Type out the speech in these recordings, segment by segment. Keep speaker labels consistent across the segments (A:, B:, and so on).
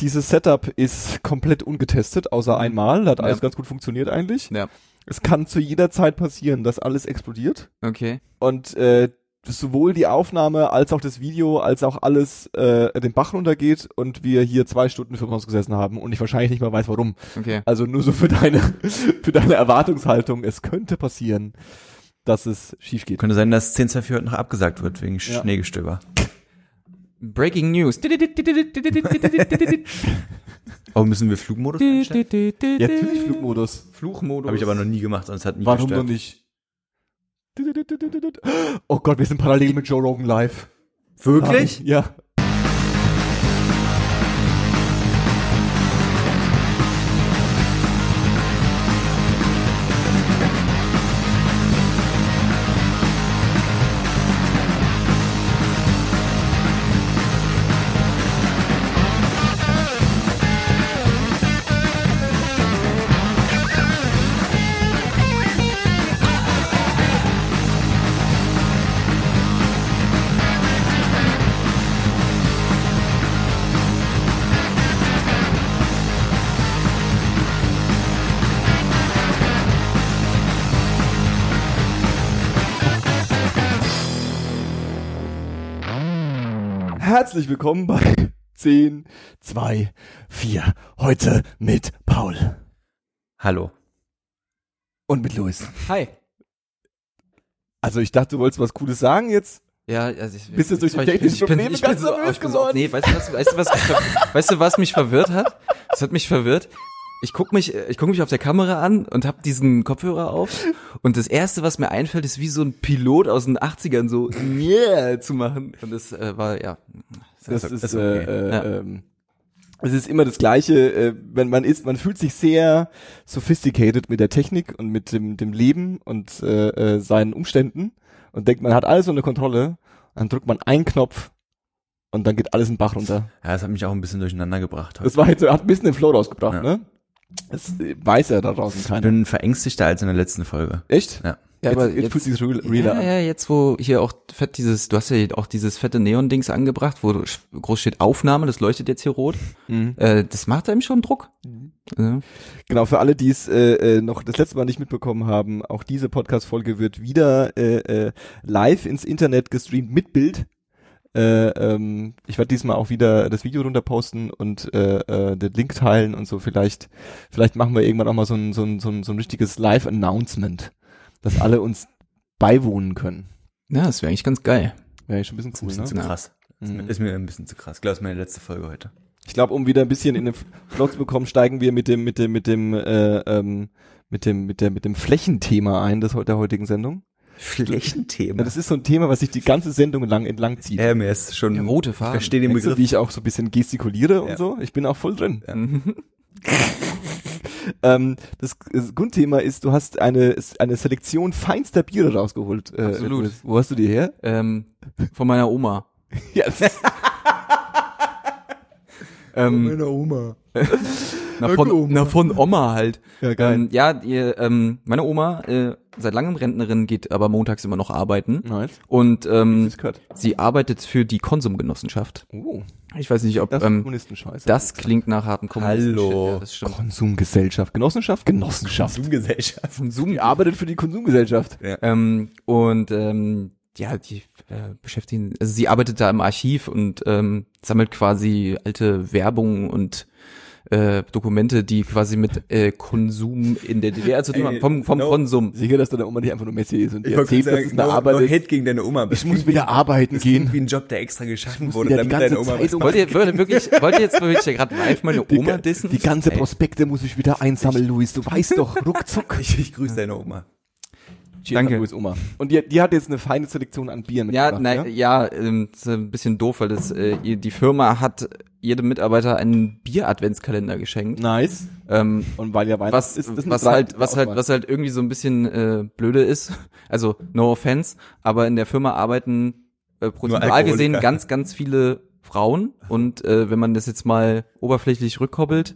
A: dieses Setup ist komplett ungetestet,
B: Mhm.
A: außer einmal. Hat alles
C: Ja.
A: ganz gut funktioniert eigentlich.
C: Ja.
A: Es kann zu jeder Zeit passieren, dass alles explodiert.
C: Okay.
A: Und äh, sowohl die Aufnahme als auch das Video, als auch alles äh, den Bach runtergeht und wir hier zwei Stunden für uns gesessen haben und ich wahrscheinlich nicht mal weiß, warum.
C: Okay.
A: Also nur so für deine, für deine Erwartungshaltung. Es könnte passieren, dass es schief geht.
B: Könnte sein, dass 10 Cent für heute noch abgesagt wird wegen
A: Ja.
B: Schneegestöber.
C: Breaking News.
B: Aber müssen wir Flugmodus einstellen?
A: Ja, natürlich Flugmodus.
C: Fluchmodus.
B: Habe ich aber noch nie gemacht, sonst hat nie
A: Warum
B: gestört.
A: noch nicht? Oh Gott, wir sind parallel mit Joe Rogan live.
B: Wirklich?
A: Ja. Herzlich willkommen bei 10, 2, 4. Heute mit Paul
B: Hallo.
A: und mit Luis.
C: Hi.
A: Also ich dachte, du wolltest was Cooles sagen jetzt.
C: Ja, also ich,
A: Bist du durch die
C: ich bin-
A: technischen
C: ich bin-
A: Probleme
C: ich bin
A: ganz
C: so
A: nervös
C: ausges-
A: geworden?
C: Nee, weißt du, was, weißt, du, was mich ver- weißt du, was mich verwirrt hat? Das hat mich verwirrt. Ich guck mich, äh, ich guck mich auf der Kamera an und hab diesen Kopfhörer auf und das erste, was mir einfällt, ist wie so ein Pilot aus den 80ern so yeah zu machen und das äh, war ja
A: Das,
B: ist-
A: ist,
B: ist okay.
A: äh, äh,
C: Ja.
A: ähm, es ist immer das Gleiche, äh, wenn man ist, man fühlt sich sehr sophisticated mit der Technik und mit dem, dem Leben und äh, äh, seinen Umständen und denkt, man hat alles unter Kontrolle, dann drückt man einen Knopf und dann geht alles in den Bach runter.
B: Ja, das hat mich auch ein bisschen durcheinander gebracht heute.
A: Das war jetzt, so- hat ein bisschen den Flow rausgebracht,
B: Ja.
A: ne? Das äh, weiß ja da draußen
B: Ich
A: keiner.
B: bin verängstigter als in der letzten Folge.
A: Echt?
B: Ja.
C: Ja,
A: jetzt,
C: aber
A: jetzt,
C: jetzt-
A: fühlt sich's real, realer
C: ja, ja, jetzt wo hier auch fett dieses, du hast ja auch dieses fette Neon-Dings angebracht, wo sch- groß steht Aufnahme, das leuchtet jetzt hier rot.
A: an. Mhm.
C: Äh, das macht einem schon Druck. Ja.
A: Genau, für alle, die es äh, äh, noch das letzte Mal nicht mitbekommen haben, auch diese Podcast-Folge wird wieder äh, äh, live ins Internet gestreamt mit Bild. Äh, ähm, ich werde diesmal auch wieder das Video runterposten und äh, äh, den Link teilen und so. Vielleicht, vielleicht machen wir irgendwann auch mal so ein, so ein, so ein, so ein richtiges Live-Announcement, dass alle uns beiwohnen können.
C: Ja, das wäre eigentlich ganz geil.
A: Wäre ja schon ein bisschen
B: Ein
A: cool,
B: bisschen
A: ne?
B: zu krass.
A: Mhm.
B: Ist mir ein bisschen zu krass. Ich glaube, das ist meine letzte Folge heute.
A: Ich glaube, um wieder ein bisschen in den Vlog zu bekommen, steigen wir mit dem, mit dem, mit dem, äh, ähm, mit dem, mit der, mit dem Flächenthema ein, das heute der heutigen Sendung. Ja,
B: Flächenthema.
A: das ist so ein Thema, was sich die ganze Sendung lang entlang zieht.
B: Ja, mir ist schon...
C: Ja, rote Farben.
B: Ich verstehe den
A: Merkst du,
B: Begriff.
A: wie ich auch so ein bisschen gestikuliere
B: Ja.
A: und so? Ich bin auch voll drin. Mhm.
B: Ja.
A: ähm, das, das Grundthema ist, du hast eine, eine Selektion feinster Biere rausgeholt. äh,
C: Absolut.
A: Louis. Wo hast du die her?
C: Ähm, von meiner Oma.
A: Ja, das ist
C: Ähm,
B: Meine Oma.
C: na, von, na, von Oma halt.
A: ja
C: Ähm, ja, ihr, ähm, meine Oma, äh, seit langem Rentnerin, geht aber montags immer noch arbeiten.
A: Nice.
C: Und ähm,
A: Das gehört.
C: sie arbeitet für die Konsumgenossenschaft.
A: Oh,
C: Ich weiß nicht, ob
A: das
C: das,
A: ist
C: ähm,
A: Kommunistenscheiße.
C: das klingt nach harten Kommunisten.
B: Hallo.
C: Ja, das stimmt.
A: Konsumgesellschaft. Genossenschaft? Genossenschaft.
B: Zoom-Gesellschaft.
C: Konsum.
A: Die arbeitet für die Konsumgesellschaft.
C: Ähm, und ähm, ja, die äh, beschäftigen, also sie arbeitet da im Archiv und ähm, sammelt quasi alte Werbung und äh, Dokumente, die quasi mit äh, Konsum in der DDR zu tun haben, vom, vom
B: No.
C: Konsum.
A: Sicher, dass deine Oma nicht einfach nur Messi ist und die
B: Ich wollte
A: erzählt,
B: sagen,
A: dass es eine
B: no,
A: Arbeit
B: no
A: ist.
B: Hate gegen deine Oma.
A: Ich muss wieder arbeiten gehen.
B: Wie ein Job, der extra geschaffen
A: muss
B: wurde,
A: ja die
B: damit
A: ganze um-
B: deine Oma... was-
A: Zeitung-
C: Wollt ihr, wollt ihr wirklich, wollt ihr jetzt wirklich gerade live meine
A: Die
C: Oma
A: ga-
C: dissen?
A: Die ganze
C: Ey,
A: Prospekte muss ich wieder einsammeln, Luis. Du weißt doch, ruckzuck.
B: Ich, ich grüße deine Oma.
C: Danke.
A: an Luis Oma. Und die, die hat jetzt eine feine Selektion an Bieren
C: Ja,
A: mitgebracht.
C: nein, ja, ähm, ist ein bisschen doof, weil das, äh, ihr- die Firma hat jedem Mitarbeiter einen Bier-Adventskalender geschenkt.
A: Nice.
C: Ähm,
A: Und weil ja Weihnachten
C: was,
A: ist, Oh, ist eine
C: was
A: breite
C: halt, was halt,
A: Auswahl.
C: was halt irgendwie so ein bisschen äh, blöde ist. Also no offense, aber in der Firma arbeiten äh, prozentual
B: Alkoholiker.
C: gesehen ganz, ganz viele Frauen und äh, wenn man das jetzt mal oberflächlich rückkoppelt,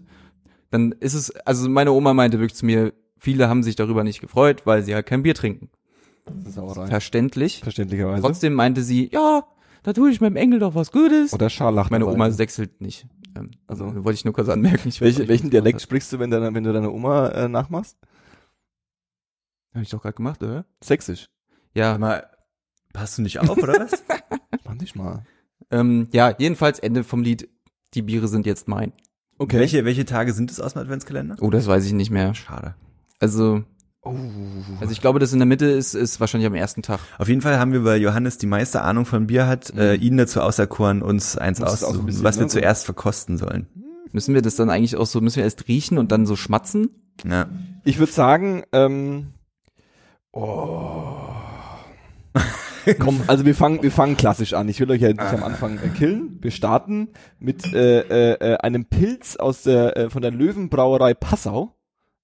C: dann ist es, also meine Oma meinte wirklich zu mir, viele haben sich darüber nicht gefreut, weil sie halt kein Bier trinken.
A: Sauerei.
C: Verständlich.
A: Verständlicherweise.
C: Trotzdem meinte sie, ja, da tue ich meinem Engel doch was Gutes.
A: Oder Scharlach.
C: meine Oma sechselt nicht. Ähm,
A: Also-
C: also wollte ich nur kurz anmerken. Ich weiß
A: Welche,
C: nicht,
A: welchen
C: was gemacht
A: Dialekt sprichst du, wenn, deine, wenn du deine Oma äh, nachmachst?
C: hat. Hab ich doch gerade gemacht, oder?
A: Sächsisch.
C: Ja,
B: Mal, passt du nicht auf, oder was?
A: Mann, dich mal.
C: ähm, ja, jedenfalls Ende vom Lied. Die Biere sind jetzt mein.
A: Okay.
B: Welche, welche Tage sind es aus dem Adventskalender?
C: Oh, das weiß ich nicht mehr.
B: Schade.
C: Also,
A: Oh.
C: also ich glaube, das in der Mitte ist, ist wahrscheinlich am ersten Tag.
B: Auf jeden Fall haben wir, weil Johannes die meiste Ahnung von Bier hat, äh, ihn dazu auserkoren, uns eins
A: Das ist auch so ein
B: auszusuchen,
A: bisschen,
B: was wir
A: ne, so.
B: zuerst verkosten sollen.
C: Müssen wir das dann eigentlich auch so, müssen wir erst riechen und dann so schmatzen?
B: Ja.
A: Ich würde sagen, ähm, oh. Komm, also wir fangen, wir fangen klassisch an. Ich will euch ja nicht am Anfang äh, killen. Wir starten mit äh, äh, äh, einem Pilz aus der äh, von der Löwenbrauerei Passau.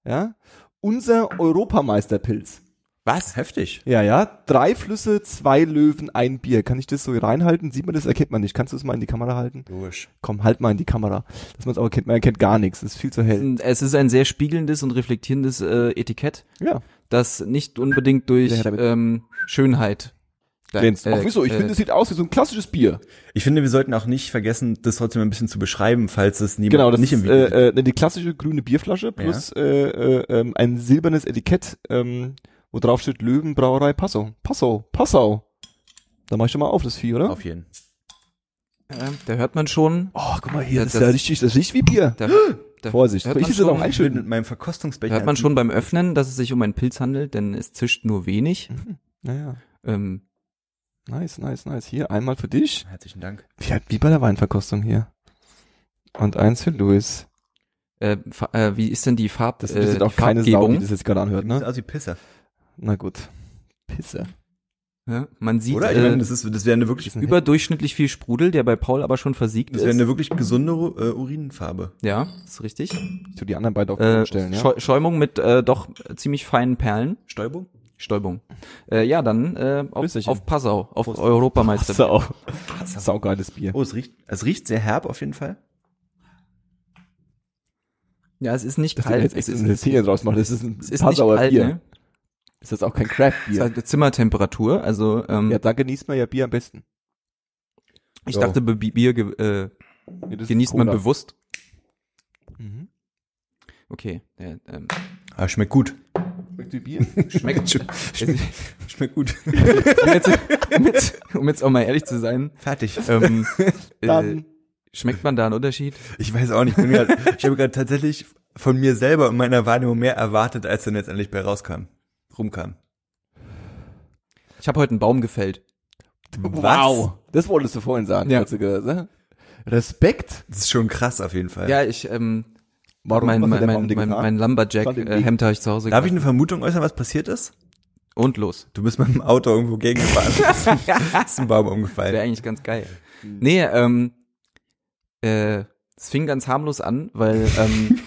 A: Ja, unser Europameisterpilz.
C: Was?
B: Heftig.
A: Ja, ja. Drei Flüsse, zwei Löwen, ein Bier. Kann ich das so reinhalten? Sieht man das? Erkennt man nicht. Kannst du es mal in die Kamera halten?
B: Logisch.
A: Komm, halt mal in die Kamera, dass man es auch erkennt. Man erkennt gar nichts. Ist viel zu hell.
C: Es ist ein sehr spiegelndes und reflektierendes äh, Etikett,
A: Ja.
C: das nicht unbedingt durch
A: Ja, damit-
C: ähm, Schönheit. äh,
A: Glänzt. Ach wieso? Ich finde, es sieht aus wie so ein klassisches Bier.
B: Ich finde, wir sollten auch nicht vergessen, das trotzdem ein bisschen zu beschreiben, falls es niemand
A: Genau, das
B: nicht
A: ist
B: im Video
A: äh, äh, die klassische grüne Bierflasche plus äh, äh, ähm, ein silbernes Etikett, ähm, wo drauf steht Löwenbrauerei Passau. Passau, Passau. Da mach ich schon mal auf das Vieh, oder?
B: auf jeden.
C: äh, da hört man schon.
A: Oh, guck mal hier,
C: Ja,
A: das,
C: das-
A: ist ja richtig, das riecht wie Bier.
C: Da, da
A: Vorsicht,
C: hört
A: ich
C: man
A: will noch
C: schon-
B: Ich bin mit
A: einschütten.
B: meinem
C: Da
B: Verkostungsbecher.
C: hört man schon beim Öffnen, dass es sich um einen Pilz handelt, denn es zischt nur wenig.
A: Hm. Naja,
C: Ähm,
A: nice, nice, nice. Hier, einmal für dich.
B: Herzlichen Dank.
A: Wie, halt- wie bei der Weinverkostung hier. Und eins für Luis.
C: äh, fa- äh, wie ist denn die Farb?
A: Das
C: äh,
A: interessiert
C: die
A: auch keine Sau, die
C: Farbgebung?
A: das jetzt gerade anhört,
B: Sieht
A: ne?
B: aus wie Pisser.
A: Na gut. Pisse.
C: Ja, man sieht
B: Oder? Ich meine,
C: äh,
B: das, ist, das wäre eine wirklich, das
C: überdurchschnittlich viel Sprudel, der bei Paul aber schon versiegt ist.
B: wäre eine wirklich gesunde äh, Urinfarbe.
C: ja, ist richtig.
A: Ich tu die anderen beiden auf den
C: Äh,
A: Boden stellen, ja?
C: Scheu Schäumung mit äh, doch ziemlich feinen Perlen.
B: Stäubung?
C: Stäubung. Äh, ja, dann äh, auf,
A: Prösterchen.
C: auf Passau, auf Europameister.
A: Passau. Saugeiles Bier.
B: Oh, es riecht, es riecht sehr herb auf jeden Fall.
C: Ja, es ist nicht
A: Dass wir
C: kalt.
A: jetzt
C: Halt, Es
A: extra
C: ist,
A: eine
C: es
A: Szene draus machen. Das ist ein
C: ist nicht
A: Passauer
C: kalt,
A: Bier.
C: ne?
A: Ist das auch kein Craft
C: Es ist
A: Bier?
C: halt Zimmertemperatur. Also ähm,
A: Ja, da genießt man ja Bier am besten.
C: ich
B: ja.
C: dachte, Bi- Bier ge äh,
A: Nee, das ist
C: genießt man
A: Cola.
C: bewusst.
A: Mhm.
C: Okay. Ja, ähm,
B: Ah, schmeckt gut.
A: Schmeckt wie Bier?
C: schmeckt schon.
B: Schmeckt gut.
C: um, jetzt, um, jetzt, um jetzt auch mal ehrlich zu sein,
B: Fertig.
C: ähm, äh,
A: Dann,
C: schmeckt man da einen Unterschied?
B: Ich weiß auch nicht. Ich, bin grad, ich habe gerade tatsächlich von mir selber und meiner Wahrnehmung mehr erwartet, als dann letztendlich bei rauskam. Rumkam.
C: Ich habe heute einen Baum gefällt.
A: wow. Das wolltest du vorhin sagen.
C: Ja.
A: hast du gesagt, ne? Respekt.
B: Das ist schon krass auf jeden Fall.
C: Ja, ich ähm,
A: Warum
C: mein,
A: was hat
C: mein,
A: der
C: mein,
A: Baum dir
C: mein,
A: getan? Stand
C: mein
A: im
C: Lumberjack äh,
A: Weg.
C: Hemd habe ich zu Hause
B: Darf ich eine Vermutung äußern, was passiert ist?
C: und los.
B: Du bist mit dem Auto irgendwo gegengefahren. ist ein Baum umgefallen.
C: Wäre eigentlich ganz geil.
A: Hm.
C: Nee, ähm, äh, es fing ganz harmlos an, weil, ähm,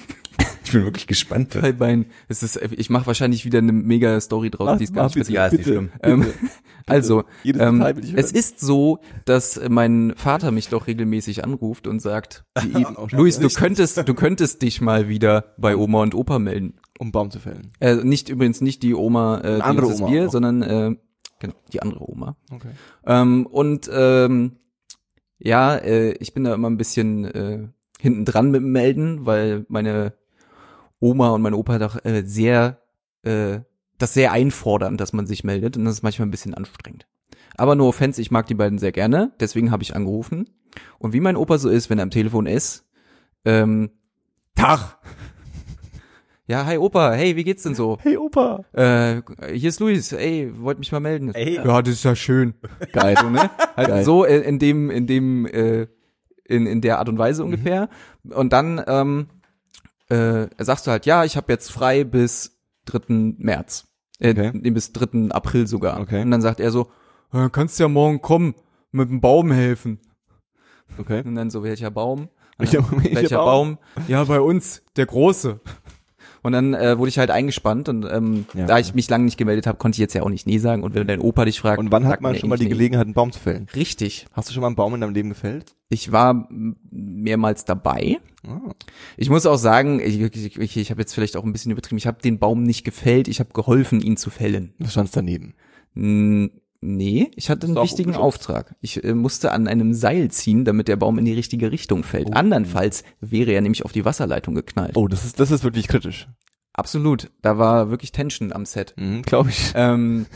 B: Ich bin wirklich gespannt.
C: bei mein, es ist, ich mache wahrscheinlich wieder eine mega Story draus,
A: Mach-
C: die ist
A: mach
C: ganz
A: bitte,
C: speziell.
B: Ja, ist nicht
A: bitte,
B: schlimm.
A: bitte.
C: Ähm, also,
A: Jedes
C: ähm,
A: Detail will ich
C: es
A: hören.
C: ist so, dass mein Vater mich doch regelmäßig anruft und sagt,
A: Wie eben auch schon
C: Luis, du
A: gesagt,
C: könntest, du könntest dich mal wieder bei Oma und Opa melden.
A: um Baum zu fällen.
C: Äh, nicht übrigens nicht die Oma, äh, die
A: andere
C: uns das
A: Oma
C: Bier,
A: auch.
C: sondern äh, genau, die andere Oma.
A: Okay.
C: Ähm, und ähm, ja, äh, ich bin da immer ein bisschen äh, hinten dran mit dem Melden, weil meine Oma und mein Opa doch äh, sehr äh, das sehr einfordern, dass man sich meldet und das ist manchmal ein bisschen anstrengend. Aber no offense, ich mag die beiden sehr gerne, deswegen habe ich angerufen. Und wie mein Opa so ist, wenn er am Telefon ist, ähm, Tag! Ja, hi Opa, hey, wie geht's denn so?
A: Hey Opa.
C: Äh, hier ist Luis, ey, wollt mich mal melden.
B: Ey.
C: Ja, das ist ja schön.
A: Geil.
C: So, ne?
A: Geil.
C: Halt so in, in dem, in dem, äh, in, in der Art und Weise
A: Mhm.
C: ungefähr. Und dann ähm, äh, sagst du halt, ja, ich habe jetzt frei bis 3. März. Äh,
A: Okay.
C: nee, bis 3. April sogar.
A: Okay.
C: Und dann sagt er so, "Äh, kannst ja morgen kommen, mit dem Baum helfen.
A: Okay.
C: Und dann so, welcher Baum?
A: Welcher- welcher
C: welcher Baum? Ja, bei uns, der große. Und dann äh, wurde ich halt eingespannt und ähm,
A: Ja,
C: da
A: okay.
C: ich mich lange nicht gemeldet habe, konnte ich jetzt ja auch nicht Nee sagen. Und wenn dein Opa dich fragt,
A: Und wann hat
C: sagt
A: man
C: nee,
A: schon mal
C: ich
A: die
C: nee.
A: Gelegenheit, einen Baum zu fällen?
C: Richtig.
A: Hast du schon mal einen Baum in deinem Leben gefällt?
C: Ich war m- mehrmals dabei.
A: Ah.
C: Ich muss auch sagen, ich, ich, ich, ich habe jetzt vielleicht auch ein bisschen übertrieben, ich habe den Baum nicht gefällt, ich habe geholfen, ihn zu fällen.
A: Du standst daneben.
C: Hm, Nee, ich hatte
A: Ist
C: einen
A: auch
C: wichtigen
A: ungeschützt.
C: Auftrag. Ich äh, musste an einem Seil ziehen, damit der Baum in die richtige Richtung fällt. Andernfalls wäre er nämlich auf die Wasserleitung geknallt.
A: Oh, das ist, das ist wirklich kritisch.
C: Absolut, da war wirklich Tension am Set.
A: Mhm, Glaube ich.
C: Ähm,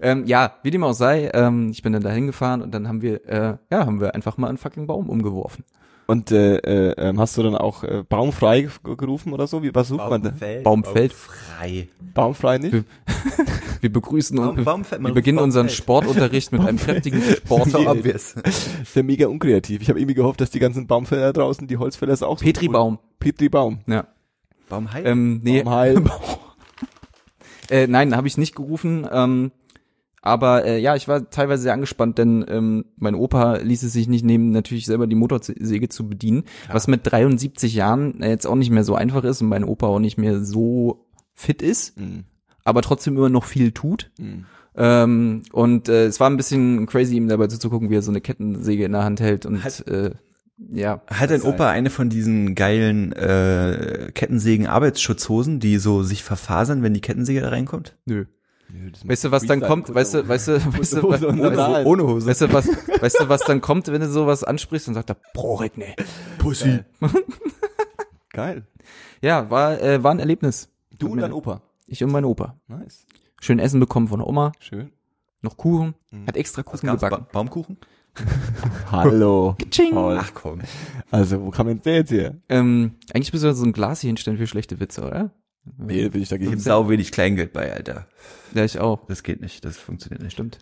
C: ähm, ja, wie dem auch sei, ähm, ich bin dann dahin gefahren und dann haben wir, äh, ja, haben wir einfach mal einen fucking Baum umgeworfen.
A: Und äh, äh, ähm, hast du dann auch äh, baumfrei ge- gerufen oder so? Wie, was sucht man denn?
B: Baumfeld.
C: Baumfeld.
B: Baumfrei.
A: Baumfrei nicht?
C: Wir begrüßen
B: Baum-
C: und
B: Baumfeld, man
C: wir beginnen
B: ruft
C: unseren
B: Baumfeld.
C: Sportunterricht mit einem kräftigen
B: So
C: Sporter.
B: obvious.
A: Ist ja mega unkreativ. Ich habe irgendwie gehofft, dass die ganzen Baumfäller draußen, die Holzfäller ist auch so
C: Petri
A: cool.
C: Baum.
A: Petri Baum.
C: Ja.
B: Baumheil.
C: Ähm, nee.
A: Baum heil.
C: äh, nein, habe ich nicht gerufen. Ähm, aber äh, ja, ich war teilweise sehr angespannt, denn ähm, mein Opa ließ es sich nicht nehmen, natürlich selber die Motorsäge zu bedienen, was mit 73 Jahren äh, jetzt auch nicht mehr so einfach ist und mein Opa auch nicht mehr so fit ist,
A: Mhm.
C: aber trotzdem immer noch viel tut.
A: Mhm.
C: Ähm, und äh, es war ein bisschen crazy, ihm dabei zuzugucken, wie er so eine Kettensäge in der Hand hält und
B: Hat-
C: äh, ja.
B: Hat dein Opa eine von diesen geilen äh, Kettensägen-Arbeitsschutzhosen, die so sich verfasern, wenn die Kettensäge da reinkommt?
C: Nö. Weißt du, was dann kommt? Weißt du, weißt du, weißt du,
A: Hose und
C: weißt du,
A: Sandalen.
C: ohne Hose. Weißt du, was, weißt du, was dann kommt, wenn du sowas ansprichst und sagt er, Prorit, ne.
B: Pussy.
A: Geil.
C: Ja, war, äh, war ein Erlebnis.
A: Du und dein Opa.
C: Ich und mein Opa.
A: Nice.
C: Schön Essen bekommen von der Oma,
A: Schön.
C: noch Kuchen, hat extra Kuchen gebacken.
B: Baumkuchen?
A: Hallo.
C: Tsching.
A: Paul.
B: Ach komm.
A: Also, wo kam denn der jetzt her?
C: Ähm, eigentlich müssen wir so ein Glas hier hinstellen für schlechte Witze, oder?
A: Nee, bin ich
B: Ich hab
A: dagegen.
B: sau wenig Kleingeld bei, Alter.
C: Ja, ich auch.
B: Das geht nicht, das funktioniert nicht.
C: Stimmt.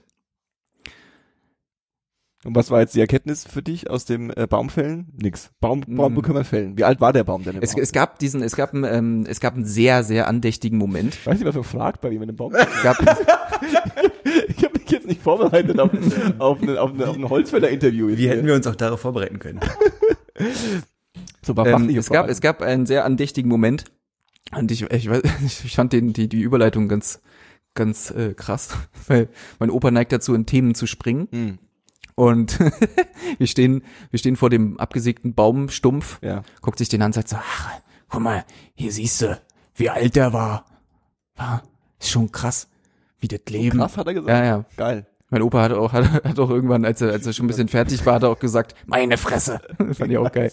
A: Und was war jetzt die Erkenntnis für dich aus dem äh, Baumfällen? Nix. Baum, Baum
C: Mhm.
A: bekümmert Fällen. Wie alt war der Baum denn?
C: Es,
A: überhaupt?
C: es gab diesen, es gab einen, ähm, es gab einen sehr, sehr andächtigen Moment.
A: Weißt du, was man fragt bei jemandem Baum?
C: Es gab,
A: ich habe mich jetzt nicht vorbereitet auf, auf, eine, auf, eine, auf ein Holzfäller-Interview. jetzt
B: Wie
A: hier.
B: hätten wir uns auch darauf vorbereiten können?
A: so ein paar
C: ähm,
A: fachliche
C: es, gab,
A: Fragen.
C: es gab einen sehr andächtigen Moment. Und ich, ich, weiß, ich fand den, die, die Überleitung ganz, ganz äh, krass, weil mein Opa neigt dazu, in Themen zu springen.
A: Mhm.
C: Und wir stehen, wir stehen vor dem abgesägten Baumstumpf,
A: Ja.
C: guckt sich den an und sagt so, ach, guck mal, hier siehst du, wie alt der war. Ja, ist schon krass, wie das Leben.
A: Krass, hat er gesagt.
C: ja, ja.
A: Geil.
C: Mein Opa hat auch, hat, hat auch irgendwann, als er, als er schon ein bisschen fertig war, hat er auch gesagt, meine Fresse. Fand ich auch geil.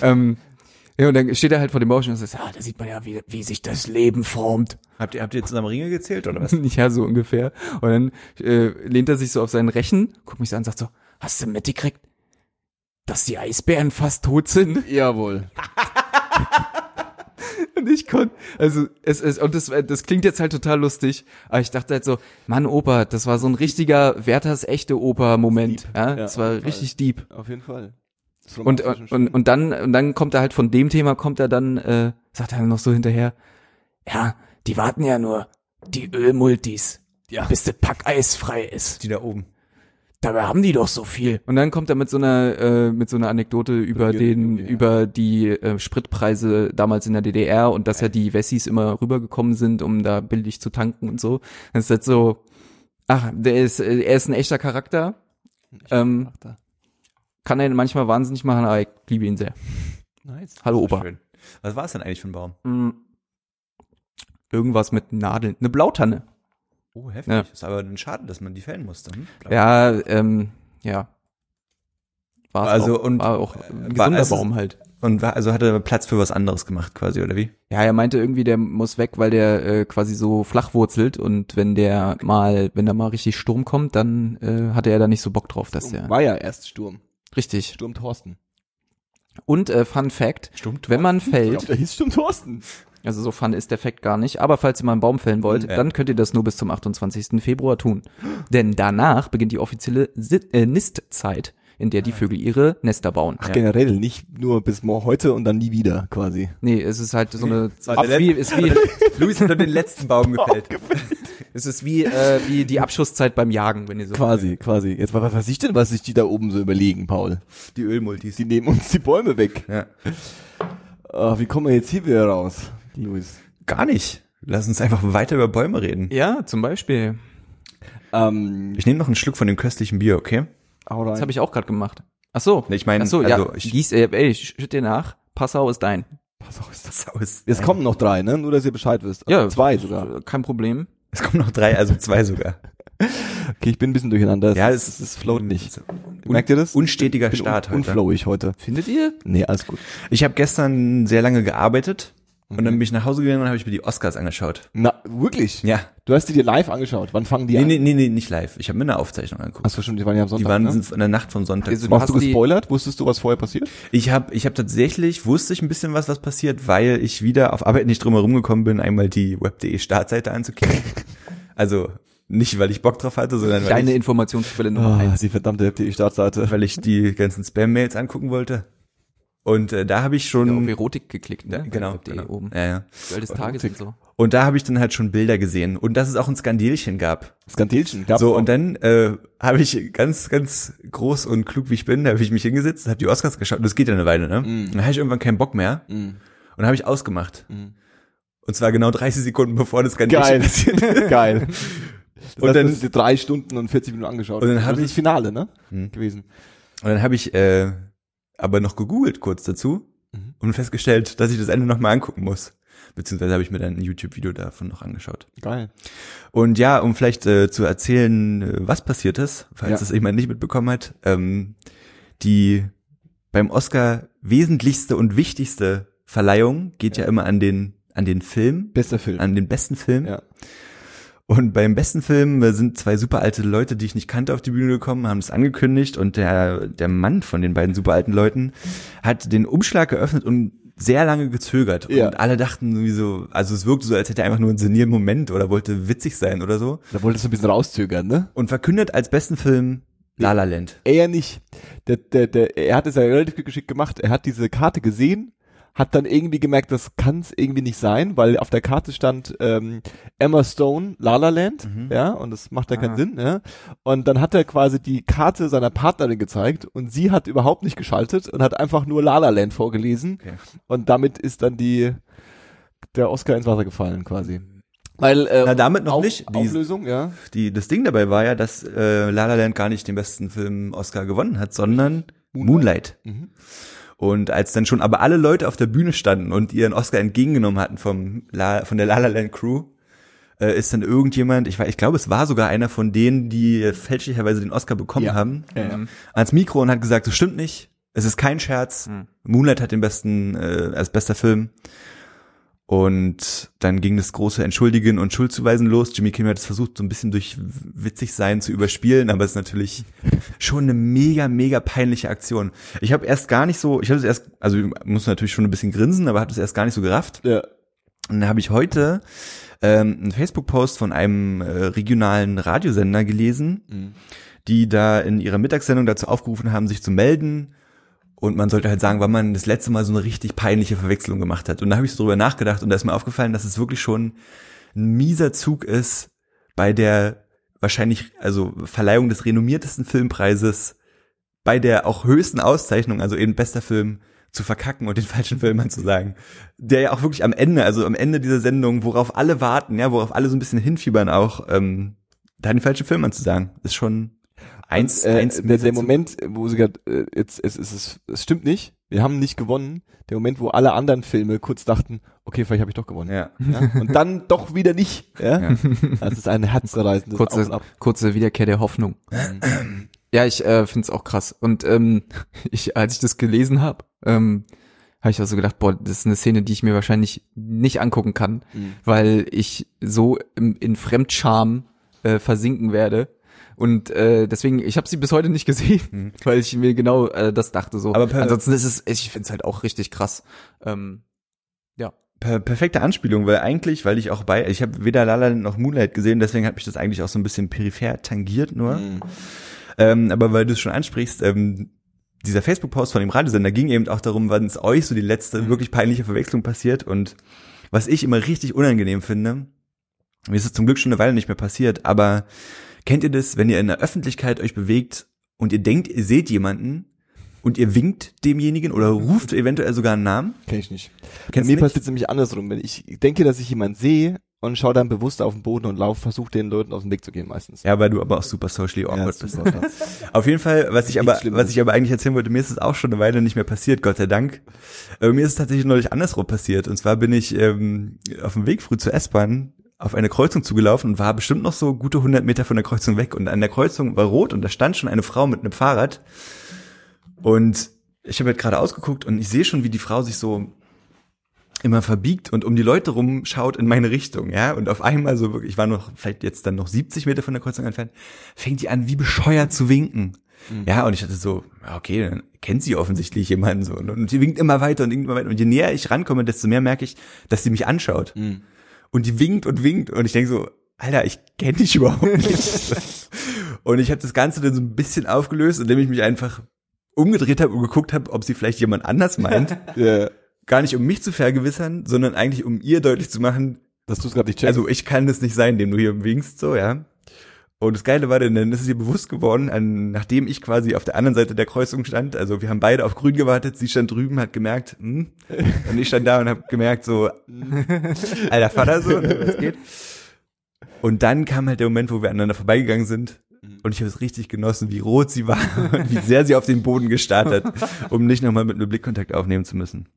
C: Ähm, ja, und dann steht er halt vor dem Baum und sagt, ah, da sieht man ja, wie, wie sich das Leben formt.
B: Habt ihr, habt ihr zusammen Ringe gezählt oder was?
C: Ja, so ungefähr. Und dann äh, lehnt er sich so auf seinen Rechen, guckt mich so an und sagt so, hast du mitgekriegt, dass die Eisbären fast tot sind?
A: Jawohl.
C: Und ich konnte, also es ist, und das, das klingt jetzt halt total lustig, aber ich dachte halt so, Mann, Opa, das war so ein richtiger Werthers echte Opa-Moment. Ja, das
A: Ja, auf
C: war
A: jeden Fall.
C: richtig deep.
A: Auf jeden Fall. Das
C: Und,
A: romantisch
C: und, und, und dann, und dann kommt er halt von dem Thema, kommt er dann, äh, sagt er noch so hinterher, ja, die warten ja nur, die Ölmultis,
A: Ja.
C: bis der Pack eisfrei ist.
B: Die da oben.
C: Dabei haben die doch so viel. Und dann kommt er mit so einer, äh, mit so einer Anekdote über
A: die
C: den,
A: DDR.
C: über die äh, Spritpreise damals in der DDR und dass ja die Wessis immer rübergekommen sind, um da billig zu tanken und so. Das ist halt so, ach, der ist, äh, er ist ein echter Charakter. Ähm,
A: Charakter.
C: kann er manchmal wahnsinnig machen, aber ich liebe ihn sehr.
A: Nice.
C: Hallo Opa.
B: Schön. Was war es denn eigentlich für ein Baum?
C: Mm. Irgendwas mit Nadeln. Eine Blautanne.
B: Oh, heftig.
C: Ja.
B: Ist aber ein Schaden, dass man die fällen musste. Hm?
C: Ja, ähm, ja. War's
B: Also,
C: auch,
B: und-
C: war auch
B: äh,
C: ein gesunder
B: war- es-
C: Baum halt.
B: Und war, also hat er Platz für was anderes gemacht quasi, oder wie?
C: Ja, er meinte irgendwie, der muss weg, weil der äh, quasi so flach wurzelt und wenn der mal, wenn da mal richtig Sturm kommt, dann äh, hatte er da nicht so Bock drauf, dass der.
A: War ja erst Sturm.
C: Richtig.
A: Sturm Thorsten.
C: Und äh, Fun Fact,
B: Stimmt.
C: wenn man
A: Ich glaube,
C: fällt,
A: der hieß Sturm Thorsten.
C: also so fun ist der Fact gar nicht, aber falls ihr mal einen Baum fällen wollt,
B: Ja.
C: dann könnt ihr das nur bis zum 28. Februar tun. Denn danach beginnt die offizielle Sit äh, Nistzeit, in der die Vögel ihre Nester bauen.
A: Ach,
C: Ja.
A: generell, nicht nur bis mor- heute und dann nie wieder, quasi.
C: Nee, es ist halt so eine.
B: war
C: Ab,
B: der
C: wie, ist wie,
B: Luis hat nur den letzten Baum gefällt.
C: es ist wie, äh, wie die Abschusszeit beim Jagen, wenn ihr so.
A: Quasi, quasi. Jetzt, was weiß ich denn, was sich die da oben so überlegen, Paul?
B: Die Ölmultis.
A: Die nehmen uns die Bäume weg.
B: Ja.
A: Ah, wie kommen wir jetzt hier wieder raus, Luis?
B: Gar nicht. Lass uns einfach weiter über Bäume reden.
C: Ja, zum Beispiel.
A: Ähm,
B: Ich nehme noch einen Schluck von dem köstlichen Bier, okay?
A: hau
C: Das
A: rein.
C: habe ich auch gerade gemacht. Ach so.
B: Ich meine,
C: Ach so,
B: also
C: ja.
B: ich-
C: Gieß, äh, ey, schütt dir nach. Passau ist dein.
A: Pass auf, ist das-
B: Sau ist
A: Jetzt kommen noch drei, ne? Nur, dass ihr Bescheid wisst. Also
C: Ja.
A: Zwei sogar.
C: Äh, Kein Problem.
B: Es kommen noch drei, also zwei sogar.
A: Okay, ich bin ein bisschen durcheinander.
B: Ja,
A: es, es,
B: es-
A: es float nicht.
B: Un-
A: Merkt ihr das?
B: Unstetiger
A: Ich bin
B: Start
A: un
B: heute.
A: unflowig heute.
C: Findet ihr?
A: Nee, alles gut.
B: Ich habe gestern sehr lange gearbeitet und dann
A: Mhm.
B: bin ich nach Hause gegangen und habe ich mir die Oscars angeschaut.
A: Na, wirklich?
B: Ja.
A: Du hast die dir live angeschaut. Wann fangen die
B: Nee,
A: an?
B: nee, nee, nee, nicht live. Ich habe mir eine Aufzeichnung angeguckt.
A: Hast du schon, die waren ja am
B: die
A: Sonntag.
B: waren
A: ne?
B: sind in der Nacht von Sonntag.
C: Also
A: Warst du
C: hast die-
A: gespoilert? Wusstest du, was vorher passiert?
B: Ich habe ich hab tatsächlich, wusste ich ein bisschen was, was passiert, weil ich wieder auf Arbeit nicht drum herum gekommen bin, einmal die web.de Startseite anzuklicken. also nicht, weil ich Bock drauf hatte, sondern weil
C: Deine
B: ich, Ah.
C: Informationsquelle Nummer eins.
A: die verdammte FDE-Startseite.
B: weil ich die ganzen Spam-Mails angucken wollte. Und äh, da habe ich
C: Ja, auf
B: schon...
C: Erotik geklickt, ne?
B: Ja,
C: Bei
B: genau,
C: web.de
B: genau.
C: oben.
B: Ja, ja.
C: Duell des Tages und so.
B: Und da habe ich dann halt schon Bilder gesehen und dass es auch ein Skandelchen gab.
A: Skandelchen. Gab's
B: so,
A: auch.
B: und dann äh, habe ich ganz, ganz groß und klug, wie ich bin, da habe ich mich hingesetzt, habe die Oscars geschaut. Und Das geht ja eine Weile, ne?
A: Mm.
B: Dann habe ich irgendwann keinen Bock mehr
A: Mhm.
B: und habe ich ausgemacht.
A: Mhm.
B: Und zwar genau 30 Sekunden bevor das Ganze
A: Geil.
B: passiert.
A: Geil. Das
B: Und
A: heißt,
B: dann-
A: du hast dir drei Stunden und 40 Minuten angeschaut.
B: Und dann hab
A: das ist das
B: ich-
A: Finale, ne?
B: Mhm.
A: Gewesen.
B: Und dann habe ich äh, aber noch gegoogelt kurz dazu
A: Mhm.
B: und festgestellt, dass ich das Ende nochmal angucken muss. Beziehungsweise habe ich mir dann ein YouTube-Video davon noch angeschaut.
A: Geil.
B: Und ja, um vielleicht äh, zu erzählen, äh, was passiert ist, falls
A: Ja.
B: das jemand nicht mitbekommen hat, ähm, die beim Oscar wesentlichste und wichtigste Verleihung geht ja,
A: Ja.
B: immer an den an den Film,
A: Bester Film.
B: an den besten Film.
A: ja.
B: Und beim besten Film äh, sind zwei super alte Leute, die ich nicht kannte, auf die Bühne gekommen, haben es angekündigt und der der Mann von den beiden super alten Leuten hat den Umschlag geöffnet und sehr lange gezögert
A: Ja.
B: und alle dachten irgendwie so, also es wirkte so, als hätte er einfach nur einen sinnieren Moment oder wollte witzig sein oder so
A: Da wolltest du ein bisschen rauszögern, ne?
B: und verkündet als besten Film La La Land.
A: Er nicht. Der, der, der, er hat es ja relativ geschickt gemacht. Er hat diese Karte gesehen, hat dann irgendwie gemerkt, das kann es irgendwie nicht sein, weil auf der Karte stand ähm, Emma Stone, La La Land, ja, und das macht ja keinen
C: Ah.
A: Sinn, ja. Und dann hat er quasi die Karte seiner Partnerin gezeigt und sie hat überhaupt nicht geschaltet und hat einfach nur La La Land vorgelesen
B: Okay.
A: und damit ist dann die der Oscar ins Wasser gefallen quasi. Weil äh,
B: Na, damit noch
A: Auf-
B: nicht. Die,
A: Auflösung, ja.
B: die, das Ding dabei war ja, dass äh, La La Land gar nicht den besten Film Oscar gewonnen hat, sondern Moonlight.
A: Mhm.
B: Und als dann schon aber alle Leute auf der Bühne standen und ihren Oscar entgegengenommen hatten vom La, von der La La Land Crew, äh, ist dann irgendjemand, ich, weiß- ich glaube, es war sogar einer von denen, die fälschlicherweise den Oscar bekommen
A: Ja.
B: haben,
A: Ja,
C: Mhm.
A: ja.
B: ans Mikro und hat gesagt, das stimmt nicht, es ist kein Scherz.
C: Mhm.
B: Moonlight hat den besten, äh, als bester Film. Und dann ging das große Entschuldigen und Schuldzuweisen los. Jimmy Kimmel hat es versucht, so ein bisschen durch witzig sein zu überspielen, aber es ist natürlich schon eine mega, mega peinliche Aktion. Ich habe erst gar nicht so, ich habe es erst, also ich muss natürlich schon ein bisschen grinsen, aber habe es erst gar nicht so gerafft.
A: ja.
B: Und da habe ich heute ähm, einen Facebook-Post von einem äh, regionalen Radiosender gelesen,
A: Mhm.
B: die da in ihrer Mittagssendung dazu aufgerufen haben, sich zu melden. Und man sollte halt sagen, wann man das letzte Mal so eine richtig peinliche Verwechslung gemacht hat. Und da habe ich so drüber nachgedacht und da ist mir aufgefallen, dass es wirklich schon ein mieser Zug ist bei der wahrscheinlich, also Verleihung des renommiertesten Filmpreises, bei der auch höchsten Auszeichnung, also eben bester Film, zu verkacken und den falschen Film anzusagen. Der ja auch wirklich am Ende, also am Ende dieser Sendung, worauf alle warten, ja, worauf alle so ein bisschen hinfiebern auch, ähm, da den falschen Film anzusagen, ist schon eins,
A: äh,
B: eins
A: der,
B: mieser
A: der
B: Zug.
A: Moment, wo sie gerade, äh, jetzt, es, es, es, es stimmt nicht, wir haben nicht gewonnen. Der Moment, wo alle anderen Filme kurz dachten, okay, vielleicht habe ich doch gewonnen.
B: Ja.
A: Ja. Und dann doch wieder nicht. Ja? Das ist ein herzreißendes Auf und
C: Kurze,
A: Ab.
C: kurze Wiederkehr der Hoffnung. Ja, ich äh, finde es auch krass. Und ähm, ich, als ich das gelesen habe, ähm, habe ich auch so gedacht, boah, das ist eine Szene, die ich mir wahrscheinlich nicht angucken kann,
A: Mhm.
C: weil ich so im, in Fremdscham äh, versinken werde. Und äh, deswegen, ich habe sie bis heute nicht gesehen, weil ich mir genau äh, das dachte so.
B: Mhm. Aber per-
C: ansonsten ist es, ich finde es halt auch richtig krass. Ähm, ja.
B: Per perfekte Anspielung, weil eigentlich, weil ich auch bei, ich habe weder La La Land noch Moonlight gesehen, deswegen hat mich das eigentlich auch so ein bisschen peripher tangiert nur.
A: Mhm. Hm,
B: Ähm, aber weil du es schon ansprichst, ähm, dieser Facebook-Post von dem Radiosender ging eben auch darum, wann es euch so die
A: Mhm.
B: letzte wirklich peinliche Verwechslung passiert. Und was ich immer richtig unangenehm finde, mir ist es zum Glück schon eine Weile nicht mehr passiert, aber kennt ihr das, wenn ihr in der Öffentlichkeit euch bewegt und ihr denkt, ihr seht jemanden und ihr winkt demjenigen oder ruft eventuell sogar einen Namen?
A: Kenn ich nicht.
B: Kennst
A: Mir
B: du nicht?
A: passiert es nämlich andersrum. Wenn ich denke, dass ich jemanden sehe und schaue dann bewusst auf den Boden und laufe, versuche den Leuten aus dem Weg zu gehen meistens.
B: Ja, weil du aber auch super socially
A: Ja,
B: awkward
A: das
B: bist.
A: ist super krass.
B: Auf jeden Fall, was ich aber,
A: Schlimmes.
B: was ich aber eigentlich erzählen wollte, mir ist es auch schon eine Weile nicht mehr passiert, Gott sei Dank. Äh, Aber mir ist es tatsächlich neulich andersrum passiert. Und zwar bin ich ähm, auf dem Weg früh zur S-Bahn auf eine Kreuzung zugelaufen und war bestimmt noch so gute 100 Meter von der Kreuzung weg. Und an der Kreuzung war rot und da stand schon eine Frau mit einem Fahrrad. Und ich habe halt gerade ausgeguckt und ich sehe schon, wie die Frau sich so immer verbiegt und um die Leute rum schaut in meine Richtung, ja. Und auf einmal so wirklich, ich war noch vielleicht jetzt dann noch 70 Meter von der Kreuzung entfernt, fängt die an, wie bescheuert zu winken. Ja, und ich hatte so, ja, okay, dann kennt sie offensichtlich jemanden so. Und, und die winkt immer weiter und winkt immer weiter. Und je näher ich rankomme, desto mehr merke ich, dass sie mich anschaut. Und die winkt und winkt. Und ich denke so, Alter, ich kenne dich überhaupt nicht. und ich habe das Ganze dann so ein bisschen aufgelöst, indem ich mich einfach umgedreht habe und geguckt habe, ob sie vielleicht jemand anders meint.
A: Ja,
B: Gar nicht, um mich zu vergewissern, sondern eigentlich, um ihr deutlich zu machen,
A: dass du es gerade nicht checkst.
B: also ich kann das nicht sein, dem du hier winkst, so, ja. Und das Geile war denn, dann ist es ihr bewusst geworden, an, nachdem ich quasi auf der anderen Seite der Kreuzung stand, also wir haben beide auf grün gewartet, sie stand drüben, hat gemerkt, hm, und ich stand da und habe gemerkt, so, alter Vater, so, ne, was geht? Und dann kam halt der Moment, wo wir aneinander vorbeigegangen sind und ich habe es richtig genossen, wie rot sie war und wie sehr sie auf den Boden gestarrt hat, um nicht nochmal mit einem Blickkontakt aufnehmen zu müssen.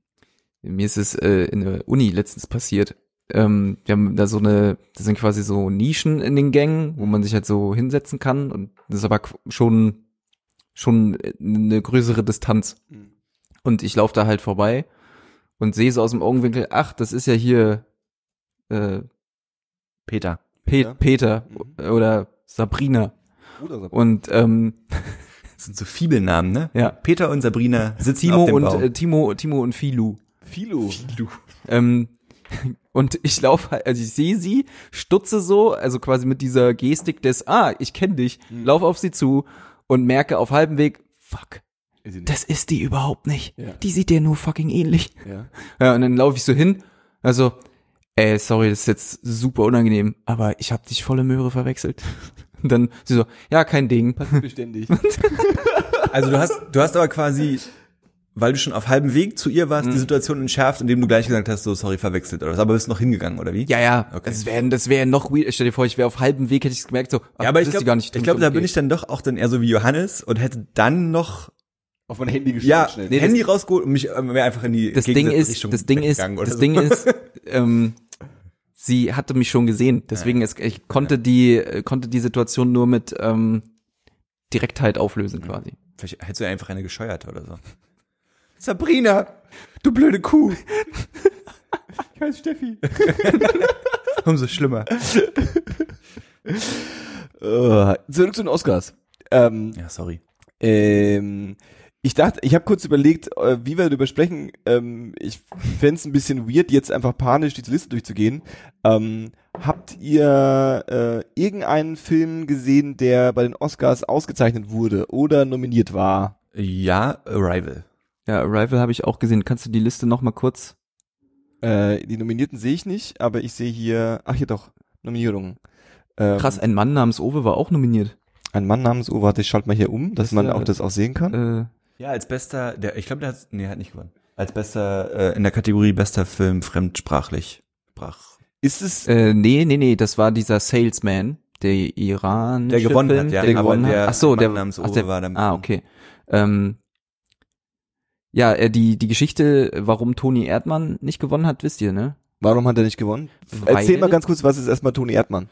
C: Mir ist es äh, in der Uni letztens passiert. Ähm, wir haben da so eine, das sind quasi so Nischen in den Gängen, wo man sich halt so hinsetzen kann und das ist aber qu- schon schon äh, eine größere Distanz. Und ich laufe da halt vorbei und sehe so aus dem Augenwinkel, ach, das ist ja hier äh,
B: Peter.
C: Pe
A: Peter.
C: Peter oder Sabrina. Und ähm,
B: Das sind so Fibelnamen, ne?
C: ja,
B: Peter und Sabrina sitzen
C: Timo
B: auf dem
C: und
B: Baum.
C: äh, Timo, Timo und Philu.
A: Philo.
C: Ähm, und ich laufe halt, also ich sehe sie, stutze so, also quasi mit dieser Gestik des, ah, ich kenne dich,
B: Hm.
C: lauf auf sie zu und merke auf halbem Weg, fuck, das ist die überhaupt nicht.
A: Ja.
C: Die sieht dir nur fucking ähnlich.
A: ja.
C: Ja, und dann laufe ich so hin, also, ey, sorry, das ist jetzt super unangenehm, aber ich habe dich volle Möhre verwechselt. Und dann sie so, ja, kein Ding.
A: Passiert beständig.
B: Also du hast, du hast aber quasi, weil du schon auf halbem Weg zu ihr warst, die Situation entschärft, indem du gleich gesagt hast, so sorry verwechselt oder was, aber bist noch hingegangen oder wie?
C: Ja, ja,
B: Okay.
C: das wäre das wär noch weird. Stell dir vor, ich wäre auf halbem Weg, hätte ich es gemerkt, so, ach,
B: Ja, aber
C: das
B: ich
C: ist die
B: glaube,
C: gar nicht.
B: ich glaube, da bin ich dann doch auch dann eher so wie Johannes und hätte dann noch
A: Auf mein Handy geschrieben.
B: ja
A: schnell.
C: Nee,
B: Handy rausgeholt und mich ähm, wäre einfach in die
C: das Ding
B: gegensätzliche
C: ist,
B: Richtung
C: das Ding ist,
B: weggegangen oder
C: das
B: so.
C: Ding ist, ähm, sie hatte mich schon gesehen, deswegen es, ich konnte die äh, konnte die Situation nur mit ähm, Direktheit auflösen
B: Mhm.
C: quasi.
B: Vielleicht hättest du ja einfach eine gescheuert oder so. Sabrina, du blöde Kuh.
A: Ich heiße Steffi.
B: Umso schlimmer.
A: Äh, zurück zu den Oscars. Ähm,
B: Ja, sorry.
A: Ähm, ich dachte, ich habe kurz überlegt, äh, wie wir darüber sprechen. Ähm, ich fänd's ein bisschen weird, jetzt einfach panisch die Liste durchzugehen. Ähm, habt ihr äh, irgendeinen Film gesehen, der bei den Oscars ausgezeichnet wurde oder nominiert war?
B: Ja, Arrival.
C: Ja, Arrival habe ich auch gesehen. Kannst du die Liste noch mal kurz?
A: Äh, die Nominierten sehe ich nicht, aber ich sehe hier, ach hier doch, Nominierungen. Ähm,
C: Krass, ein Mann namens Owe war auch nominiert.
A: Ein Mann namens Uwe, warte, ich schalte mal hier um, dass
C: Das
A: man
C: ist ja-
A: auch das auch sehen kann.
C: Äh,
B: Ja, als bester, der, ich glaube, der hat, nee, hat nicht gewonnen. Als bester, äh, in der Kategorie bester Film fremdsprachlich. Sprach.
A: Ist es
C: äh, nee, nee, nee, das war dieser Salesman, der Iran.
B: Der gewonnen hat, ja,
C: Der
B: aber
C: gewonnen
B: der
C: hat. Ach so,
B: Mann
C: der,
B: namens
C: ach,
B: Owe
C: der
B: war damit
C: Ah,
B: drin.
C: okay. Ähm, ja, äh, die, die Geschichte, warum Toni Erdmann nicht gewonnen hat, wisst ihr, ne?
A: warum hat er nicht gewonnen?
C: Weil-
A: Erzähl mal ganz kurz, was ist erstmal Toni Erdmann?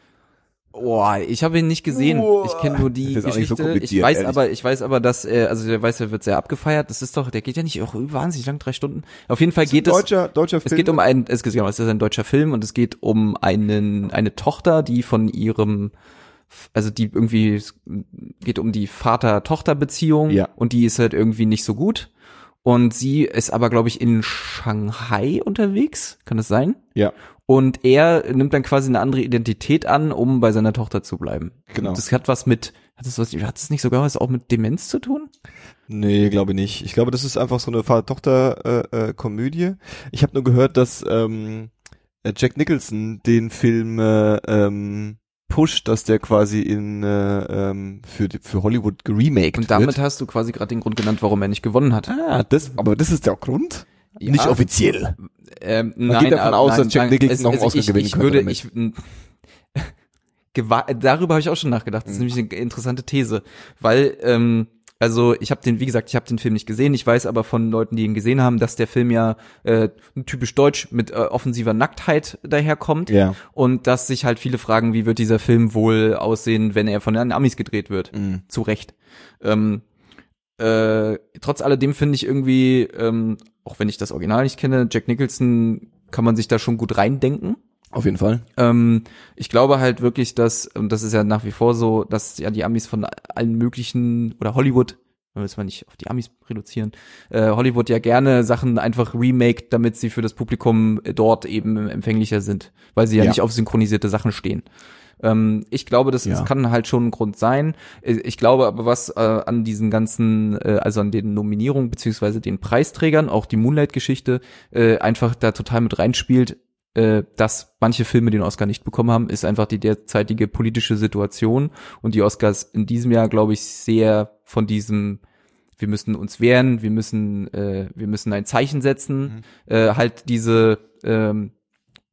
C: Boah, ich habe ihn nicht gesehen.
A: Boah.
C: Ich kenne nur die
A: Das ist auch nicht so
C: Geschichte. ich
A: kompliziert,
C: weiß
A: ehrlich.
C: aber, ich weiß aber, dass er, also der weiß, er wird sehr abgefeiert. Das ist doch, der geht ja nicht auch wahnsinnig lang, drei Stunden. Auf jeden Fall geht es.
A: deutscher, deutscher
C: Es geht um einen, es geht, genau, es ist ein deutscher Film und es geht um einen, eine Tochter, die von ihrem, also die irgendwie, es geht um die Vater-Tochter-Beziehung
A: Ja.
C: und die ist halt irgendwie nicht so gut. Und sie ist aber, glaube ich, in Shanghai unterwegs. Kann das sein?
A: ja.
C: Und er nimmt dann quasi eine andere Identität an, um bei seiner Tochter zu bleiben.
A: Genau.
C: Und das hat was mit, hat das, was, hat das nicht sogar was auch mit Demenz zu tun?
A: Nee, glaube ich nicht. Ich glaube, das ist einfach so eine Vater-Tochter-Komödie. ich habe nur gehört, dass ähm, äh, Jack Nicholson den Film äh, ähm, pusht, dass der quasi in äh, ähm, für, die- für Hollywood geremaked
C: Und damit
A: wird.
C: hast du quasi gerade den Grund genannt, warum er nicht gewonnen hat.
A: Ah, das, aber das ist der Grund?
C: Ja.
A: Nicht offiziell.
C: Ähm,
A: geht
C: nein,
A: davon
C: aber-
A: aus,
C: nein,
A: dass Jack
C: nein,
A: Nicholson
C: es-
A: noch einen
C: also
A: Oscar
C: ich,
A: gewinnen
C: ich
A: könnte
C: würde,
A: damit.
C: Ich, n-
A: Mhm.
C: gewa- darüber habe ich auch schon nachgedacht. Das ist nämlich eine interessante These, weil ähm, Also ich habe den, wie gesagt, ich habe den Film nicht gesehen. Ich weiß aber von Leuten, die ihn gesehen haben, dass der Film ja äh, typisch deutsch mit äh, offensiver Nacktheit daherkommt
A: Ja.
C: und dass sich halt viele fragen, wie wird dieser Film wohl aussehen, wenn er von den Amis gedreht wird.
A: Mhm.
C: Zu Recht. Ähm, äh, trotz alledem finde ich irgendwie, ähm, auch wenn ich das Original nicht kenne, Jack Nicholson kann man sich da schon gut reindenken.
A: Auf jeden Fall.
C: Ähm, ich glaube halt wirklich, dass, und das ist ja nach wie vor so, dass ja die Amis von allen möglichen, oder Hollywood, wenn wir es mal nicht auf die Amis reduzieren, äh, Hollywood ja gerne Sachen einfach remake, damit sie für das Publikum dort eben empfänglicher sind, weil sie ja,
A: Ja.
C: nicht auf synchronisierte Sachen stehen. Ähm, ich glaube, das, das
A: Ja.
C: kann halt schon ein Grund sein. Äh, Ich glaube aber, was äh, an diesen ganzen, äh, also an den Nominierungen beziehungsweise den Preisträgern, auch die Moonlight-Geschichte, äh, einfach da total mit reinspielt, äh, dass manche Filme den Oscar nicht bekommen haben, ist einfach die derzeitige politische Situation und die Oscars in diesem Jahr, glaube ich, sehr von diesem wir müssen uns wehren, wir müssen äh, wir müssen ein Zeichen setzen,
B: Mhm.
C: äh, halt diese ähm,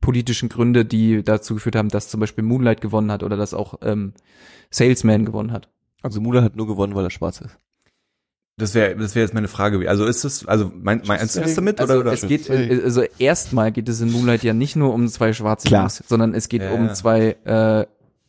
C: politischen Gründe, die dazu geführt haben, dass zum Beispiel Moonlight gewonnen hat oder dass auch ähm, Salesman gewonnen hat.
A: Also Mula hat nur gewonnen, weil er schwarz ist.
B: Das wäre das wäre jetzt meine Frage. Also ist das, also mein, mein, meinst du das damit?
C: Also
B: oder, oder?
C: es geht äh, also erstmal geht es in Moonlight ja nicht nur um zwei schwarze
A: Klar.
C: Jungs, sondern es geht
B: Ja,
C: um
B: ja.
C: zwei äh,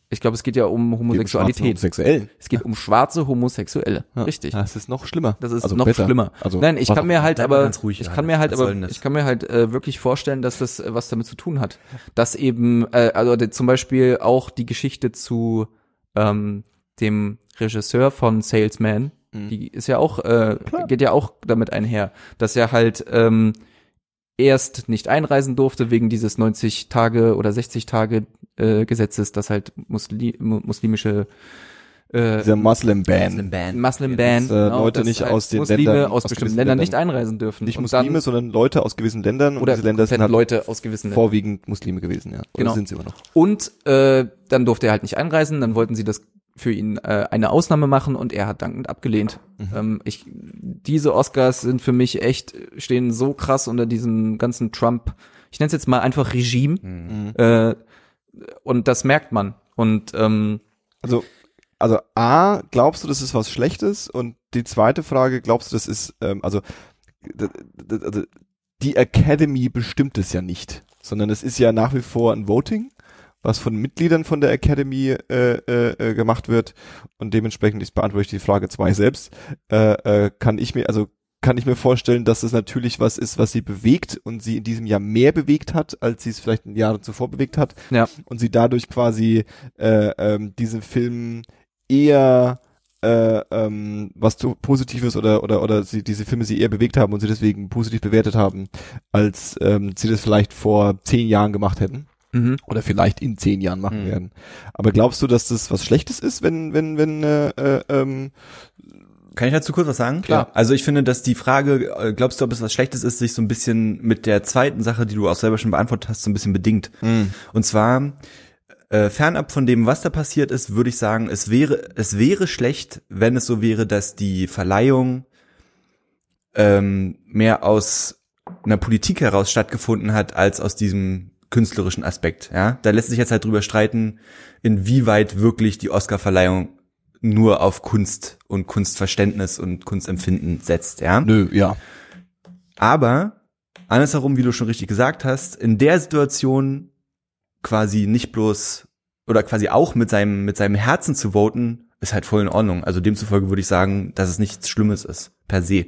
C: ich glaube, es geht ja um Homosexualität.
A: Sexuell.
C: Es geht um schwarze Homosexuelle. Richtig.
A: Das ist noch schlimmer.
C: Das ist
A: Also
C: noch
A: besser.
C: schlimmer.
A: Also
C: Nein, ich
A: was
C: kann
A: auch-
C: mir halt
B: Bleib mal
C: aber,
B: ganz ruhig,
C: ich kann
B: Alter.
C: mir halt
B: Was
C: aber,
B: soll denn das?
C: ich kann mir halt äh, wirklich vorstellen, dass das äh, was damit zu tun hat, dass eben, äh, also de- zum Beispiel auch die Geschichte zu ähm, dem Regisseur von Salesman,
A: Mhm.
C: die ist ja auch, äh, geht ja auch damit einher, dass er halt ähm, erst nicht einreisen durfte wegen dieses 90 Tage oder 60 Tage äh, Gesetzes, dass halt Musli mu- muslimische äh,
A: Dieser Muslim Ban.
B: Ban.
C: Muslim Ban,
A: dass, äh, Leute
C: dass
A: nicht aus den
C: Muslime
A: Ländern-
C: aus
A: aus
C: bestimmten
A: gewissen
C: Ländern
A: Ländern.
C: nicht einreisen dürfen.
A: Nicht
C: Und dann-
A: Muslime, sondern Leute aus gewissen Ländern.
C: oder
A: und diese Länder sind halt
C: Leute aus gewissen Ländern.
A: vorwiegend Muslime gewesen, ja. Oder
C: Genau.
A: sind sie immer noch.
C: Und äh, dann durfte er halt nicht einreisen, dann wollten sie das für ihn äh, eine Ausnahme machen und er hat dankend abgelehnt.
A: Mhm.
C: Ähm, ich, diese Oscars sind für mich echt, stehen so krass unter diesem ganzen Trump, ich nenne es jetzt mal einfach Regime.
A: Mhm.
C: Äh, und das merkt man. Und ähm,
A: Also, also A, glaubst du, das ist was Schlechtes? Und die zweite Frage, glaubst du, das ist, ähm, also, d- d- d- also, die Academy bestimmt es ja nicht, sondern es ist ja nach wie vor ein Voting, was von Mitgliedern von der Academy äh, äh, äh, gemacht wird. Und dementsprechend, ich beantworte die Frage zwei selbst, äh, äh, kann ich mir, also kann ich mir vorstellen, dass es natürlich was ist, was sie bewegt und sie in diesem Jahr mehr bewegt hat, als sie es vielleicht in Jahren zuvor bewegt hat.
C: Ja.
A: Und sie dadurch quasi äh, ähm, diesen Film eher äh, ähm, was zu Positives oder oder oder sie diese Filme sie eher bewegt haben und sie deswegen positiv bewertet haben, als ähm, sie das vielleicht vor zehn Jahren gemacht hätten
C: mhm.
A: oder vielleicht in zehn Jahren machen
B: Mhm.
A: werden. Aber glaubst du, dass das was Schlechtes ist, wenn wenn wenn äh, äh, ähm,
B: Kann ich dazu kurz was sagen?
A: Klar.
B: Also ich finde, dass die Frage, äh, glaubst du, ob es was Schlechtes ist, sich so ein bisschen mit der zweiten Sache, die du auch selber schon beantwortet hast, so ein bisschen bedingt. Und zwar äh, fernab von dem, was da passiert ist, würde ich sagen, es wäre es wäre schlecht, wenn es so wäre, dass die Verleihung ähm, mehr aus einer Politik heraus stattgefunden hat als aus diesem künstlerischen Aspekt. Ja, da lässt sich jetzt halt drüber streiten, inwieweit wirklich die Oscarverleihung nur auf Kunst und Kunstverständnis und Kunstempfinden setzt. Ja,
A: nö, ja.
B: aber andersherum, wie du schon richtig gesagt hast, in der Situation quasi nicht bloß oder quasi auch mit seinem, mit seinem Herzen zu voten, ist halt voll in Ordnung. Also demzufolge würde ich sagen, dass es nichts Schlimmes ist, per se.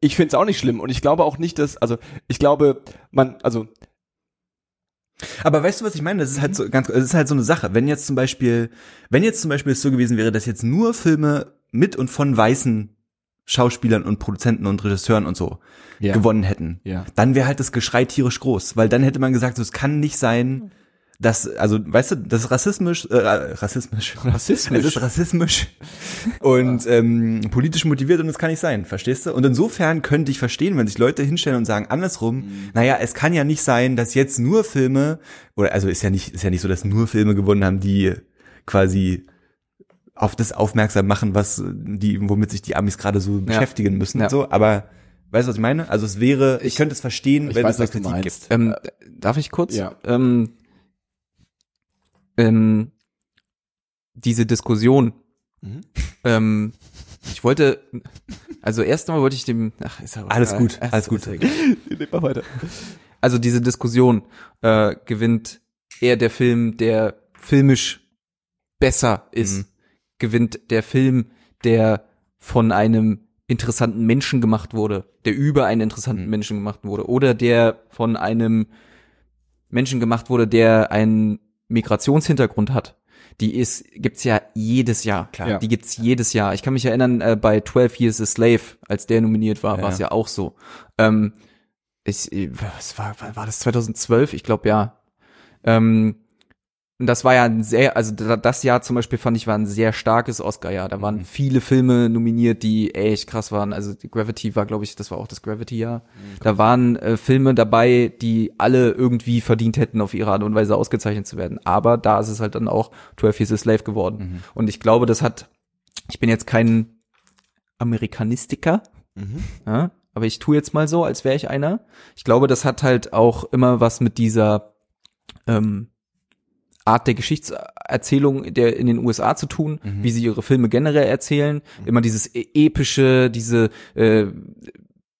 A: Ich finde es auch nicht schlimm und ich glaube auch nicht, dass also ich glaube man also
B: Aber weißt du, was ich meine? Das ist halt so ganz, das ist halt so eine Sache. Wenn jetzt zum Beispiel, wenn jetzt zum Beispiel es so gewesen wäre, dass jetzt nur Filme mit und von weißen Schauspielern und Produzenten und Regisseuren und so
A: Ja.
B: gewonnen hätten,
A: Ja.
B: dann wäre halt das Geschrei tierisch groß, weil dann hätte man gesagt, so, es kann nicht sein, dass, also, weißt du, das ist rassistisch, äh, rassistisch,
A: Rassistisch?
B: es ist rassistisch und ähm, politisch motiviert und es kann nicht sein, verstehst du? Und insofern könnte ich verstehen, wenn sich Leute hinstellen und sagen, andersrum,
A: Mhm.
B: naja, es kann ja nicht sein, dass jetzt nur Filme, oder also ist ja nicht, ist ja nicht so, dass nur Filme gewonnen haben, die quasi auf das aufmerksam machen, was die, womit sich die Amis gerade so beschäftigen müssen
C: Ja.
B: und so, aber weißt du, was ich meine? Also es wäre, ich, könnte es verstehen,
A: ich
B: wenn
A: weiß,
B: es eine
A: was du
B: Kritik
A: meinst.
B: gibt.
C: Ähm, darf ich kurz?
A: Ja.
C: Ähm, ähm, diese Diskussion,
B: Mhm.
C: Ähm, ich wollte, also erst einmal wollte ich dem, ach, ist ja auch
B: Alles
C: egal.
B: gut,
C: Ach,
B: alles
C: ist-
B: gut.
C: ist ja egal.
A: Lebt mal weiter.
C: Also diese Diskussion äh, gewinnt eher der Film, der filmisch besser ist,
B: Mhm.
C: gewinnt der Film, der von einem interessanten Menschen gemacht wurde, der über einen interessanten
B: Mhm.
C: Menschen gemacht wurde oder der von einem Menschen gemacht wurde, der einen Migrationshintergrund hat. Die ist gibt's ja jedes Jahr.
B: Klar.
A: Ja.
C: Die gibt's jedes Jahr. Ich kann mich erinnern, äh, bei 12 Years a Slave, als der nominiert war,
B: Ja,
C: war es ja auch so. Ähm, ich, ich- was war, war- war das 2012? Ich glaube ja. Ähm, und das war ja ein sehr, also da- das Jahr zum Beispiel fand ich war ein sehr starkes Oscar-Jahr. Da waren viele Filme nominiert, die echt krass waren. Also die Gravity war, glaube ich, das war auch das Gravity-Jahr. Da waren äh, Filme dabei, die alle irgendwie verdient hätten, auf ihre Art und Weise ausgezeichnet zu werden. Aber da ist es halt dann auch 12 Years a Slave geworden. Und ich glaube, das hat, ich bin jetzt kein Amerikanistiker, ja, aber ich tue jetzt mal so, als wäre ich einer. Ich glaube, das hat halt auch immer was mit dieser ähm, Art der Geschichtserzählung der in den USA zu tun, wie sie ihre Filme generell erzählen. Immer dieses e- epische, diese, äh,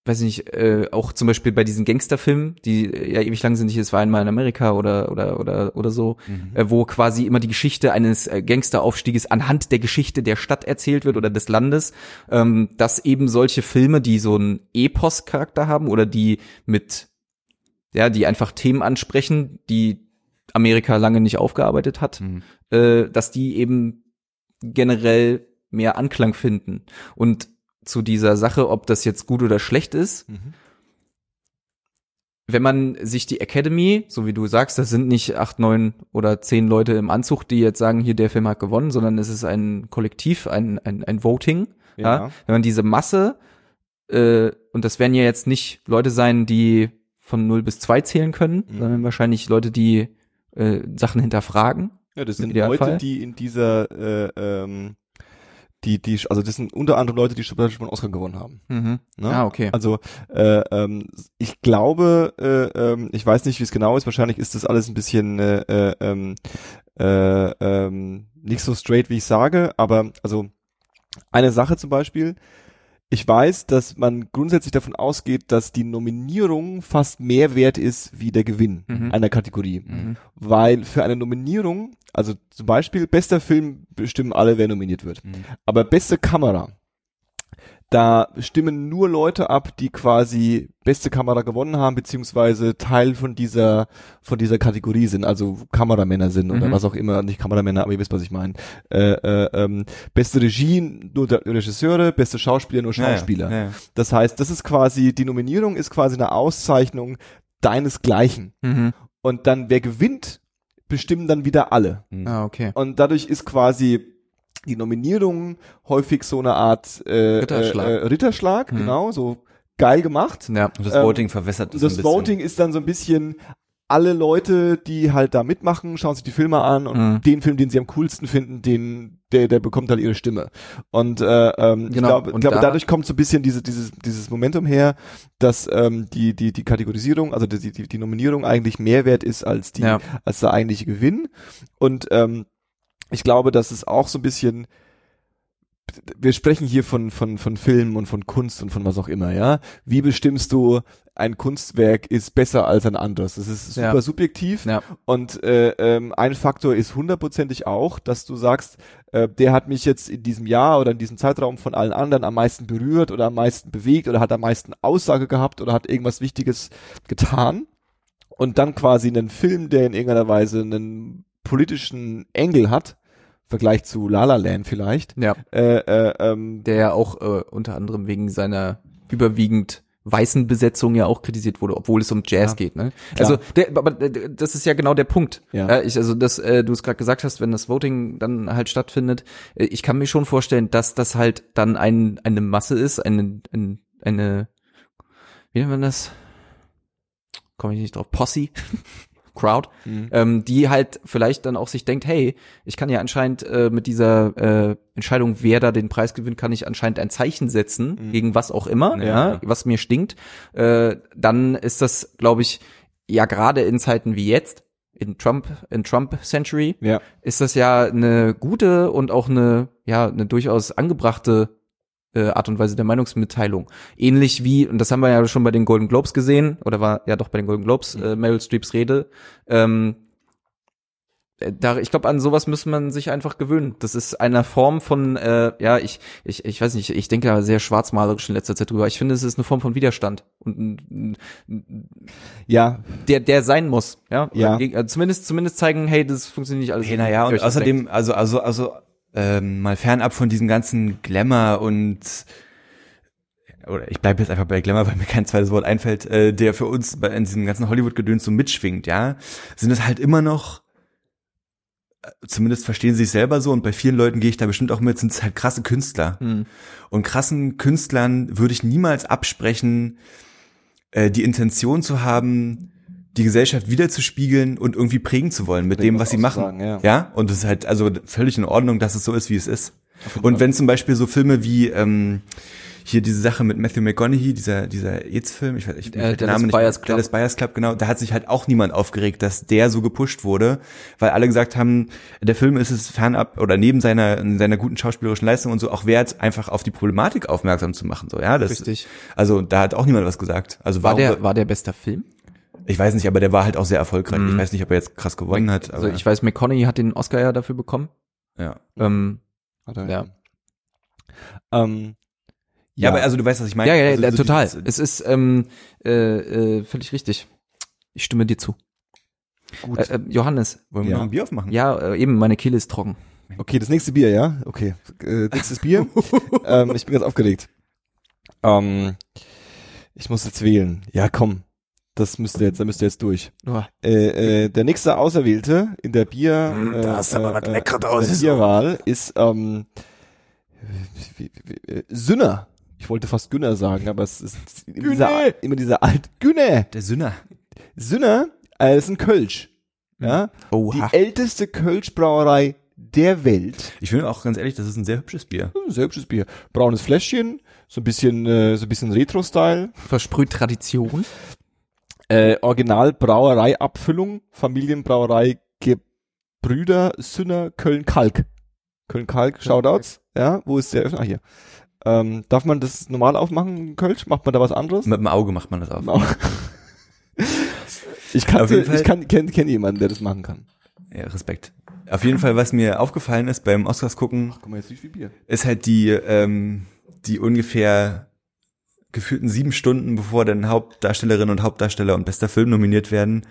C: weiß ich nicht, äh, auch zum Beispiel bei diesen Gangsterfilmen, die äh, ja ewig lang sind, hier, es war einmal in Amerika oder oder oder oder so, äh, wo quasi immer die Geschichte eines äh, Gangsteraufstieges anhand der Geschichte der Stadt erzählt wird oder des Landes, ähm, dass eben solche Filme, die so einen Epos-Charakter haben oder die mit, ja, die einfach Themen ansprechen, die Amerika lange nicht aufgearbeitet hat,
A: Mhm.
C: äh, dass die eben generell mehr Anklang finden. Und zu dieser Sache, ob das jetzt gut oder schlecht ist,
A: Mhm.
C: wenn man sich die Academy, so wie du sagst, das sind nicht acht, neun oder zehn Leute im Anzug, die jetzt sagen, hier der Film hat gewonnen, sondern es ist ein Kollektiv, ein, ein, ein Voting. Ja.
A: Ja.
C: Wenn man diese Masse, äh, und das werden ja jetzt nicht Leute sein, die von 0 bis 2 zählen können,
A: Mhm.
C: sondern wahrscheinlich Leute, die äh, Sachen hinterfragen.
A: Ja, das
C: Im
A: sind
C: Idealfall.
A: Leute, die in dieser, äh, ähm, die, die, also das sind unter anderem Leute, die schon schon einen Oscar gewonnen haben. Ne?
C: Ah, okay.
A: Also äh, ähm, ich glaube, äh, ähm, ich weiß nicht, wie es genau ist. Wahrscheinlich ist das alles ein bisschen äh, äh, ähm, äh, ähm, nicht so straight, wie ich sage. Aber also eine Sache zum Beispiel. Ich weiß, dass man grundsätzlich davon ausgeht, dass die Nominierung fast mehr wert ist wie der Gewinn
C: Mhm.
A: einer Kategorie.
C: Mhm.
A: Weil für eine Nominierung, also zum Beispiel bester Film bestimmen alle, wer nominiert wird.
B: Mhm.
A: Aber beste Kamera, da stimmen nur Leute ab, die quasi beste Kamera gewonnen haben, beziehungsweise Teil von dieser, von dieser Kategorie sind, also Kameramänner sind oder
C: Mhm.
A: was auch immer, nicht Kameramänner, aber ihr wisst, was ich meine. Äh, äh, ähm, beste Regie, nur der- Regisseure, beste Schauspieler, nur
B: Ja, ja,
A: Schauspieler.
B: ja, ja.
A: Das heißt, das ist quasi, die Nominierung ist quasi eine Auszeichnung deinesgleichen.
C: Mhm.
A: Und dann, wer gewinnt, bestimmen dann wieder alle.
C: Ah, okay.
A: Und dadurch ist quasi die Nominierung häufig so eine Art äh,
C: Ritterschlag.
A: Ritterschlag, äh, Ritterschlag
C: Mhm.
A: genau, so geil gemacht.
C: Ja.
B: Und das
A: Ähm,
B: Voting verwässert
A: Und
B: das, ein
A: das
B: bisschen.
A: Voting ist dann so ein bisschen alle Leute, die halt da mitmachen, schauen sich die Filme an und
C: Mhm.
A: den Film, den sie am coolsten finden, den der der bekommt halt ihre Stimme. Und äh, ähm, ich
C: Genau.
A: glaube,
C: Und
A: glaube
C: da-
A: dadurch kommt so ein bisschen diese, dieses dieses Momentum her, dass ähm, die die die Kategorisierung, also die die, die Nominierung eigentlich mehr wert ist als die
C: Ja.
A: als der eigentliche Gewinn. Und ähm, ich glaube, dass es auch so ein bisschen wir sprechen hier von, von, von Filmen und von Kunst und von was auch immer, ja. Wie bestimmst du, ein Kunstwerk ist besser als ein anderes? Das ist super
C: Ja.
A: subjektiv
C: Ja.
A: und äh, ähm, ein Faktor ist hundertprozentig auch, dass du sagst, äh, der hat mich jetzt in diesem Jahr oder in diesem Zeitraum von allen anderen am meisten berührt oder am meisten bewegt oder hat am meisten Aussage gehabt oder hat irgendwas Wichtiges getan. Und dann quasi einen Film, der in irgendeiner Weise einen politischen Engel hat, Vergleich zu La La Land vielleicht,
C: Ja.
A: äh, äh, ähm,
C: Der ja auch äh, unter anderem wegen seiner überwiegend weißen Besetzung ja auch kritisiert wurde, obwohl es um Jazz
A: Ja.
C: geht. Ne?
A: Klar.
C: Also der, aber der- das ist ja genau der Punkt.
A: Ja.
C: ich, also das, äh, du es gerade gesagt hast, wenn das Voting dann halt stattfindet, äh, ich kann mir schon vorstellen, dass das halt dann ein, eine Masse ist, eine, ein, eine, wie nennt man das? Komme ich nicht drauf. Posse, Crowd,
B: Mhm.
A: Mhm.
C: ähm, die halt vielleicht dann auch sich denkt, hey, ich kann ja anscheinend äh, mit dieser äh, Entscheidung, wer da den Preis gewinnt, kann ich anscheinend ein Zeichen setzen, gegen was auch immer, ja.
B: Ja.
C: was mir stinkt, äh, dann ist das, glaube ich, ja gerade in Zeiten wie jetzt, in Trump, in Trump Century,
A: äh, ja,
C: ist das ja eine gute und auch eine ja, eine durchaus angebrachte äh, Art und Weise der Meinungsmitteilung. Ähnlich wie, und das haben wir ja schon bei den Golden Globes gesehen, oder war ja doch bei den Golden
B: Mhm.
C: Globes, äh, Meryl Streeps Rede. Ähm, äh, da, ich glaube, an sowas müssen man sich einfach gewöhnen. Das ist eine Form von, äh, ja, ich, ich, ich weiß nicht, ich denke da sehr schwarzmalerisch in letzter Zeit drüber. Ich finde, es ist eine Form von Widerstand. Und ein- ein-
A: Ja,
C: der, der sein muss, ja. Oder
A: Ja.
C: geg- äh, Zumindest, zumindest zeigen, hey, das funktioniert nicht alles.
B: Hey, naja,
C: wie ihr
B: und
C: euch das denkt.
B: außerdem, also, also, also, ähm, mal fernab von diesem ganzen Glamour und oder ich bleibe jetzt einfach bei Glamour, weil mir kein zweites Wort einfällt, äh, der für uns bei, in diesem ganzen Hollywood-Gedöns so mitschwingt, ja, sind es halt immer noch, äh, zumindest verstehen sie sich selber so und bei vielen Leuten gehe ich da bestimmt auch mit, sind es halt krasse Künstler.
C: Hm.
B: Und krassen Künstlern würde ich niemals absprechen, äh, die Intention zu haben, die Gesellschaft wiederzuspiegeln und irgendwie prägen zu wollen mit dem, was sie machen.
A: auszusagen, ja.
B: Ja, und es ist halt also völlig in Ordnung, dass es so ist, wie es ist. Und wenn zum Beispiel so Filme wie ähm, hier diese Sache mit Matthew McConaughey, dieser dieser AIDS-Film, ich weiß ich
C: Äh,
B: mir fällt der
C: Dallas Buyers Club.
B: Dallas Buyers Club, genau, da hat sich halt auch niemand aufgeregt, dass der so gepusht wurde, weil alle gesagt haben, der Film ist es fernab oder neben seiner seiner guten schauspielerischen Leistung und so auch wert, einfach auf die Problematik aufmerksam zu machen, so ja, das
C: Richtig.
B: Also da hat auch niemand was gesagt. Also
C: War
B: warum,
C: der, war der bester Film?
B: ich weiß nicht, aber der war halt auch sehr erfolgreich. Ich weiß nicht, ob er jetzt krass gewonnen hat, aber
C: Also Mhm. ich weiß, McConaughey hat den Oscar ja dafür bekommen.
B: ja.
C: Ähm,
A: Hat er-
C: Ja.
A: Ähm,
B: Ja, aber also du weißt, was ich meine.
C: ja, ja,
B: also,
C: ja,
B: so
C: total.
B: dieses-
C: es ist ähm, äh, äh, völlig richtig. Ich stimme dir zu.
A: gut.
C: Äh, äh, Johannes,
B: Wollen wir
A: Ja.
B: noch ein Bier aufmachen?
C: ja, äh, eben, meine Kehle ist trocken.
A: Okay, das nächste Bier, ja? Okay. Äh, nächstes Bier. ähm, ich bin ganz aufgeregt. Ähm, ich muss jetzt wählen. Ja, komm. Das müsst ihr jetzt, da müsst ihr jetzt durch.
B: Oh.
C: Uah.
A: Äh, äh, der nächste Auserwählte in der Bier,
D: Mm,
A: äh,
D: da hast du aber was
A: äh,
D: Leckeres
A: äh,
D: ausgesucht.
A: Bierwahl ist ähm, wie- wie- wie- äh, Sünner. Ich wollte fast Günner sagen, aber es ist immer dieser, immer dieser alt Günner.
B: Der Sünner.
A: Sünner äh, ist ein Kölsch.
D: Hm.
A: Ja? Die
C: Oha.
A: älteste Kölschbrauerei der Welt.
B: Ich finde auch ganz ehrlich, das ist ein sehr hübsches Bier.
D: Hm,
A: Ein sehr hübsches Bier. Braunes Fläschchen, so ein bisschen, äh, so ein bisschen Retro-Style.
C: Versprüht Tradition.
A: Äh, Original Brauerei Abfüllung, Familienbrauerei Gebrüder Sünner Köln Kalk. Köln Kalk, Shoutouts. Ja, wo ist der Öffner? Ah, hier. Ähm, darf man das normal aufmachen, Kölsch? Macht man da was anderes?
B: Mit dem Auge macht man das auf.
A: Ich, kannte,
B: jeden Fall-
A: ich kann, kenn, kenn jemanden, der das machen kann.
B: Ja, Respekt. Auf jeden Fall, was mir aufgefallen ist beim Oscars gucken,
A: Guck mal, jetzt riecht wie Bier.
B: ist halt die, ähm, die ungefähr gefühlten sieben Stunden, bevor dann Hauptdarstellerinnen und Hauptdarsteller und bester Film nominiert werden,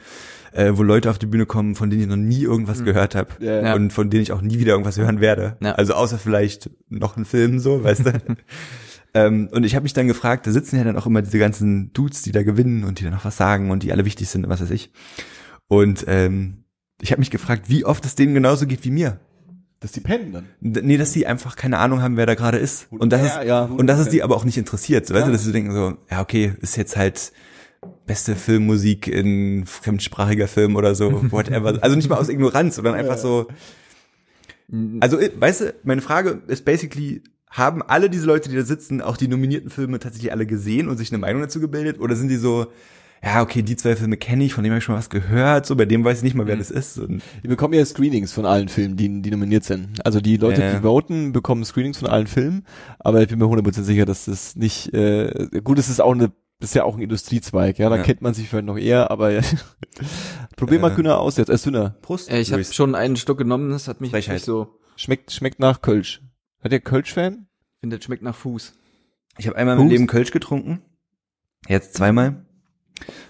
B: äh, wo Leute auf die Bühne kommen, von denen ich noch nie irgendwas gehört habe
A: Ja.
C: Hm. Ja.
B: und von denen ich auch nie wieder irgendwas hören werde.
C: Ja.
B: Also außer vielleicht noch einen Film, so, weißt du. ähm, und ich habe mich dann gefragt, da sitzen ja dann auch immer diese ganzen Dudes, die da gewinnen und die dann noch was sagen und die alle wichtig sind und was weiß ich. Und ähm, ich habe mich gefragt, wie oft es denen genauso geht wie mir.
A: Das ist die Pennen dann.
B: D- Nee, dass die einfach keine Ahnung haben, wer da gerade ist. Und das
A: Ja,
B: ist,
A: ja,
B: und das ist die
A: 100%.
B: aber auch nicht interessiert. So, weißt du, dass sie denken so, ja, okay, ist jetzt halt beste Filmmusik in fremdsprachiger Film oder so, whatever. Also nicht mal aus Ignoranz, sondern einfach so. Also, i- weißt du, meine Frage ist basically, haben alle diese Leute, die da sitzen, auch die nominierten Filme tatsächlich alle gesehen und sich eine Meinung dazu gebildet? Oder sind die so, ja, okay, die zwei Filme kenne ich, von dem habe ich schon mal was gehört, so, bei dem weiß ich nicht mal, wer das ist. Und
A: Wir bekommen ja Screenings von allen Filmen, die, die nominiert sind. Also die Leute,
B: Ja.
A: die voten, bekommen Screenings von allen Filmen, aber ich bin mir 100% sicher, dass das nicht, äh, gut, es ist auch eine, das ist ja auch ein Industriezweig, ja, da
B: Ja.
A: kennt man sich vielleicht noch eher, aber probier mal
B: Äh.
A: Kühner aus jetzt, äh, Sünder.
B: Prost.
C: Äh, ich habe
B: Luis.
C: schon einen Stück genommen, das hat mich
B: Frechheit.
C: nicht so,
A: Schmeckt, schmeckt nach Kölsch. Hat ihr Kölsch-Fan?
C: ich finde, das schmeckt nach Fuß.
B: Ich habe einmal im
A: Hust.
B: Leben Kölsch getrunken. Jetzt zweimal.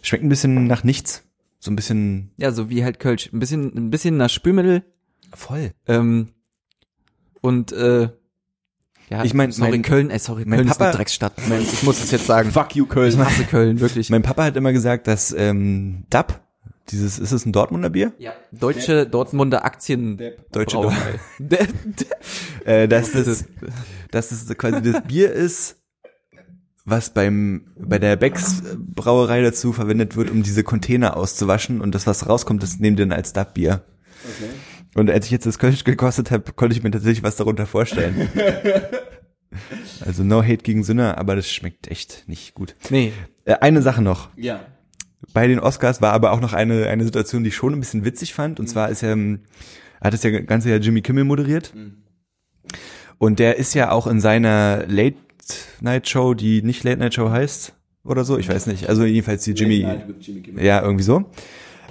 B: Schmeckt ein bisschen nach nichts. So ein bisschen
C: Ja, so wie halt Kölsch. Ein bisschen, ein bisschen nach Spülmittel,
B: voll.
C: ähm, und, äh, ja,
B: Ich mein,
C: sorry,
B: mein-
C: Köln, äh, sorry,
B: mein
C: Köln ist
B: Papa-
C: eine Drecksstadt. ich muss es jetzt sagen.
A: Fuck you,
C: Ich
A: Köln.
C: hasse Köln, wirklich.
B: Mein Papa hat immer gesagt, dass ähm, DAP, dieses, ist es ein Dortmunder Bier?
C: Ja, deutsche Dortmunder Aktien.
B: Deutsche
C: Brauerei. De- de-
B: Äh, dass das, dass das quasi das Bier ist, was beim bei der Becks Brauerei dazu verwendet wird, um diese Container auszuwaschen und das, was rauskommt, das nehmen die dann als DAP-Bier. Und als ich jetzt das Kölsch gekostet habe, konnte ich mir tatsächlich was darunter vorstellen. also no hate gegen Sünder, aber das schmeckt echt nicht gut.
C: nee,
B: Äh, eine Sache noch.
A: Ja.
B: Bei den Oscars war aber auch noch eine, eine Situation, die ich schon ein bisschen witzig fand. Und zwar ist ähm, hat das ja ganze ja Jimmy Kimmel moderiert. Und der ist ja auch in seiner Late Night Show, die nicht Late Night Show heißt oder so, ich weiß nicht. Also jedenfalls die Jimmy, ja irgendwie so,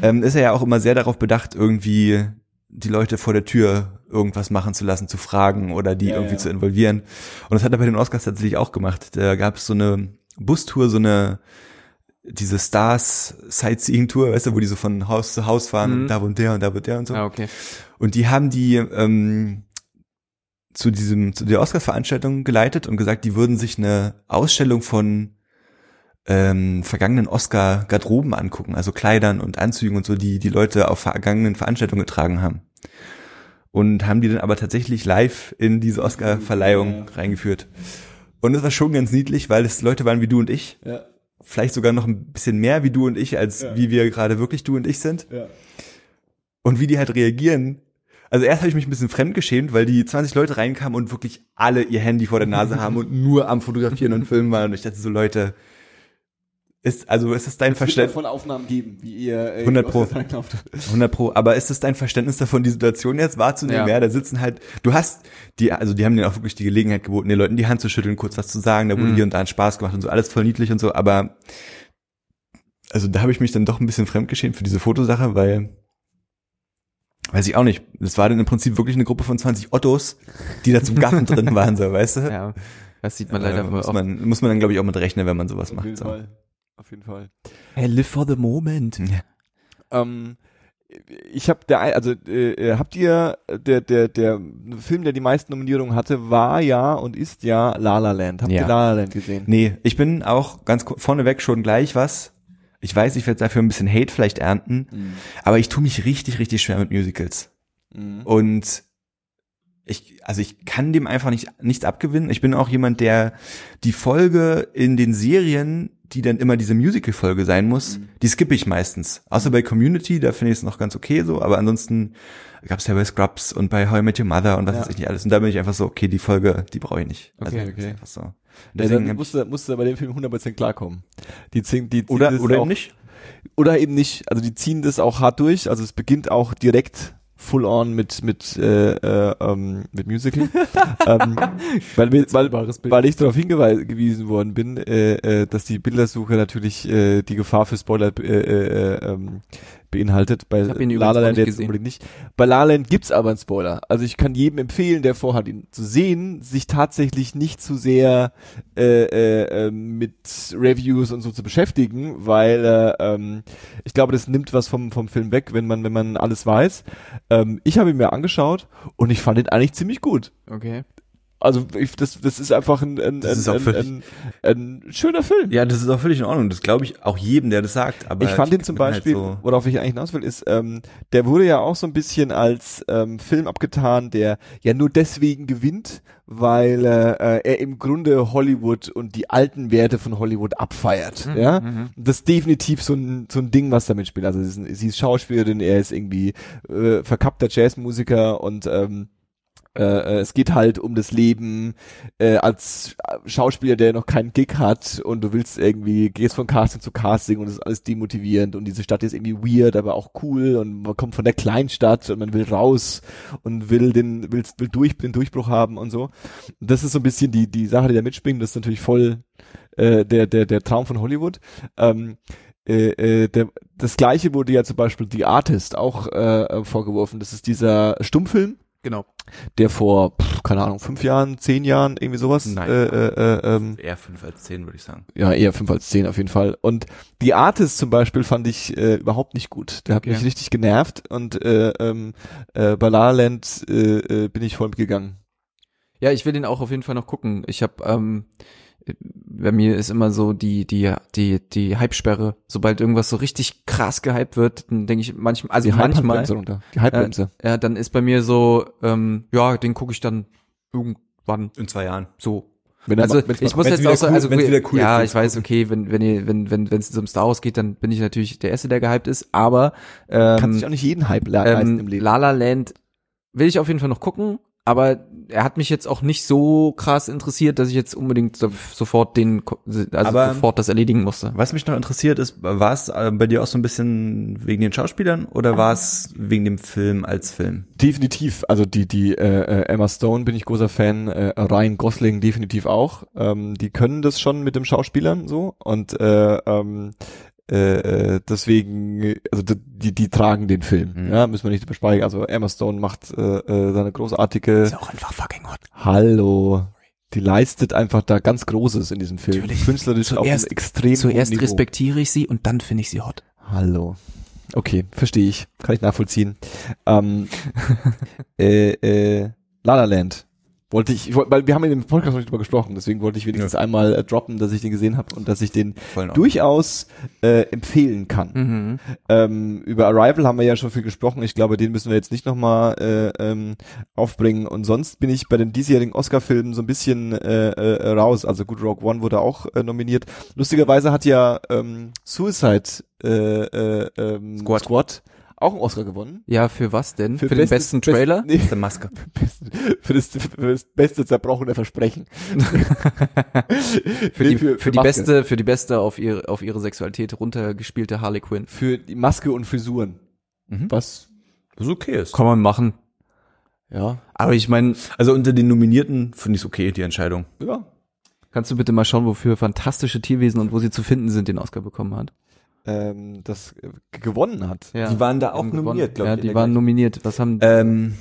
B: ähm, ist er ja auch immer sehr darauf bedacht, irgendwie die Leute vor der Tür irgendwas machen zu lassen, zu fragen oder die
A: Ja,
B: irgendwie
A: ja.
B: zu involvieren. Und das hat er bei den Oscars tatsächlich auch gemacht. Da gab es so eine Bustour, so eine diese Stars Sightseeing Tour, weißt du, wo die so von Haus zu Haus fahren,
C: Mhm.
B: und da wohnt der und da wohnt der und so.
C: Ah, okay.
B: Und die haben die ähm, zu diesem zu der Oscars-Veranstaltung geleitet und gesagt, die würden sich eine Ausstellung von ähm, vergangenen Oscar-Garderoben angucken, also Kleidern und Anzügen und so, die die Leute auf vergangenen Veranstaltungen getragen haben. Und haben die dann aber tatsächlich live in diese Oscar-Verleihung
A: Ja.
B: reingeführt. Und das war schon ganz niedlich, weil es Leute waren wie du und ich,
A: Ja,
B: vielleicht sogar noch ein bisschen mehr wie du und ich, als
A: Ja.
B: wie wir gerade wirklich du und ich sind
A: ja.
B: und wie die halt reagieren. Also erst habe ich mich ein bisschen fremdgeschämt, weil die 20 Leute reinkamen und wirklich alle ihr Handy vor der Nase haben und nur am Fotografieren und Filmen waren. Und ich dachte so, Leute, ist, also ist das dein Verständnis,
A: von Aufnahmen geben, wie ihr äh,
B: 100 Pro.
A: die Oscars einkauft.
B: 100 pro, aber ist das dein Verständnis davon, die Situation jetzt wahrzunehmen? Ja,
C: Ja.
B: da sitzen halt, du hast, die, also die haben denen auch wirklich die Gelegenheit geboten, den Leuten die Hand zu schütteln, kurz was zu sagen, da wurde
C: Mhm.
B: hier und da ein Spaß gemacht und so, alles voll niedlich und so, aber also da habe ich mich dann doch ein bisschen fremdgeschämt für diese Fotosache, weil weiß ich auch nicht. Das war dann im Prinzip wirklich eine Gruppe von 20 Ottos, die da zum Gaffen drin waren, so, weißt du?
C: Ja, das sieht man
B: Aber
C: leider
B: muss
C: oft.
B: man, muss man dann, glaube ich, auch mit rechnen, wenn man sowas
A: Auf jeden
B: macht. So.
A: Fall. Auf jeden Fall.
C: Hey, live for the moment.
A: Ähm, ich habe der ein- also äh, habt ihr der der der Film, der die meisten Nominierungen hatte, war ja und ist ja La La Land. Habt
C: Ja.
A: ihr La La Land gesehen?
B: Nee, ich bin auch ganz ku- vorneweg schon gleich was. Ich weiß, ich werde dafür ein bisschen Hate vielleicht ernten, aber ich tue mich richtig, richtig schwer mit Musicals.
A: Mhm.
B: Und ich, also ich kann dem einfach nicht, nichts abgewinnen. Ich bin auch jemand, der die Folge in den Serien, die dann immer diese Musical-Folge sein muss,
A: Mhm.
B: die skippe ich meistens. Außer bei Community, da finde ich es noch ganz okay so, aber ansonsten gab es ja bei Scrubs und bei How I Met Your Mother und was
A: Ja.
B: weiß ich nicht alles. Und da bin ich einfach so, okay, die Folge, die brauche ich nicht. Also
C: Okay,
B: ist
A: okay.
B: einfach so. Und
A: Ja,
B: Deswegen
A: dann
B: hab ich-
A: musste musste bei dem Film 100% klarkommen. Die ziehen die ziehen das
B: oder, oder
A: auch,
B: eben nicht.
A: oder eben nicht. Also die ziehen das auch hart durch. Also es beginnt auch direkt full on mit mit äh, äh, ähm, mit Musical, ähm, weil, wir- weil,
C: wahres Bild.
A: weil ich darauf hingewiesen worden bin, äh, äh, dass die Bildersuche natürlich äh, die Gefahr für Spoiler äh, äh, ähm, beinhaltet. Bei
C: hab ihn übrigens
A: La La
C: auch
A: Land
C: nicht
A: jetzt
C: gesehen.
A: unbedingt nicht. Bei La La Land gibt's aber einen Spoiler. Also ich kann jedem empfehlen, der vorhat, ihn zu sehen, sich tatsächlich nicht zu sehr äh, äh, äh, mit Reviews und so zu beschäftigen, weil äh, ähm, ich glaube, das nimmt was vom, vom Film weg, wenn man, wenn man alles weiß. Ähm, ich habe ihn mir angeschaut und ich fand ihn eigentlich ziemlich gut.
C: Okay.
A: Also ich, das, das ist einfach ein, ein,
B: Das ist auch
A: ein,
B: völlig-
A: ein, ein, ein schöner Film.
B: Ja, das ist auch völlig in Ordnung. Das glaube ich auch jedem, der das sagt. Aber
A: ich fand ihn zum
B: bin halt
A: Beispiel,
B: so-
A: worauf ich eigentlich hinaus will, ist, ähm, der wurde ja auch so ein bisschen als ähm, Film abgetan, der ja nur deswegen gewinnt, weil äh, äh, er im Grunde Hollywood und die alten Werte von Hollywood abfeiert.
B: Mhm,
A: Ja, das ist definitiv so ein, so ein Ding, was damit spielt. Also sie ist, ein- sie ist Schauspielerin, er ist irgendwie äh, verkappter Jazzmusiker und ähm, äh, äh, es geht halt um das Leben äh, als Schauspieler, der noch keinen Gig hat und du willst irgendwie, gehst von Casting zu Casting und es ist alles demotivierend und diese Stadt ist irgendwie weird, aber auch cool und man kommt von der Kleinstadt und man will raus und will den, will, will durch, den Durchbruch haben und so. Das ist so ein bisschen die, die Sache, die da mitspringt, das ist natürlich voll äh, der, der, der Traum von Hollywood. Ähm, äh, äh, der, das gleiche wurde ja zum Beispiel The Artist auch äh, äh, vorgeworfen. Das ist dieser Stummfilm,
C: Genau.
A: der vor, pff, keine Ahnung, fünf Jahren, zehn Jahren, irgendwie sowas.
B: Nein.
A: Äh, äh, äh, ähm,
B: eher fünf als zehn, würde ich sagen.
A: ja, eher fünf als zehn auf jeden Fall. Und The Artist zum Beispiel fand ich äh, überhaupt nicht gut. Der hat
C: Okay.
A: mich richtig genervt und äh, ähm, äh, bei La La Land äh, äh, bin ich voll mitgegangen.
C: Ja, ich will den auch auf jeden Fall noch gucken. Ich habe ähm, bei mir ist immer so die die die die Hypesperre. Sobald irgendwas so richtig krass gehypt wird, dann denke ich manchmal, Äh, also
A: Die
C: manchmal,
A: Hypebremse runter. Die Hypebremse.
C: ja, dann ist bei mir so, ähm, ja, den gucke ich dann irgendwann
B: In zwei Jahren.
C: so.
A: Wenn er
C: Also
A: ma- wenn's
C: ich
A: ma-
C: muss
B: wenn's
C: jetzt
B: wieder
C: auch sagen,
B: cool-
C: also
B: wenn's wieder cool
C: ja,
B: ist,
C: ich weiß, okay, wenn wenn ihr wenn wenn wenn es um Star Wars geht, dann bin ich natürlich der erste, der gehypt ist, aber ähm,
A: kann sich auch nicht jeden Hype le- leisten
C: ähm,
A: im Leben.
C: La La Land will ich auf jeden Fall noch gucken, aber er hat mich jetzt auch nicht so krass interessiert, dass ich jetzt unbedingt so, sofort den, Ko- also
B: Aber-
C: sofort das erledigen musste.
B: Was mich noch interessiert ist, war es äh, bei dir auch so ein bisschen wegen den Schauspielern oder war es wegen dem Film als Film?
A: Definitiv. Also die, die äh, äh, Emma Stone bin ich großer Fan, äh, Ryan Gosling definitiv auch. Ähm, die können das schon mit dem Schauspielern so und äh, ähm, äh, äh, deswegen, äh, also d- die, die tragen den Film.
B: Mhm.
A: Ja, müssen wir nicht besprechen. Also Emma Stone macht äh, äh, seine großartige
C: auch einfach fucking hot.
A: Hallo. Die leistet einfach da ganz Großes in diesem Film.
C: Natürlich.
A: Künstlerisch auf
C: Zuerst-
A: einem extrem
C: Zuerst
A: hohen Niveau.
C: respektiere ich sie und dann finde ich sie hot.
A: Hallo. Okay, verstehe ich. Kann ich nachvollziehen. Ähm, äh, äh, La La Land. Wollte ich, ich wollt- weil wir haben in dem Podcast noch nicht drüber gesprochen, deswegen wollte ich wenigstens einmal äh, droppen, dass ich den gesehen habe und dass ich den
B: Voll in Ordnung.
A: durchaus äh, empfehlen kann.
C: Mhm.
A: Ähm, über Arrival haben wir ja schon viel gesprochen. Ich glaube, den müssen wir jetzt nicht nochmal äh, ähm, aufbringen. Und sonst bin ich bei den diesjährigen Oscar-Filmen so ein bisschen äh, äh, raus. Also Good Rogue One wurde auch äh, nominiert. Lustigerweise hat ja ähm, Suicide äh, äh, ähm, Squad.
B: Squad.
A: auch einen Oscar gewonnen.
C: Ja, für was denn? Für, den
A: bestes-
C: besten Trailer?
A: Best, nee,
B: Der Maske.
A: besten- für, das, für das beste zerbrochene Versprechen.
C: für,
A: Nee,
C: die, für, die
A: Maske.
C: beste, für die beste auf ihre, auf ihre Sexualität runtergespielte Harley Quinn.
A: Für die Maske und Frisuren.
B: Mhm.
A: Was?
B: Was okay ist.
C: Kann man machen.
A: Ja.
C: Aber ich meine,
B: Also unter den Nominierten finde ich es okay, die Entscheidung.
A: Ja.
C: kannst du bitte mal schauen, wofür fantastische Tierwesen und wo sie zu finden sind, den Oscar bekommen hat.
A: Ähm, das äh, gewonnen hat.
C: Ja.
B: waren da
C: Haben gewonnen.
B: glaub
C: Ja,
B: in
C: die
B: der
C: waren nominiert. Was haben die
B: Ähm,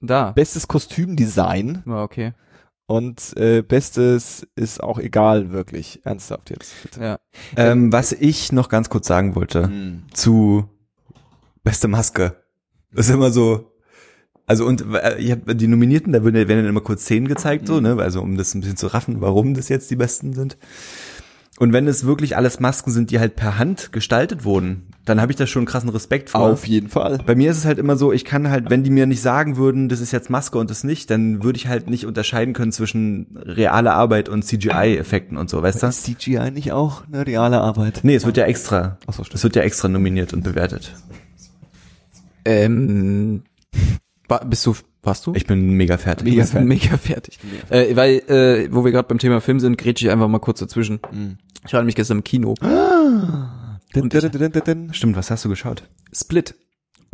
C: da?
A: Bestes Kostümdesign.
C: Ah, okay.
A: Und äh, Bestes ist auch egal, wirklich. Ernsthaft jetzt. Bitte.
C: Ja.
B: ähm, was ich noch ganz kurz sagen wollte
A: Hm.
B: zu beste Maske. Das ist immer so. Also und äh, ich hab, die Nominierten, da würden- werden dann immer kurz Szenen gezeigt,
A: Hm.
B: so, ne? Also um das ein bisschen zu raffen, warum das jetzt die besten sind. Und wenn es wirklich alles Masken sind, die halt per Hand gestaltet wurden, dann habe ich da schon einen krassen Respekt vor.
A: Auf jeden Fall.
B: Bei mir ist es halt immer so, ich kann halt, wenn die mir nicht sagen würden, das ist jetzt Maske und das nicht, dann würde ich halt nicht unterscheiden können zwischen realer Arbeit und CGI-Effekten und so, weißt du?
A: Ist CGI nicht auch eine reale Arbeit?
B: Nee, es wird ja extra.
A: Ach so, stimmt.
B: Es wird ja extra nominiert und bewertet.
C: Ähm, wa- bist du, warst du?
B: Ich bin mega fertig.
A: Mega.
C: Wir sind mega fertig. Äh, weil, äh, wo wir gerade beim Thema Film sind, grätsche ich einfach mal kurz dazwischen.
B: Mhm.
C: Ich war nämlich gestern im Kino.
A: Din, din, din, din, din.
B: Stimmt, was hast du geschaut?
C: Split.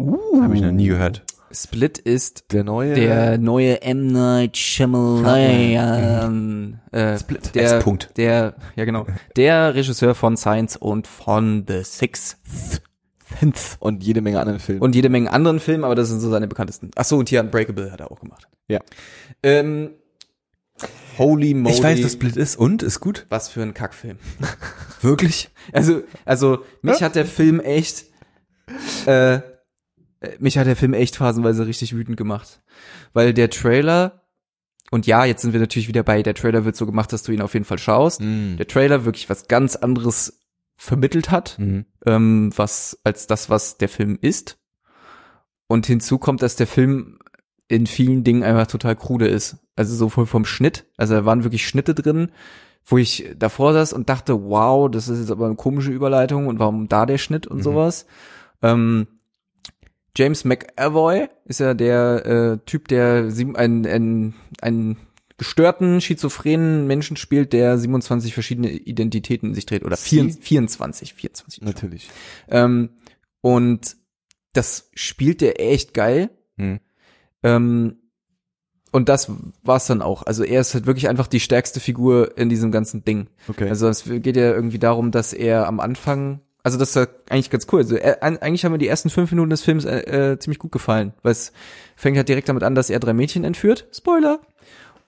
B: Hab ich noch nie gehört.
C: Split ist
A: Der neue.
C: der
B: Äh.
C: neue M. Night Shyamalan. Äh,
A: Split.
C: Der,
B: Als Punkt.
C: der, ja genau, der Regisseur von Science und von The Sixth Sense.
A: und jede Menge anderen Filme.
C: und jede Menge anderen Filmen, aber das sind so seine bekanntesten. Ach so, und hier Unbreakable hat er auch gemacht.
A: Ja.
C: Ähm, Holy moly.
B: Ich weiß, was Split ist und ist gut.
C: was für ein Kackfilm.
B: Wirklich?
C: Also, also mich hat der Film echt, äh, äh, mich hat der Film echt phasenweise richtig wütend gemacht, weil der Trailer und ja, jetzt sind wir natürlich wieder bei der Trailer wird so gemacht, dass du ihn auf jeden Fall
B: Mhm.
C: schaust.
A: Mhm.
C: Der Trailer wirklich was ganz anderes vermittelt hat ähm, was als das, was der Film ist. Und hinzu kommt, dass der Film in vielen Dingen einfach total krude ist. Also sowohl vom Schnitt, also da waren wirklich Schnitte drin, wo ich davor saß und dachte, wow, das ist jetzt aber eine komische Überleitung und warum da der Schnitt und
B: Mhm.
C: sowas. Ähm, James McAvoy ist ja der äh, Typ, der sieben, ein, ein, ein gestörten, schizophrenen Menschen spielt, der 27 verschiedene Identitäten in sich dreht. Oder
A: Sie?
C: 24, 24.
A: Natürlich.
C: Ähm, und das spielt er echt geil.
B: Mhm.
C: Ähm, und das war's dann auch. Also er ist halt wirklich einfach die stärkste Figur in diesem ganzen Ding.
A: Okay.
C: Also es geht ja irgendwie darum, dass er am Anfang, also das ist ja eigentlich ganz cool. Also er, an- eigentlich haben mir die ersten fünf Minuten des Films äh, äh, ziemlich gut gefallen, weil es fängt halt direkt damit an, dass er drei Mädchen entführt. Spoiler.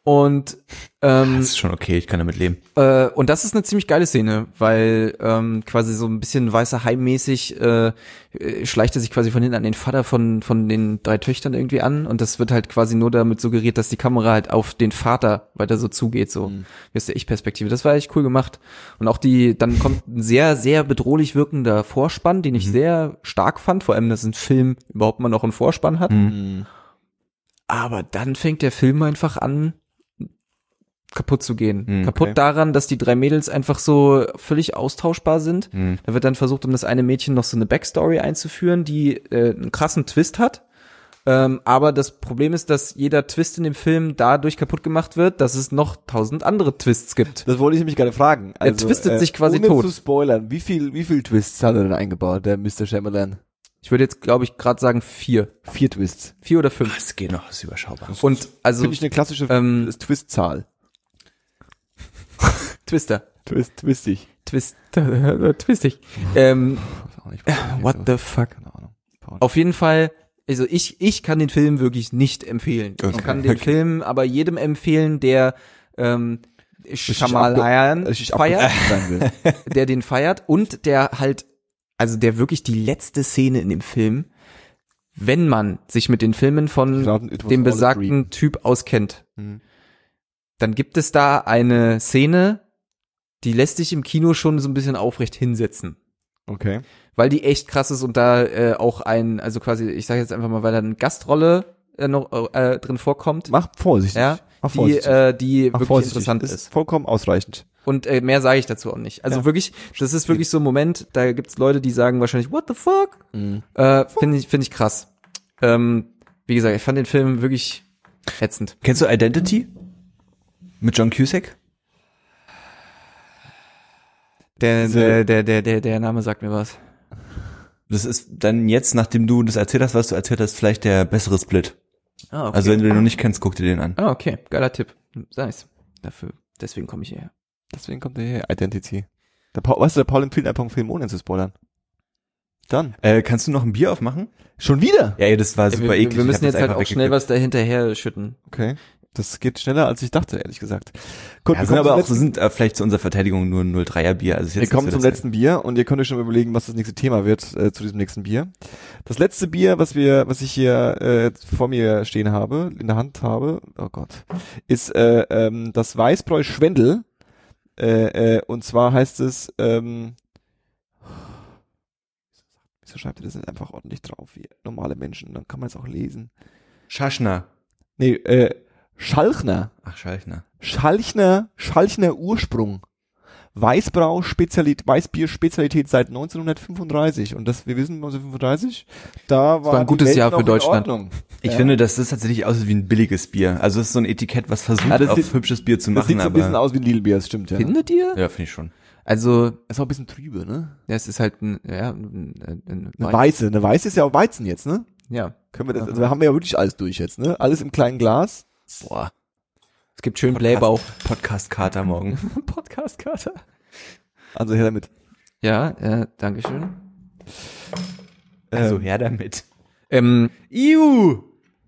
C: Und ähm,
B: Das ist schon okay, ich kann damit leben.
C: äh, und das ist eine ziemlich geile Szene, weil ähm, quasi so ein bisschen weißer Heimmäßig äh, äh, schleicht er sich quasi von hinten an den Vater von, von den drei Töchtern irgendwie an und das wird halt quasi nur damit suggeriert, dass die Kamera halt auf den Vater weiter so zugeht, so wie aus der Ich-Perspektive. Das war echt cool gemacht. Und auch die, dann kommt ein sehr, sehr bedrohlich wirkender Vorspann, den ich sehr stark fand, vor allem, dass ein Film überhaupt mal noch einen Vorspann hat.
A: Mhm.
C: Aber dann fängt der Film einfach an, kaputt zu gehen.
B: Hm,
C: kaputt
A: okay.
C: daran, dass die drei Mädels einfach so völlig austauschbar sind.
B: Hm.
C: Da wird dann versucht, um das eine Mädchen noch so eine Backstory einzuführen, die äh, einen krassen Twist hat. Ähm, aber das Problem ist, dass jeder Twist in dem Film dadurch kaputt gemacht wird, dass es noch tausend andere Twists gibt.
A: Das wollte ich nämlich gerade fragen. Also, äh,
C: Er twistet sich quasi
A: ohne
C: tot.
A: zu spoilern, wie viel, wie viel Twists hat er denn eingebaut, der Mr. Chamberlain?
C: Ich würde jetzt, glaube ich, gerade sagen vier.
A: Vier Twists.
C: Vier oder fünf.
B: Das Ah, geht noch, ist überschaubar.
C: Und also
A: Finde ich eine klassische
C: ähm,
A: Twist- Twistzahl.
C: Twister.
A: Twist, twistig.
C: Twist, twistig. Ähm, what the fuck?
A: Keine Ahnung.
C: Auf jeden Fall, also ich, ich kann den Film wirklich nicht empfehlen.
B: Okay.
C: Ich kann den
B: Okay.
C: Film aber jedem empfehlen, der ähm, Schamalan
A: Richtig
C: feiert,
A: abgefuckt sein will.
C: der den feiert und der halt, also der wirklich die letzte Szene in dem Film, wenn man sich mit den Filmen von
A: Genau, It was all a
C: dem besagten
A: dream.
C: Typ auskennt,
A: Mhm.
C: dann gibt es da eine Szene, die lässt sich im Kino schon so ein bisschen aufrecht hinsetzen
A: Okay.
C: weil die echt krass ist und da äh, auch ein, also quasi, ich sage jetzt einfach mal, weil da eine Gastrolle äh, noch äh, drin vorkommt,
A: Mach vorsichtig.
C: ja,
A: Mach
C: die,
A: vorsichtig.
C: äh, die
A: Mach
C: wirklich
A: vorsichtig.
C: interessant
A: ist.
C: ist.
A: Vollkommen ausreichend.
C: Und äh, mehr sage ich dazu auch nicht. Also
A: Ja.
C: wirklich, das ist wirklich so ein Moment, da gibt's Leute, die sagen wahrscheinlich, what the fuck? Äh, Finde ich, finde ich krass. Ähm, wie gesagt, ich fand den Film wirklich hetzend.
B: Kennst du Identity? Mit John Cusack?
C: Der,
A: Diese-
C: der, der, der, der, der Name sagt mir was.
B: Das ist dann jetzt, nachdem du das erzählt hast, was du erzählt hast, vielleicht der bessere Split.
C: Ah, okay.
B: Also wenn du den noch nicht kennst, guck dir den an.
C: ah, okay. Geiler Tipp. Nice. Dafür, deswegen komme ich hierher.
A: Deswegen kommt der hier, Identity. Der Paul, weißt du, der Paul empfiehlt einfach einen Film, ohne zu spoilern. Dann.
B: Äh, kannst du noch ein Bier aufmachen?
A: Schon wieder?
B: Ja, ja, das war Also super
C: wir,
B: eklig.
C: wir
B: Ich
C: müssen
B: hab das
C: jetzt halt
B: einfach
C: auch schnell
B: weggekippt.
C: was dahinterher schütten.
A: Okay. Das geht schneller, als ich dachte, ehrlich gesagt. Gut,
B: Ja, sind
A: kommen
B: aber auch,
A: zum letzten,
B: sind äh, vielleicht zu unserer Verteidigung nur ein 03er Bier. Also ist jetzt
A: wir
B: nicht
A: kommen
B: so
A: zum
B: das-
A: letzten Bier und ihr könnt euch schon überlegen, was das nächste Thema wird äh, zu diesem nächsten Bier. Das letzte Bier, was wir, was ich hier äh, vor mir stehen habe, in der Hand habe, oh Gott, ist äh, ähm, das Weißbräu Schwendel. Äh, äh, und zwar heißt es, ähm, wieso schreibt ihr das nicht einfach ordentlich drauf, wie normale Menschen? Dann kann man es auch lesen.
B: Schaschner.
A: Nee, äh, Schalchner.
B: Ach, Schalchner.
A: Schalchner, Schalchner Ursprung. Weißbrau Spezialität, Weißbier Spezialität seit 1935 und das wir wissen 1935, da war,
C: war ein
A: die
C: gutes
A: Welt
C: Jahr
A: noch
C: für
A: in
C: Deutschland.
A: Ordnung.
B: Ich
A: Ja.
B: finde, dass das tatsächlich aussieht wie ein billiges Bier. Also es ist so ein Etikett, was versucht,
A: Ja, das
B: auf
A: sieht-
B: hübsches Bier zu
A: Das
B: machen,
A: sieht so ein bisschen
B: aber.
A: aus wie ein Lidlbier, das stimmt ja.
C: Findet ihr?
B: Ja, finde ich schon.
C: Also,
A: Ist auch ein bisschen trübe, ne?
C: ja, es ist halt ein, ja, ein, ein,
A: Eine
C: ein
A: weiße, eine weiße ist ja auch Weizen jetzt, ne?
C: ja.
A: Können wir das, also haben wir ja wirklich alles durch jetzt, ne? Alles im kleinen Glas.
B: Boah.
C: Es gibt schön Blähbauch.
B: Podcast-Kater morgen.
C: Podcast-Karte.
A: Also her damit.
C: Ja, äh, Dankeschön.
B: Also her damit.
C: Ähm,
B: Iu!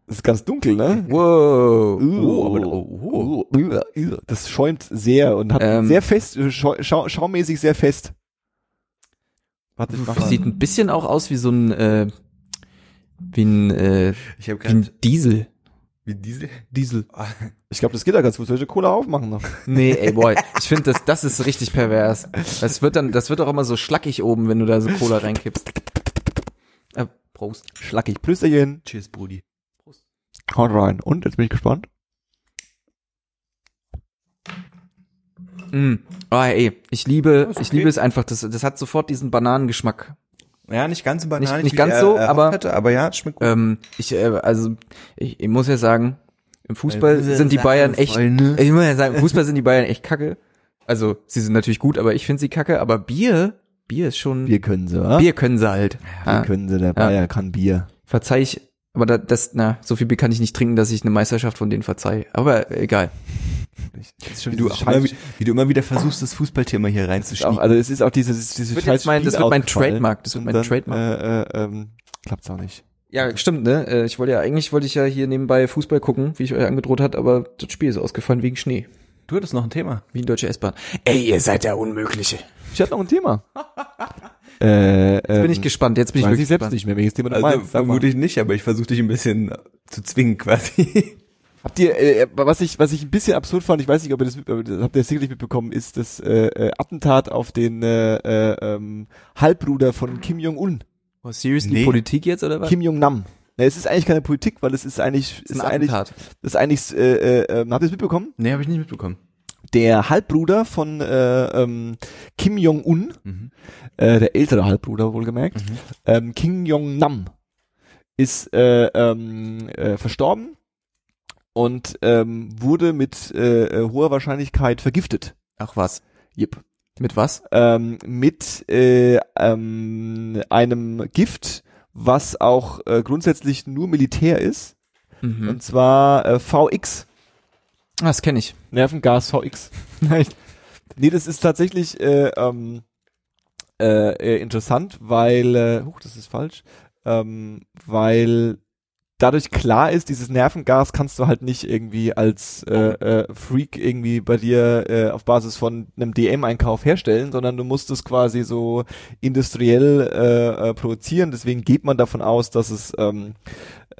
A: Das ist ganz dunkel, ne?
C: wow.
A: Uh,
B: aber- oh,
A: uh, uh, uh. Das schäumt sehr und hat
C: Ähm.
A: sehr fest, äh, schau, schau, schaumäßig sehr fest. Warte, ich mach mal.
C: Sieht ein bisschen auch aus wie so ein, äh, wie ein, äh,
B: Ich habe
C: wie ein Diesel.
B: Wie Diesel?
C: Diesel.
A: Ich glaube, das geht ja ganz gut. Soll ich eine Cola aufmachen noch?
C: Nee, ey, boy. Ich finde, das, das ist richtig pervers. Das wird dann, das wird auch immer so schlackig oben, wenn du da so Cola reinkippst. Äh, Prost.
A: Schlackig Plüsterchen.
B: Cheers, Brudi.
A: Haut rein. Und jetzt bin ich gespannt.
C: Mm. Oh, ey, ich liebe,
B: Ist
C: ich
B: okay.
C: liebe es einfach. Das, das hat sofort diesen Bananengeschmack.
B: Ja, nicht ganz so banal.
C: Nicht- nicht ganz so, aber-
B: Hatte, aber ja, es schmeckt gut.
C: Ähm, ich, äh, also, ich, ich muss ja sagen, im Fußball
B: Äh,
C: sind die Bayern echt,
B: Freunde.
C: ich muss ja sagen, im Fußball sind die Bayern echt kacke. Also, sie sind natürlich gut, aber ich finde sie kacke. Aber Bier, Bier ist schon,
A: Bier
C: Bier,
A: können sie, wa?
C: können sie halt.
A: Bier
C: Ah,
A: können sie. Der Bayer kann Bier.
C: verzeih ich, aber da, das, na, so viel Bier kann ich nicht trinken, dass ich eine Meisterschaft von denen verzeih. Aber äh, egal.
A: Das ist schon
B: Äh, Wie du, auch immer, wie, wie du immer wieder versuchst, das Fußballthema hier reinzuschieben.
A: auch, also es ist auch dieses, dieses
C: wird jetzt mein- das wird mein Trademark, das wird mein Trademark.
A: Äh, äh, ähm, klappt's auch nicht.
C: Ja, stimmt, ne? Äh, Ich wollte ja, eigentlich wollte ich ja hier nebenbei Fußball gucken, wie ich euch angedroht hat, aber das Spiel ist ausgefallen wegen Schnee.
B: Du hattest noch ein Thema.
C: Wie in deutsche S-Bahn. Ey, ihr seid der Unmögliche.
A: Ich hatte noch ein Thema. äh, ähm,
C: Bin ich gespannt, jetzt bin ich
A: weiß
C: wirklich
A: ich selbst
C: gespannt.
A: nicht mehr, welches Thema du
B: Also
A: meinst. Sag mal.
B: vermutlich nicht, aber ich versuche dich ein bisschen zu zwingen quasi.
A: Habt ihr, äh, was ich, was ich ein bisschen absurd fand, ich weiß nicht, ob ihr das, mit, ob ihr das habt ihr sicherlich mitbekommen, ist das äh, äh, Attentat auf den äh, äh, ähm, Halbbruder von Kim Jong Un,
C: Oh, seriously,
B: Nee.
C: Politik jetzt oder was?
A: Kim Jong Nam. Na, es ist eigentlich keine Politik, weil es ist eigentlich,
C: Das
A: ist eigentlich,
C: Attentat.
A: das ist eigentlich, äh, äh, ähm, habt ihr es mitbekommen?
B: nee, habe ich nicht mitbekommen.
A: Der Halbbruder von äh, ähm, Kim Jong Un,
B: Mhm.
A: äh, der ältere Halbbruder wohlgemerkt, ähm, Kim Jong Nam ist äh, ähm, äh, verstorben und ähm, wurde mit äh, äh, hoher Wahrscheinlichkeit vergiftet.
C: Ach was.
A: Yep.
C: Mit was?
A: Ähm, mit äh, ähm, einem Gift, was auch äh, grundsätzlich nur Militär ist,
C: Mhm.
A: und zwar äh, VX,
C: Ah, Das kenne ich.
A: Nervengas VX. Nee, das ist tatsächlich äh, ähm, äh, äh, interessant, weil, äh, huch, das ist falsch, ähm, weil dadurch klar ist, dieses Nervengas kannst du halt nicht irgendwie als äh, äh, Freak irgendwie bei dir äh, auf Basis von einem DM-Einkauf herstellen, sondern du musst es quasi so industriell äh, äh, produzieren. Deswegen geht man davon aus, dass es ähm,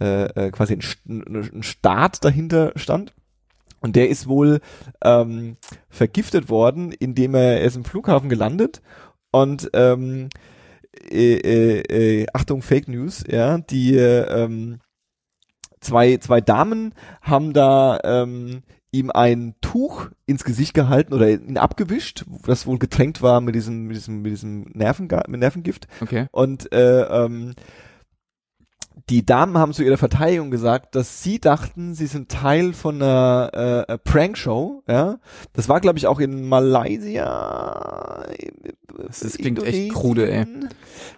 A: äh, äh, quasi ein, St- ein ein Staat dahinter stand. Und der ist wohl ähm, vergiftet worden, indem er, er ist im Flughafen gelandet und ähm, äh, äh, äh, Achtung Fake News, ja, die äh, ähm, zwei zwei Damen haben da ähm, ihm ein Tuch ins Gesicht gehalten oder ihn abgewischt, das wohl getränkt war mit diesem mit diesem mit diesem Nervenga mit Nervengift
C: Okay.
A: und äh, ähm, die Damen haben zu ihrer Verteidigung gesagt, dass sie dachten, sie sind Teil von einer äh, Prankshow. Ja, das war glaube ich auch in Malaysia.
C: Das, das klingt echt
A: Indonesien,
C: krude, ey.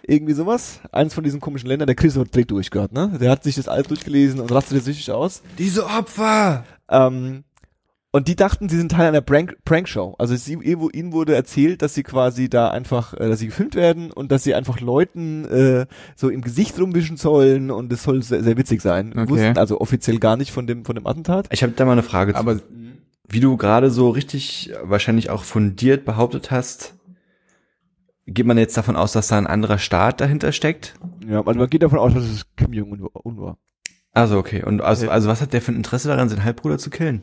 A: Irgendwie sowas. Eins von diesen komischen Ländern. Der Chris hat direkt durchgehört, ne? Der hat sich das alles durchgelesen und rastet jetzt richtig aus.
B: Diese Opfer!
A: Ähm, und die dachten, sie sind Teil einer Prank Prankshow. Also sie, irgendwo- ihnen wurde erzählt, dass sie quasi da einfach, äh, dass sie gefilmt werden und dass sie einfach Leuten äh, so im Gesicht rumwischen sollen und es soll sehr, sehr witzig sein.
C: Okay.
A: Wussten also offiziell gar nicht von dem von dem Attentat.
B: Ich habe da mal eine Frage zu.
C: Aber
B: wie du gerade so richtig äh, wahrscheinlich auch fundiert behauptet hast, geht man jetzt davon aus, dass da ein anderer Staat dahinter steckt?
A: Ja, also man geht davon aus, dass es Kim Jong Un war- Un war.
B: Also okay. Und also, also was hat der für ein Interesse daran, seinen Halbbruder zu killen?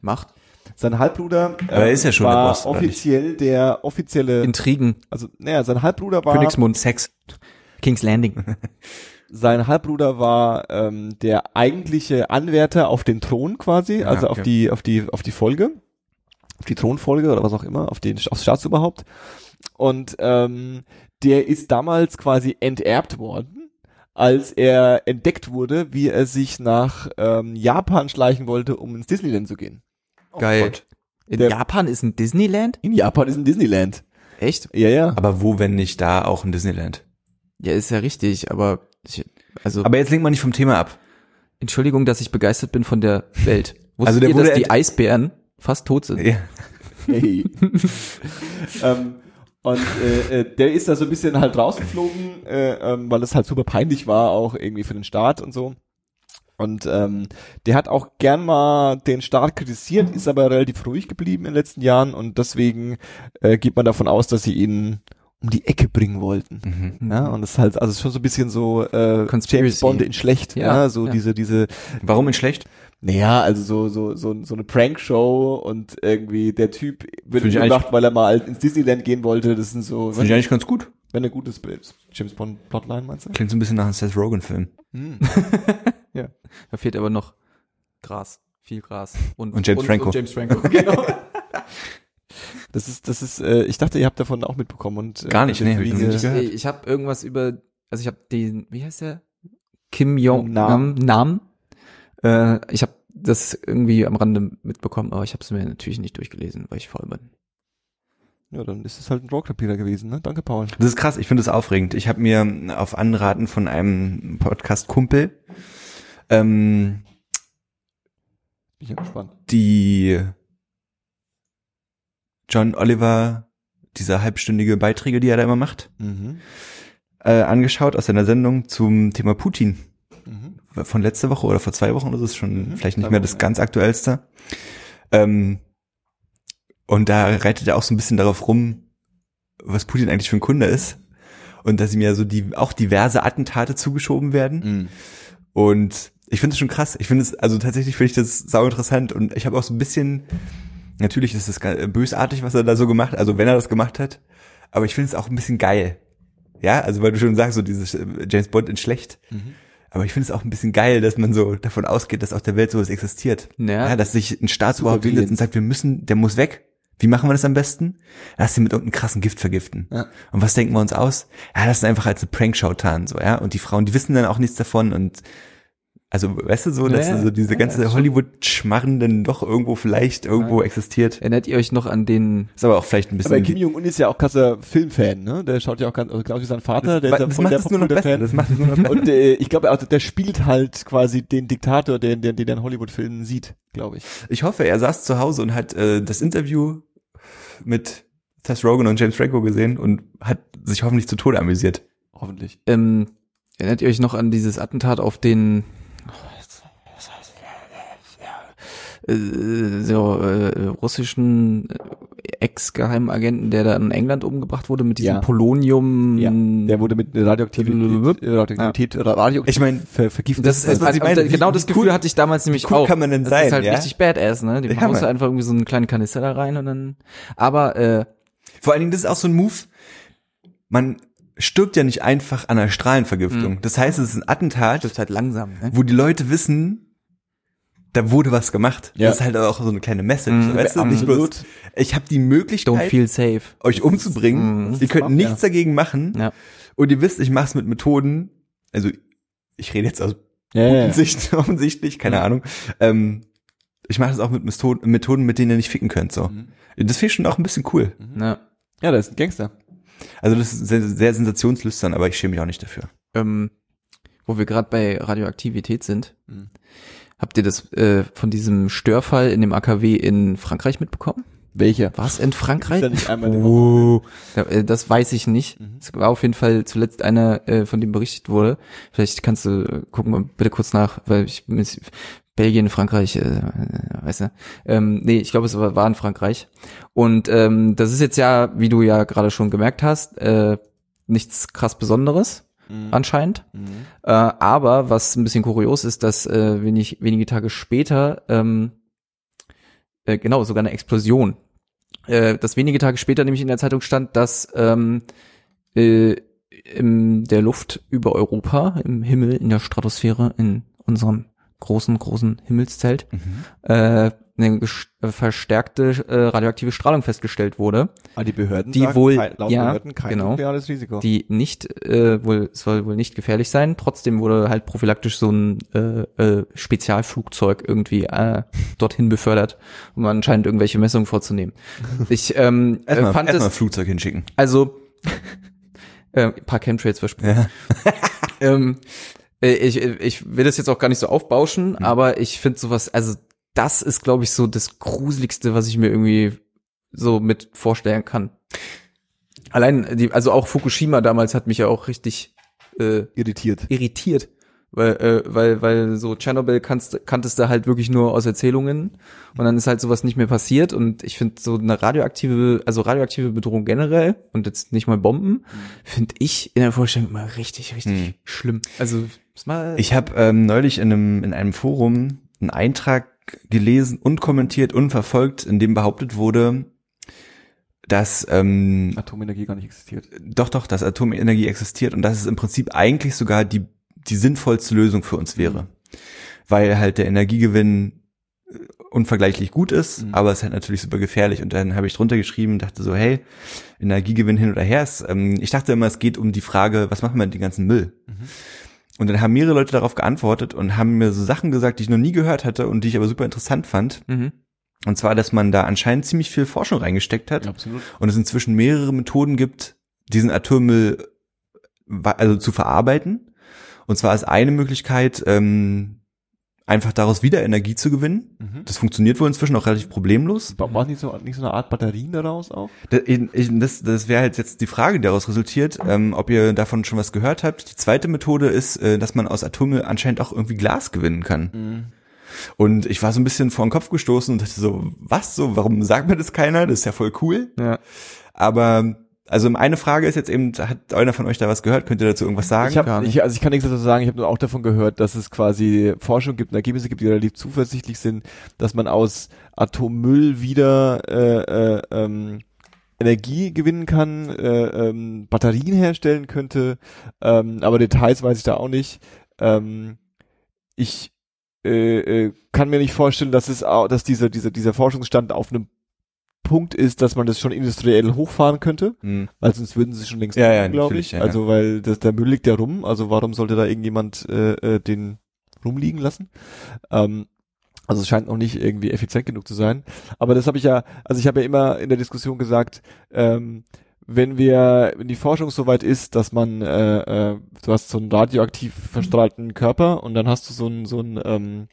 C: macht
A: Sein Halbbruder
B: Aber er ist ja schon der
A: war
B: Boss, oder nicht?
A: offiziell der offizielle,
C: Intrigen.
A: also naja, sein Halbbruder war
C: Königsmund. Sex. King's Landing.
A: sein Halbbruder war ähm, der eigentliche Anwärter auf den Thron quasi,
C: Ah,
B: Ja,
A: also auf
B: okay.
A: die auf die auf die Folge, auf die Thronfolge oder was auch immer, auf den aufs Staatsoberhaupt. Und ähm, der ist damals quasi enterbt worden, als er entdeckt wurde, wie er sich nach ähm, Japan schleichen wollte, um ins Disneyland zu gehen.
C: Geil.
B: Gott.
C: In
A: Der-
C: Japan ist ein Disneyland?
A: In Japan ist ein Disneyland.
C: Echt?
A: Ja, ja.
B: Aber wo, wenn nicht da auch in Disneyland?
C: Ja, ist ja richtig, aber ich, also
B: Aber jetzt lenkt man nicht vom Thema ab.
C: Entschuldigung, dass ich begeistert bin von der Welt. Wusstet
B: Also
C: also
B: der
C: ihr,
B: wurde
C: dass die
B: ent-
C: Eisbären fast tot sind?
B: Ja.
A: Hey. ähm, und äh, äh, der ist da so ein bisschen halt rausgeflogen, äh, ähm, weil es halt super peinlich war, auch irgendwie für den Staat und so. Und ähm, der hat auch gern mal den Staat kritisiert, ist aber relativ ruhig geblieben in den letzten Jahren und deswegen äh, geht man davon aus, dass sie ihn um die Ecke bringen wollten.
B: Mhm.
A: Ja, und das ist halt, also es ist schon so ein bisschen so äh,
C: Conspiracy.
A: James Bond in schlecht, ja,
C: Ja,
A: so
C: ja.
A: diese, diese,
B: Warum in schlecht?
A: naja, also so, so, so, so eine Prankshow und irgendwie der Typ wird
B: Finde ich
A: gemacht, weil er mal halt ins Disneyland gehen wollte. Das sind so,
B: Finde ich eigentlich ganz gut.
A: wenn ein gutes Bild. James Bond Plotline meinst du?
B: Klingt so ein bisschen nach einem Seth Rogen-Film.
A: Hm.
C: Da fehlt aber noch Gras, viel Gras
B: Und James Franco.
C: Und James Franco, genau.
A: Das ist, das ist, äh, ich dachte, ihr habt davon auch mitbekommen und äh,
B: Gar nicht, nee, hab ich noch
A: deswegen,
B: nicht
A: äh,
C: Nee, ich habe irgendwas über, also ich habe den, wie heißt der? Kim Jong
A: Nam.
C: Nam. Nam. Äh, ich habe das irgendwie am Rande mitbekommen, aber ich habe es mir natürlich nicht durchgelesen, weil ich faul bin.
A: ja, dann ist es halt ein Rohrkrepierer gewesen, ne? Danke, Paul.
B: Das ist krass, ich finde das aufregend. Ich habe mir auf Anraten von einem Podcast-Kumpel ähm,
A: Bin ja gespannt.
B: die John Oliver, dieser halbstündige Beiträge, die er da immer macht,
A: Mhm.
B: äh, angeschaut aus seiner Sendung zum Thema Putin
A: Mhm.
B: von letzter Woche oder vor zwei Wochen, das ist schon
A: Mhm,
B: vielleicht
A: zwei
B: nicht mehr
A: Wochen,
B: das
A: ja.
B: ganz aktuellste. Ähm, und da reitet er auch so ein bisschen darauf rum, was Putin eigentlich für ein Kunde ist. Und dass ihm ja so die, auch diverse Attentate zugeschoben werden.
A: Mhm.
B: Und ich finde es schon krass. Ich finde es, also tatsächlich finde ich das sau interessant. Und ich habe auch so ein bisschen, natürlich ist es ga- bösartig, was er da so gemacht also wenn er das gemacht hat, aber ich finde es auch ein bisschen geil. Ja, also weil du schon sagst, so dieses äh, James Bond in schlecht.
A: Mhm.
B: Aber ich finde es auch ein bisschen geil, dass man so davon ausgeht, dass auf der Welt sowas existiert.
C: Ja.
B: dass sich ein Staatsoberhaupt hinsetzt und sagt, wir müssen, der muss weg. Wie machen wir das am besten? Lass sie mit irgendeinem krassen Gift vergiften.
A: Ja.
B: Und was denken wir uns aus? Ja, lass es einfach als eine Prankshow tarnen, so, ja. Und die Frauen, die wissen dann auch nichts davon und, also, weißt du so, dass
C: Ja,
B: so diese
C: ja,
B: ganze Hollywood-Schmarren dann doch irgendwo vielleicht irgendwo existiert.
C: Erinnert ihr euch noch an den,
B: Ist aber auch vielleicht ein
A: Aber
B: bisschen.
A: Kim Jong-un ist ja auch krasser Filmfan, ne? Der schaut ja auch ganz, also genau wie sein Vater, der
B: das,
A: ist ja
B: das
A: voll
B: macht
A: der
B: es nur noch besser.
A: Popkultur-Fan.
B: Das macht es nur noch besser.
A: Und äh, ich glaube, also der spielt halt quasi den Diktator, den, den, den er in Hollywood-Filmen sieht, glaube ich.
B: Ich hoffe, er saß zu Hause und hat äh, das Interview mit Seth Rogen und James Franco gesehen und hat sich hoffentlich zu Tode amüsiert.
A: Hoffentlich.
C: ähm, erinnert ihr euch noch an dieses Attentat auf den, äh, so, äh, russischen äh, Ex-Geheimagenten, der da in England umgebracht wurde mit diesem
A: Ja.
C: Polonium.
A: Ja, der wurde mit Radioaktivität, äh, Radioaktivität, Radioaktivität
B: Ich meine,
A: ver vergiftet.
C: Das ist,
B: was ich meine. Wie-
C: genau
B: wie
C: das Gefühl
B: cool-
C: hatte ich damals nämlich
B: cool
C: auch.
B: kann man denn
C: das
B: sein,
C: ist halt
B: ja?
C: richtig badass, ne? Die
B: Ja,
C: haust du
B: Mann.
C: einfach irgendwie so einen kleinen Kanister da rein und dann. Aber äh,
B: vor allen Dingen, das ist auch so ein Move. Man stirbt ja nicht einfach an einer
A: Mhm.
B: Strahlenvergiftung. Das heißt, es ist ein Attentat,
C: ist halt langsam, ne?
B: wo die Leute wissen, da wurde was gemacht.
A: Ja.
B: Das ist halt auch so eine kleine Message.
C: Mhm.
B: weißt du, nicht
A: Absolut.
B: bloß, ich habe die
C: Don't
B: Möglichkeit,
C: feel safe.
B: euch umzubringen.
C: Mhm.
B: Ihr
A: Ja.
B: könnt nichts dagegen machen.
C: Ja.
B: Und ihr wisst, ich mache es mit Methoden. Also ich rede jetzt aus
A: ja, ja, ja.
B: Sicht, offensichtlich, keine Ahnung. Ähm, ich mache das auch mit Misto- Methoden, mit denen ihr nicht ficken könnt. So,
A: Mhm.
B: das finde ich schon auch ein bisschen cool.
C: Ne?
A: ja, das ist ein Gangster.
B: Also das ist sehr, sehr sensationslüstern, aber ich schäme mich auch nicht dafür.
C: Ähm, wo wir gerade bei Radioaktivität sind.
A: Mhm.
C: Habt ihr das äh, von diesem Störfall in dem AKW in Frankreich mitbekommen?
A: Welcher?
C: War es in
A: Ist da
C: Frankreich?
A: nicht einmal der-
B: Oh.
C: Ja, äh, Das weiß ich nicht. Es war auf jeden Fall zuletzt einer, äh, von dem berichtet wurde. Vielleicht kannst du äh, gucken mal bitte kurz nach, weil ich bin jetzt- Belgien, Frankreich, äh, äh, weißt du. Ähm, nee, ich glaube, es war, war in Frankreich. Und ähm, das ist jetzt ja, wie du ja gerade schon gemerkt hast, äh, nichts krass Besonderes anscheinend.
A: Mhm.
C: Äh, aber was ein bisschen kurios ist, dass äh, wenig, wenige Tage später, ähm, äh, genau, sogar eine Explosion, äh, dass wenige Tage später nämlich in der Zeitung stand, dass ähm, äh, in der Luft über Europa, im Himmel, in der Stratosphäre, in unserem großen, großen Himmelszelt, äh, eine gesch- äh, verstärkte äh, radioaktive Strahlung festgestellt wurde.
A: Ah, die Behörden
C: Die
A: sagen,
C: wohl-
A: kein, laut
C: ja,
A: Behörden kein
C: genau.
A: nukleares Risiko.
C: die nicht äh, wohl soll wohl nicht gefährlich sein. Trotzdem wurde halt prophylaktisch so ein äh, äh, Spezialflugzeug irgendwie äh, dorthin befördert, um anscheinend irgendwelche Messungen vorzunehmen. Ich ähm, äh,
B: Erstmal
C: fand
B: erstmal ein
C: es
B: Flugzeug hinschicken.
C: also äh, ein paar Chemtrails versprochen.
B: Ja.
C: Ähm, äh, ich, äh, ich will das jetzt auch gar nicht so aufbauschen, aber ich finde sowas, also das ist, glaube ich, so das Gruseligste, was ich mir irgendwie so mit vorstellen kann. Allein, die, also auch Fukushima damals hat mich ja auch richtig äh,
A: Irritiert.
C: irritiert. Weil, äh, weil, weil so Tschernobyl kannst, kanntest du halt wirklich nur aus Erzählungen und dann ist halt sowas nicht mehr passiert und ich finde so eine radioaktive, also radioaktive Bedrohung generell und jetzt nicht mal Bomben, finde ich in der Vorstellung immer richtig, richtig
B: Hm.
C: schlimm. Also ist mal
B: Ich habe ähm, neulich in einem, in einem Forum einen Eintrag gelesen und kommentiert und verfolgt, in dem behauptet wurde, dass ähm,
A: Atomenergie gar nicht existiert.
B: doch, doch, dass Atomenergie existiert und dass es im Prinzip eigentlich sogar die, die sinnvollste Lösung für uns wäre. Weil halt der Energiegewinn äh, unvergleichlich gut ist,
A: Mhm.
B: aber es ist halt natürlich super gefährlich. Und dann habe ich drunter geschrieben, dachte so, hey, Energiegewinn hin oder her ist. Ähm, ich dachte immer, es geht um die Frage, was machen wir mit dem ganzen Müll? Und dann haben mehrere Leute darauf geantwortet und haben mir so Sachen gesagt, die ich noch nie gehört hatte und die ich aber super interessant fand.
C: mhm.
B: Und zwar, dass man da anscheinend ziemlich viel Forschung reingesteckt hat
A: Absolut.
B: und es inzwischen mehrere Methoden gibt, diesen Atommüll wa- also zu verarbeiten. Und zwar ist eine Möglichkeit, ähm, einfach daraus wieder Energie zu gewinnen.
A: Mhm.
B: Das funktioniert wohl inzwischen auch relativ problemlos.
A: Ba- War nicht so, nicht so eine Art Batterien daraus auch?
B: Da- ich- ich- Das, das wäre halt jetzt die Frage, die daraus resultiert, ähm, ob ihr davon schon was gehört habt. Die zweite Methode ist, äh, dass man aus Atommüll anscheinend auch irgendwie Glas gewinnen kann. Und ich war so ein bisschen vor den Kopf gestoßen und dachte so, was so, warum sagt mir das keiner? Das ist ja voll cool.
C: ja.
B: Aber also eine Frage ist jetzt eben, hat einer von euch da was gehört? Könnt ihr dazu irgendwas sagen?
A: Ich,
C: gar
A: hab,
C: nicht.
A: ich, also ich kann nichts dazu sagen, ich habe nur auch davon gehört, dass es quasi Forschung gibt und Ergebnisse gibt, die relativ zuversichtlich sind, dass man aus Atommüll wieder äh, äh, ähm, Energie gewinnen kann, äh, ähm, Batterien herstellen könnte, ähm, aber Details weiß ich da auch nicht. Ähm, ich äh, äh, kann mir nicht vorstellen, dass es auch, dass dieser, dieser, dieser Forschungsstand auf einem Punkt ist, dass man das schon industriell hochfahren könnte,
B: Mhm.
A: weil sonst würden sie schon längst
B: Ja, ja,
A: glaube
B: natürlich,
A: ich.
B: ja, ja.
A: also weil das, der Müll liegt ja rum, also warum sollte da irgendjemand äh, äh, den rumliegen lassen? Ähm, also es scheint noch nicht irgendwie effizient genug zu sein. Aber das habe ich ja, also ich habe ja immer in der Diskussion gesagt, ähm, wenn wir, wenn die Forschung so weit ist, dass man, äh, äh, du hast so einen radioaktiv verstrahlten Körper und dann hast du so ein, so ein ähm,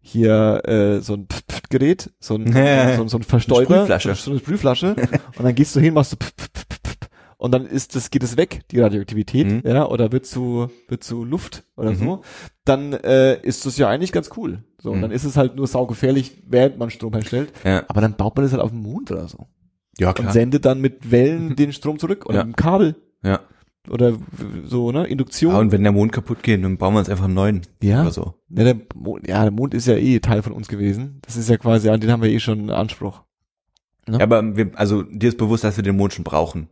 A: hier äh, so ein Pf -Pf Gerät, so ein, so, ein- so ein Verstäuber,
B: Sprühflasche.
A: so eine Sprühflasche und dann gehst du hin, machst du Pf -Pf -Pf -Pf -Pf und dann ist das geht es weg, die Radioaktivität,
B: Mhm.
A: ja, oder wird zu wird zu Luft oder
B: Mhm.
A: so, dann äh, ist das ja eigentlich ganz cool. So, und
B: Mhm.
A: dann ist es halt nur saugefährlich, während man Strom herstellt.
B: Ja.
A: Aber dann baut man das halt auf dem Mond oder so.
B: Ja,
A: Und sendet dann mit Wellen den Strom zurück oder
B: Ja.
A: mit dem Kabel.
B: Ja.
A: Oder w- so, ne? Induktion.
B: Ah, und wenn der Mond kaputt geht, dann bauen wir uns einfach einen neuen
A: ja.
B: oder so.
A: Ne, der Mond, ja, der Mond ist ja eh Teil von uns gewesen. Das ist ja quasi, an den haben wir eh schon Anspruch.
B: Ja, aber wir, also dir ist bewusst, dass wir den Mond schon brauchen.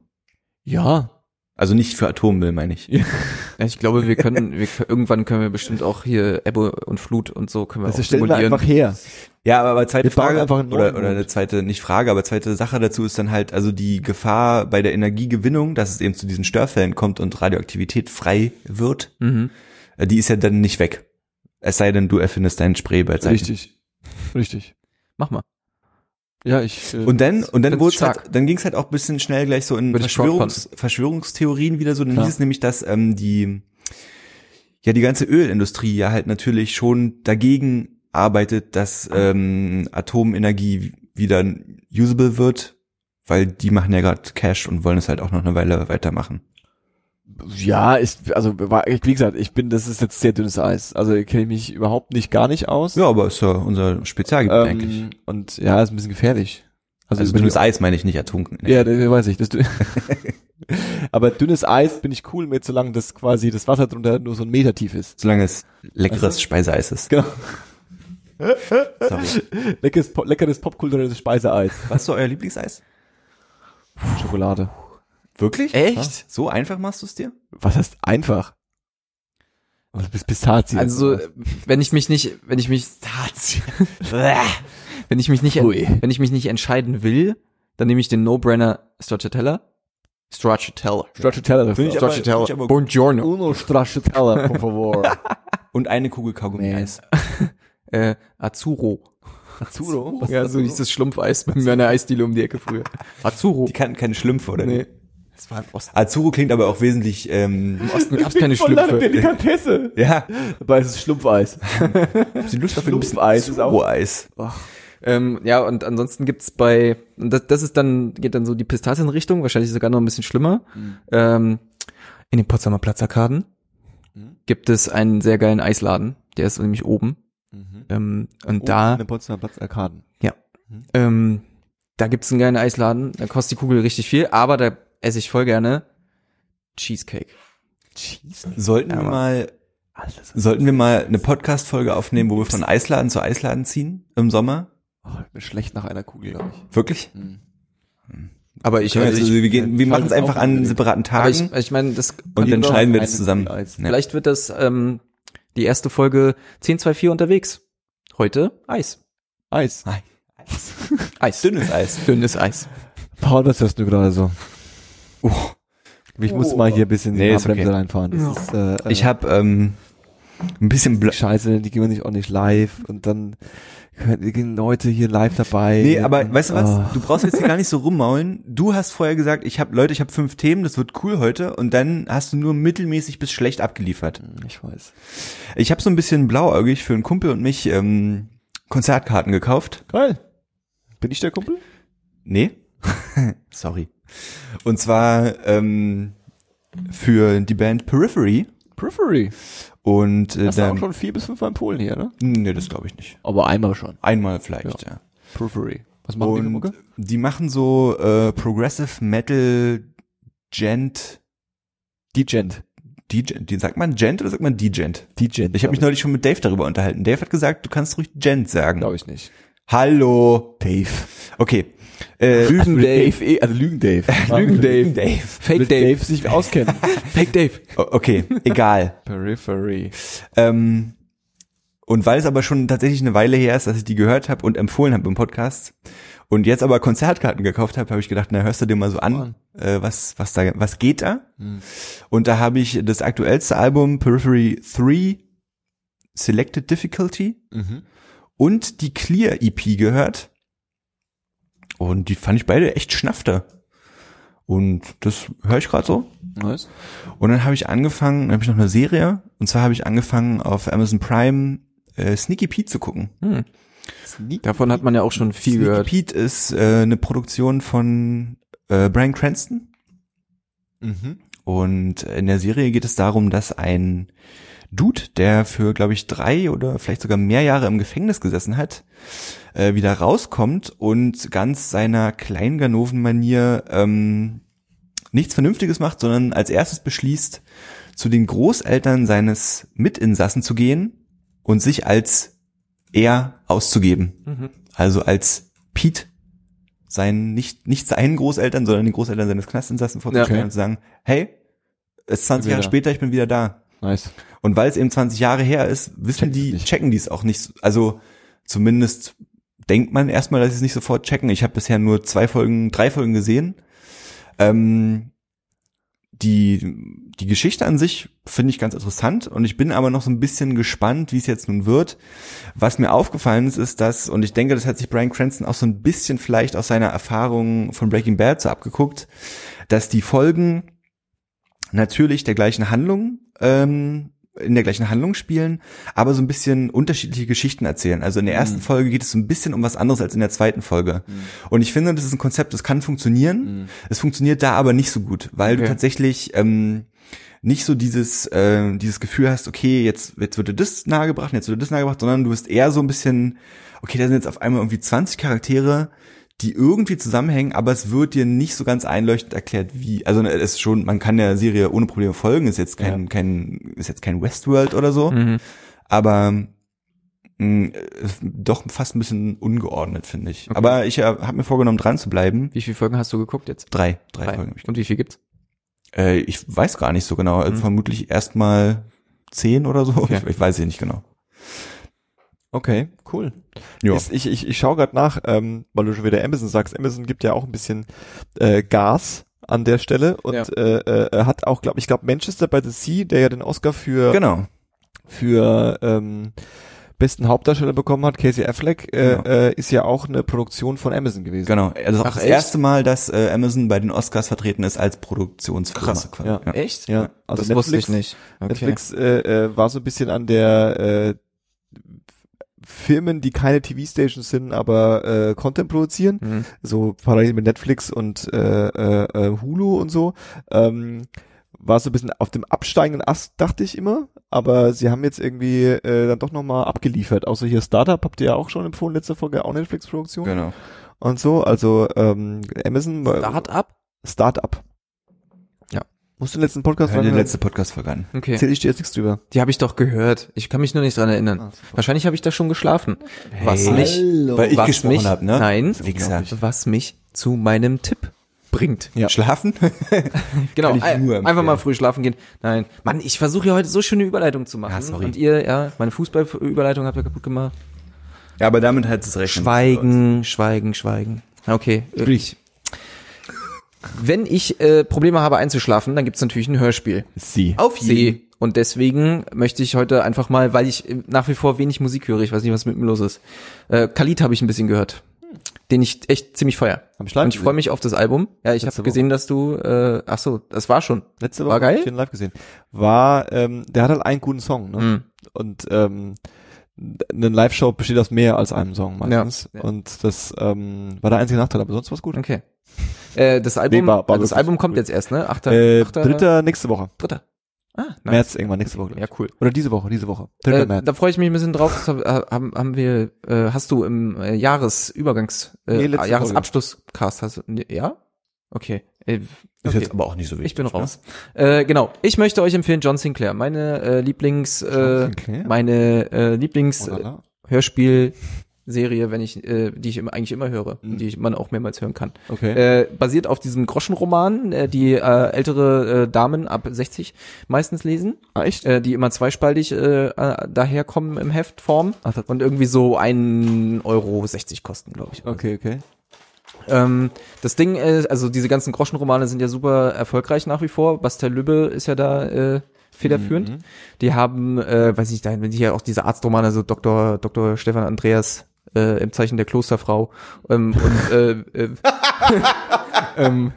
A: Ja.
B: Also nicht für Atommüll, meine ich.
C: Ja, ich glaube, wir können, wir, irgendwann können wir bestimmt auch hier Ebbe und Flut und so können wir
A: Also
C: auch
A: stellen wir
C: simulieren.
A: einfach her.
B: Ja, aber, aber zweite
A: Wir bauen
B: Frage
A: einfach einen
B: oder,
A: neuen
B: oder
A: Mond.
B: eine zweite nicht Frage, aber zweite Sache dazu ist dann halt also die Gefahr bei der Energiegewinnung, dass es eben zu diesen Störfällen kommt und Radioaktivität frei wird.
C: mhm.
B: äh, Die ist ja dann nicht weg. Es sei denn, du erfindest deinen Spray bei Zeiten.
A: Richtig. Richtig.
C: Mach mal.
A: Ja, ich. Äh,
B: Und dann und dann
C: Find's
B: wurde halt,
C: stark.
B: dann ging es halt auch ein bisschen schnell gleich so in
C: Würde ich
B: Verschwörungs, Verschwörungstheorien wieder so. Dann
A: Klar.
B: hieß es nämlich, dass ähm, die ja die ganze Ölindustrie ja halt natürlich schon dagegen arbeitet, dass ähm, Atomenergie wieder usable wird, weil die machen ja gerade Cash und wollen es halt auch noch eine Weile weitermachen.
A: Ja, ist, also, war- wie gesagt, ich bin, das ist jetzt sehr dünnes Eis. Also, kenne ich mich überhaupt nicht, gar nicht aus.
B: Ja, aber ist ja unser Spezialgebiet eigentlich.
A: Ähm, und ja, ist ein bisschen gefährlich. Also,
B: Also
A: über die
B: dünnes Eis meine ich nicht ne, Atomenergie.
A: Ja, das weiß ich. Das dü- Aber dünnes Eis bin ich cool mit, solange das quasi das Wasser drunter nur so ein Meter tief ist.
B: Solange es leckeres Speiseeis ist.
A: Genau.
B: Sorry.
A: Leckeres, Po- leckeres popkulturelles Speiseeis.
B: Was ist so euer Lieblingseis?
A: Schokolade.
B: Wirklich?
C: Echt?
B: So einfach machst du es dir?
A: Was heißt einfach? Also bis Pistazien.
C: Also, wenn ich mich nicht, wenn ich mich, ah, wenn ich mich nicht,
A: Ui.
C: wenn ich mich nicht entscheiden will, dann nehme ich den No-Brainer Stracciatella. Stracciatella.
A: Stracciatella.
B: Finde ich aber-
C: Stracciatella.
B: finde ich aber-
C: Buongiorno.
A: Uno Stracciatella, por favor.
B: Und eine Kugel Kaugummi-Eis.
C: Äh, Azzurro.
B: Oh.
A: Azzurro?
C: Ja, also, so hieß das Schlumpfeis bei meiner Eisdiele um die Ecke früher. Azzurro.
B: Die kannten keine Schlümpfe, oder?
C: Nee.
B: Nee.
C: Das war im Osten.
B: Azuro klingt aber auch wesentlich, ähm,
C: Im Osten gab's keine Schlümpfe.
A: Delikatesse.
B: ja,
A: Dabei ist es Schlumpfeis.
B: habt ihr Lust auf ein bisschen
A: Schlumpfeis ist auch-
B: Azuro-Eis?
C: Ähm, ja, und ansonsten gibt's bei, und das, das ist dann, geht dann so die Pistazienrichtung, wahrscheinlich sogar noch ein bisschen schlimmer. Ähm, in den Potsdamer Platzarkaden
A: Mhm.
C: gibt es einen sehr geilen Eisladen. Der ist nämlich oben.
A: Mhm.
C: Ähm, und da,
A: In den Potsdamer Platz Arkaden.
C: ähm, da gibt's einen geilen Eisladen. Da kostet die Kugel richtig viel, aber da esse ich voll gerne Cheesecake.
A: Cheese.
B: Sollten
C: Ja,
B: wir
C: Mann.
B: mal,
A: Alles.
B: sollten wir mal eine Podcast-Folge aufnehmen, wo wir von Eisladen zu Eisladen ziehen im Sommer?
A: Oh, ich bin schlecht nach einer Kugel, glaube ich.
B: Wirklich?
A: Mhm.
C: Aber ich,
B: also
C: also ich,
B: wir gehen, wir
A: ich
B: machen es
A: hab
B: einfach
A: auch
B: an
A: überlegt.
B: separaten
C: aber
B: Tagen
C: ich, also ich meine, das,
B: und dann
A: Jeder
B: schneiden wir
A: eine
B: das zusammen.
A: Kugel Eis.
B: Ja.
C: vielleicht wird das, ähm, die erste Folge 1024 unterwegs. Heute Eis.
A: Eis.
C: Eis.
B: Dünnes Eis.
C: Dünnes Eis.
A: Paul, was hörst du gerade so?
B: Oh.
A: Ich muss mal hier ein bisschen in die
B: Nee, ist
A: Handbremse
B: okay.
A: reinfahren. Das ist, äh, äh,
B: Ich habe ähm, ein bisschen bla
A: Scheiße, die gehen sich auch nicht live und dann gehen Leute hier live dabei.
B: Nee, aber weißt du was?
A: Ah.
B: Du brauchst jetzt hier gar nicht so rummaulen. Du hast vorher gesagt, ich habe Leute, ich habe fünf Themen, das wird cool heute. Und dann hast du nur mittelmäßig bis schlecht abgeliefert.
A: Hm, Ich weiß.
B: Ich habe so ein bisschen blauäugig für einen Kumpel und mich ähm, Konzertkarten gekauft.
A: Geil. Bin ich der Kumpel?
B: Nee, sorry. Und zwar ähm, für die Band Periphery.
A: Periphery.
B: Und äh,
A: Das war auch
B: dann,
A: schon vier bis fünf Mal in Polen hier, ne?
B: nee, das glaube ich nicht.
A: Aber einmal schon.
B: Einmal vielleicht, ja.
A: Periphery. Was machen die für
B: Und
A: Mucke?
B: die machen so äh, Progressive Metal Gent
A: Degent.
B: Degent, die sagt man Gent oder sagt man Degent?
A: Degent.
B: Ich habe mich neulich schon mit Dave darüber unterhalten. Dave hat gesagt, du kannst ruhig Gent sagen.
A: Glaube ich nicht.
B: Hallo.
A: Dave.
B: Okay. Äh,
A: Lügen
C: Dave.
A: Dave. eh- Also Lügen Dave.
C: Lügen Dave.
B: Dave.
C: Fake
A: Mit
C: Dave.
A: Dave. Dave sich auskennen.
C: Fake Dave.
B: O- Okay, egal.
A: Periphery.
B: Ähm, Und weil es aber schon tatsächlich eine Weile her ist, dass ich die gehört habe und empfohlen habe im Podcast und jetzt aber Konzertkarten gekauft habe, habe ich gedacht, na hörst du dir mal so an, äh, was was da was geht da? Und da habe ich das aktuellste Album Periphery 3 Selected Difficulty
A: Mhm.
B: und die Clear EP gehört. Und die fand ich beide echt schnafter. Und das höre ich gerade so.
C: Nice.
B: Und dann habe ich angefangen, dann habe ich noch eine Serie. Und zwar habe ich angefangen, auf Amazon Prime äh, Sneaky Pete zu gucken.
C: Hm. Davon hat man ja auch schon viel
B: Sneaky
C: gehört.
B: Pete ist äh, eine Produktion von äh, Brian Cranston.
A: Mhm.
B: Und in der Serie geht es darum, dass ein Dude, der für, glaube ich, drei oder vielleicht sogar mehr Jahre im Gefängnis gesessen hat, äh, wieder rauskommt und ganz seiner Kleinganoven-Manier ähm, nichts Vernünftiges macht, sondern als erstes beschließt, zu den Großeltern seines Mitinsassen zu gehen und sich als er auszugeben.
C: Mhm.
B: Also als Pete seinen, nicht, nicht seinen Großeltern, sondern den Großeltern seines Knastinsassen vorzustellen
C: Ja.
B: und zu sagen, hey, es ist 20
C: Wieder
B: Jahre
C: da.
B: später, ich bin wieder da.
C: Nice.
B: Und weil es eben 20 Jahre her ist, wissen
C: Checken's
B: die,
C: nicht.
B: checken die es auch nicht. so- Also zumindest denkt man erstmal, dass sie es nicht sofort checken. Ich habe bisher nur zwei Folgen, drei Folgen gesehen. Ähm, die, die Geschichte an sich finde ich ganz interessant und ich bin aber noch so ein bisschen gespannt, wie es jetzt nun wird. Was mir aufgefallen ist, ist, dass, und ich denke, das hat sich Brian Cranston auch so ein bisschen vielleicht aus seiner Erfahrung von Breaking Bad so abgeguckt, dass die Folgen natürlich der gleichen Handlung, ähm, in der gleichen Handlung spielen, aber so ein bisschen unterschiedliche Geschichten erzählen. Also in der ersten Folge geht es so ein bisschen um was anderes als in der zweiten Folge. Und ich finde, das ist ein Konzept, das kann funktionieren. Es funktioniert da aber nicht so gut, weil du
C: Okay.
B: tatsächlich ähm, nicht so dieses äh, dieses Gefühl hast, okay, jetzt jetzt wird dir das nahegebracht, jetzt wird dir das nahegebracht, sondern du bist eher so ein bisschen, okay, da sind jetzt auf einmal irgendwie 20 Charaktere, die irgendwie zusammenhängen, aber es wird dir nicht so ganz einleuchtend erklärt, wie. Also es ist schon, man kann der Serie ohne Probleme folgen, ist jetzt kein kein ist jetzt kein Westworld oder so, aber mh, doch fast ein bisschen ungeordnet finde ich. Aber ich äh, habe mir vorgenommen, dran zu bleiben.
C: Wie viele Folgen hast du geguckt jetzt?
B: Drei, drei, Folgen. hab ich
C: Und wie viel gibt's?
B: äh, ich weiß gar nicht so genau. Also Vermutlich erstmal zehn oder so. Ich, ich weiß es nicht genau.
A: Okay, cool.
B: Ja.
A: Ist, ich ich, ich schaue gerade nach, ähm, weil du schon wieder Amazon sagst. Amazon gibt ja auch ein bisschen äh, Gas an der Stelle und
C: Ja.
A: äh, äh, hat auch, glaube ich, glaube Manchester by the Sea, der ja den Oscar für
B: genau.
A: für ähm, besten Hauptdarsteller bekommen hat, Casey Affleck, äh,
B: Genau.
A: äh, ist ja auch eine Produktion von Amazon gewesen.
B: Genau. Also auch
C: Ach,
B: das
C: echt?
B: erste Mal, dass äh, Amazon bei den Oscars vertreten ist als Produktionsfirma.
C: Krass,
B: quasi.
A: ja.
C: Echt?
A: Ja, also
C: das
A: Netflix,
C: wusste ich nicht. Okay.
A: Netflix äh, äh, war so ein bisschen an der äh, Firmen, die keine TV-Stations sind, aber äh, Content produzieren,
C: Mhm.
A: so parallel mit Netflix und äh, äh, äh, Hulu und so, ähm, war so ein bisschen auf dem absteigenden Ast, dachte ich immer, aber sie haben jetzt irgendwie äh, dann doch nochmal abgeliefert. Außer hier Startup habt ihr ja auch schon empfohlen, letzte Folge, auch Netflix-Produktion
B: Genau.
A: und so. Also ähm, Amazon, äh,
C: Start-up?
A: Startup.
C: Ja.
A: Musst du den letzten Podcast
B: Hör dir
A: hören?
B: den letzten Podcast-Folge an.
C: Okay.
A: Erzähl ich dir jetzt nichts drüber.
C: Die habe ich doch gehört. Ich kann mich nur nicht dran erinnern. Wahrscheinlich habe ich da schon geschlafen. was mich,
B: Ah, Weil ich
C: was
B: gesprochen
C: mich,
B: hab, ne?
C: nein,
B: Wichser.
C: was mich zu meinem Tipp bringt.
A: Ja.
B: Schlafen?
C: Genau,
B: Kann ich
C: ein-
B: nur empfehlen.
C: einfach mal früh schlafen gehen. Nein, Mann, ich versuche ja heute so schöne Überleitung zu machen.
B: Ja, sorry.
C: Und ihr, ja, meine Fußballüberleitung habt ihr kaputt gemacht.
B: ja, aber damit hat
A: Äh,
B: es recht.
C: Schweigen, schweigen, schweigen. Okay. Sprich. Wenn ich äh, Probleme habe einzuschlafen, dann gibt's natürlich ein Hörspiel.
B: Sie.
C: Auf See. Und deswegen möchte ich heute einfach mal, weil ich äh, nach wie vor wenig Musik höre, ich weiß nicht, was mit mir los ist. Äh, Khalid habe ich ein bisschen gehört, den ich echt ziemlich feier.
A: Hab ich live
C: Und ich
A: gesehen.
C: freue mich auf das Album. Ja, ich
A: Letzte
C: habe
A: Woche.
C: gesehen, dass du, äh, ach so, das war schon.
A: Letzte Woche
C: War geil?
A: hab ich den live gesehen. War, ähm, der hat halt einen guten Song, ne?
C: Mhm.
A: Und ähm, eine Live-Show besteht aus mehr als einem Song meistens.
C: Ja.
A: Und das ähm, war der einzige Nachteil, aber sonst war's gut.
C: Okay. Äh, das Album,
A: Nee, war- war
C: das
A: wirklich
C: Album kommt
A: cool.
C: jetzt erst, ne? Achter,
A: Äh,
C: achter
A: dritter nächste Woche.
C: dritter. Ah, nice.
A: März irgendwann nächste Woche. glaub
C: Ja,
A: ich.
C: cool.
A: Oder diese Woche, diese Woche. Dritter
C: Äh,
A: März.
C: da freue ich mich ein bisschen drauf. Das hab- äh, haben, haben wir, äh, hast du im äh, Jahresübergangs, äh,
A: Nee, letzte
C: Jahresabschlusscast hast du, nee, ja? Okay. Äh,
B: Ist
C: okay.
B: jetzt aber auch nicht so wichtig.
C: Ich bin
B: ne?
C: raus. Äh, genau. Ich möchte euch empfehlen John Sinclair. Meine äh, Lieblings, äh,
A: Sinclair?
C: meine äh, Lieblings
A: Oder? ne?
C: Hörspiel Serie, wenn ich, äh, die ich immer, eigentlich immer höre, und die ich man auch mehrmals hören kann.
A: Mhm. Okay.
C: Äh, basiert auf diesem Groschenroman, äh, die äh, ältere äh, Damen ab 60 meistens lesen,
A: Ah, echt?
C: äh, die immer zweispaltig äh, äh, daherkommen im Heftform
A: Ach, das-
C: und irgendwie so 1,60 Euro kosten, glaube ich.
A: Okay, okay.
C: Ähm, das Ding ist, also diese ganzen Groschenromane sind ja super erfolgreich nach wie vor. Bastel Lübbe ist ja da äh, federführend.
A: Mhm.
C: Die haben, äh, weiß ich nicht, da haben die ja auch diese Arztromane, also Dr. Dr. Stefan Andreas äh, im Zeichen der Klosterfrau ähm, und äh, äh, ähm,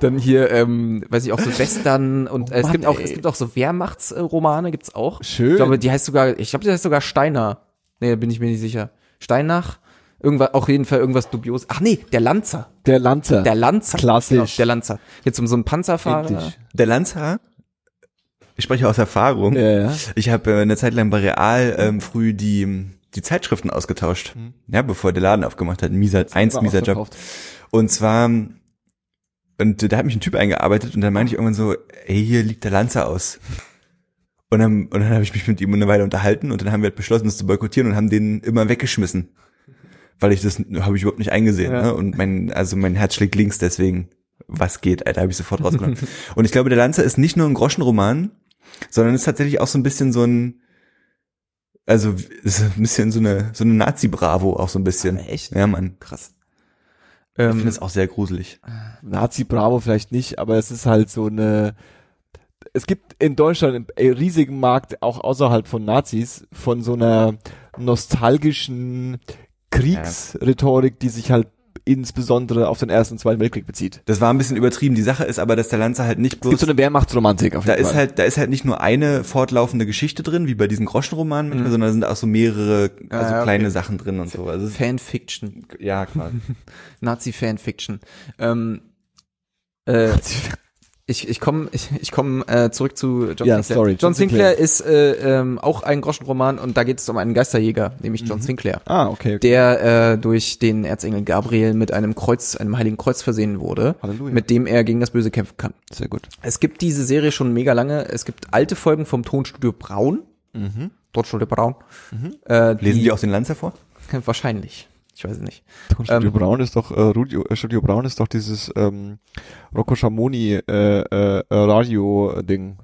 C: dann hier, ähm, weiß ich auch so Western und äh, es
A: Oh Mann,
C: gibt auch
A: ey.
C: es gibt auch so Wehrmachtsromane gibt's auch.
A: Schön.
C: Ich glaube, die heißt sogar, ich glaube, die heißt sogar Steiner. Nee, bin ich mir nicht sicher. Steinach. Irgendwas, auch jeden Fall irgendwas dubios. Ach nee, der Lanzer.
A: Der Lanzer.
C: Der Lanzer.
A: Klassisch.
C: Genau, der Lanzer. Jetzt um so einen Panzerfahrer.
A: Endlich.
B: Der Lanzer, ich spreche aus Erfahrung,
A: Ja, ja.
B: ich habe äh, eine Zeit lang bei Real ähm, früh die, die Zeitschriften ausgetauscht. Ja, bevor der Laden aufgemacht hat. Mieser, eins
A: War
B: mieser Job.
A: ausverkauft.
B: Und zwar, ähm, und da hat mich ein Typ eingearbeitet und dann meinte ich irgendwann so, ey, hier liegt der Lanzer aus. Und dann, und dann habe ich mich mit ihm eine Weile unterhalten und dann haben wir halt beschlossen, das zu boykottieren und haben den immer weggeschmissen. Weil ich das habe ich überhaupt nicht eingesehen.
A: Ja.
B: Ne? Und mein, also mein Herz schlägt links, deswegen, was geht, Alter, habe ich sofort rausgenommen. und ich glaube, der Lanzer ist nicht nur ein Groschenroman, sondern ist tatsächlich auch so ein bisschen so ein, also ist ein bisschen so eine, so eine Nazi-Bravo auch so ein bisschen.
C: Echt?
B: Ja, Mann.
C: Krass.
B: Ich finde
C: Ähm,
B: das auch sehr gruselig.
A: Nazi Bravo vielleicht nicht, aber es ist halt so eine. Es gibt in Deutschland einen riesigen Markt, auch außerhalb von Nazis, von so einer nostalgischen Kriegsrhetorik, die sich halt insbesondere auf den Ersten und Zweiten Weltkrieg bezieht.
B: Das war ein bisschen übertrieben. Die Sache ist aber, dass der Lanzer halt nicht
A: Es gibt
B: bloß.
A: so eine Wehrmachtsromantik auf
B: Da
A: jeden
B: ist
A: Fall.
B: halt, da ist halt nicht nur eine fortlaufende Geschichte drin, wie bei diesen Groschenromanen manchmal, sondern da sind auch so mehrere, also
C: Ah, ja, okay.
B: kleine Sachen drin und so. Also es ist,
C: Fanfiction.
B: ja, klar.
C: Nazi-Fanfiction. Ähm, äh, ich ich komme ich, ich komm, äh, zurück zu John
A: Ja,
C: Sinclair.
A: sorry,
C: John,
A: John
C: Sinclair, ist äh, ähm, auch ein Groschenroman und da geht es um einen Geisterjäger, nämlich John Sinclair.
A: ah, okay. okay.
C: der äh, durch den Erzengel Gabriel mit einem Kreuz, einem heiligen Kreuz versehen wurde,
A: Halleluja.
C: mit dem er gegen das Böse kämpfen kann.
A: Sehr gut.
C: Es gibt diese Serie schon mega lange. Es gibt alte Folgen vom Tonstudio Braun. Mhm. Tonstudio Braun. Äh, die,
B: Lesen die auch den Lanzer vor?
C: Wahrscheinlich. Ich weiß es nicht.
A: Studio Braun ist doch äh, Rudio, äh, Studio Braun ist doch dieses ähm, Rocco Schamoni äh, äh, Radio Ding.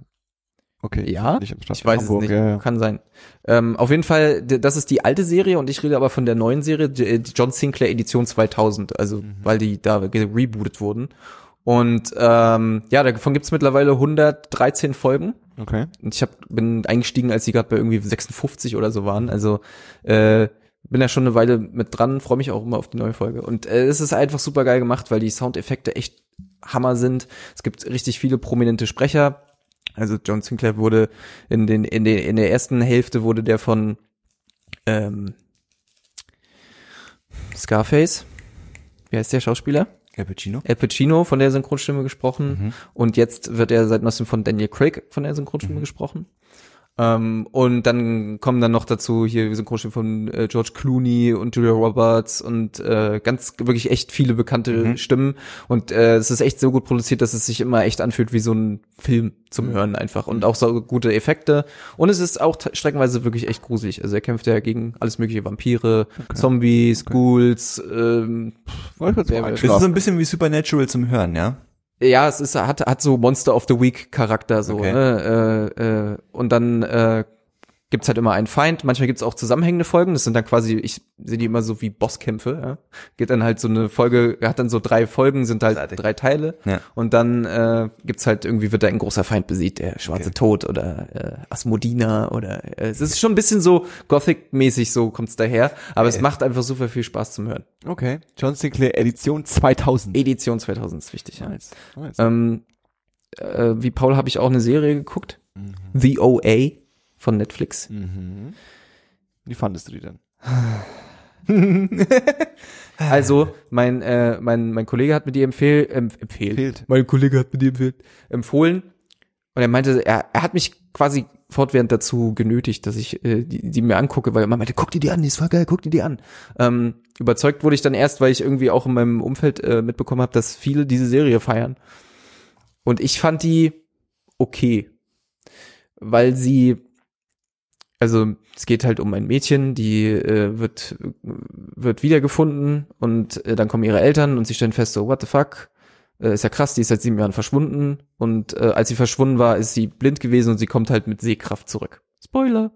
A: Okay.
C: Ja,
A: Nicht im Stadt-
C: Ich weiß
A: Hamburg,
C: es nicht.
A: Ja, ja.
C: Kann sein. Ähm, auf jeden Fall, d- das ist die alte Serie und ich rede aber von der neuen Serie, die die John Sinclair Edition 2000, also weil die da gerebootet wurden. Und ähm, ja, davon gibt's mittlerweile 113 Folgen.
A: Okay.
C: Und ich hab, bin eingestiegen, als die gerade bei irgendwie 56 oder so waren. Also äh, bin da schon eine Weile mit dran, freue mich auch immer auf die neue Folge. Und äh, es ist einfach super geil gemacht, weil die Soundeffekte echt Hammer sind. Es gibt richtig viele prominente Sprecher. Also John Sinclair wurde in den in, den, in der ersten Hälfte wurde der von ähm, Scarface. Wie heißt der Schauspieler?
B: Cappuccino?
C: Al Pacino von der Synchronstimme gesprochen und jetzt wird er seit neuestem von Daniel Craig von der Synchronstimme gesprochen. Ähm, und dann kommen dann noch dazu hier Synchronstimmen von äh, George Clooney und Julia Roberts und äh, ganz wirklich echt viele bekannte Stimmen und äh, es ist echt so gut produziert, dass es sich immer echt anfühlt wie so ein Film zum Hören einfach und auch so gute Effekte und es ist auch te- streckenweise wirklich echt gruselig. Also er kämpft ja gegen alles mögliche Vampire, Zombies, Ghouls, ähm,
A: Wollte ich kurz
C: Wer
A: mal
C: will-
B: Das ist
A: einschlafen.
B: so ein bisschen wie Supernatural zum Hören, ja?
C: Ja, es ist, hat, hat so Monster of the Week Charakter so.
B: Okay.
C: Ne? Äh, äh, und dann äh, gibt's halt immer einen Feind. Manchmal gibt's auch zusammenhängende Folgen. Das sind dann quasi, ich sehe die immer so wie Bosskämpfe. Ja? Geht dann halt so eine Folge, hat dann so drei Folgen, sind halt drei Teile.
B: Ja.
C: Und dann äh, gibt's halt irgendwie wird da ein großer Feind besiegt, der Schwarze Tod oder äh, Asmodina oder äh, es ist schon ein bisschen so Gothic-mäßig so kommt's daher. Aber es macht einfach super viel Spaß zum Hören.
A: Okay. John Sinclair Edition 2000.
C: Edition 2000 ist wichtig. Ja.
A: Nice. nice.
C: Ähm, äh, wie Paul habe ich auch eine Serie geguckt. The OA von Netflix.
A: Mhm. Wie fandest du die denn?
C: Also, mein, äh, mein, mein Kollege hat mir die empfehl, ähm, empfehlt.
A: Empfehlt.
C: Mein Kollege hat mir die empfehlt. empfohlen. Und er meinte, er, er hat mich quasi fortwährend dazu genötigt, dass ich äh, die, die mir angucke, weil er immer meinte, guck dir die an, die ist voll geil, guck dir die an. Ähm, überzeugt wurde ich dann erst, weil ich irgendwie auch in meinem Umfeld äh, mitbekommen habe, dass viele diese Serie feiern. Und ich fand die okay, weil sie also es geht halt um ein Mädchen, die äh, wird, wird wiedergefunden und äh, dann kommen ihre Eltern und sie stellen fest, so, what the fuck? Äh, ist ja krass, die ist seit sieben Jahren verschwunden und äh, als sie verschwunden war, ist sie blind gewesen und sie kommt halt mit Sehkraft zurück. Spoiler.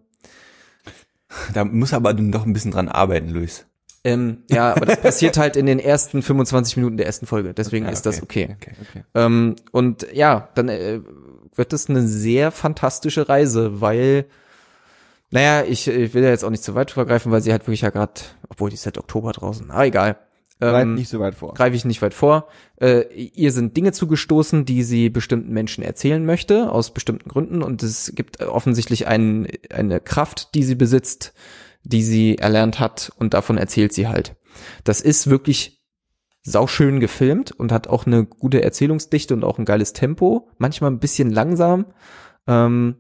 B: Da muss aber dann doch ein bisschen dran arbeiten, Luis.
C: Ähm, ja, aber das passiert halt in den ersten 25 Minuten der ersten Folge, deswegen
B: Ah,
C: ist das okay.
B: okay, okay.
C: Ähm, und ja, dann äh, wird das eine sehr fantastische Reise, weil, naja, ich, ich will ja jetzt auch nicht zu weit vorgreifen, weil sie halt wirklich ja gerade, obwohl die ist seit Oktober draußen, aber egal.
A: Bleibt
C: Ähm,
A: nicht so weit vor.
C: greife ich nicht weit vor. Äh, ihr sind Dinge zugestoßen, die sie bestimmten Menschen erzählen möchte, aus bestimmten Gründen. Und es gibt offensichtlich einen, eine Kraft, die sie besitzt, die sie erlernt hat und davon erzählt sie halt. Das ist wirklich sauschön gefilmt und hat auch eine gute Erzählungsdichte und auch ein geiles Tempo. Manchmal ein bisschen langsam. Ähm,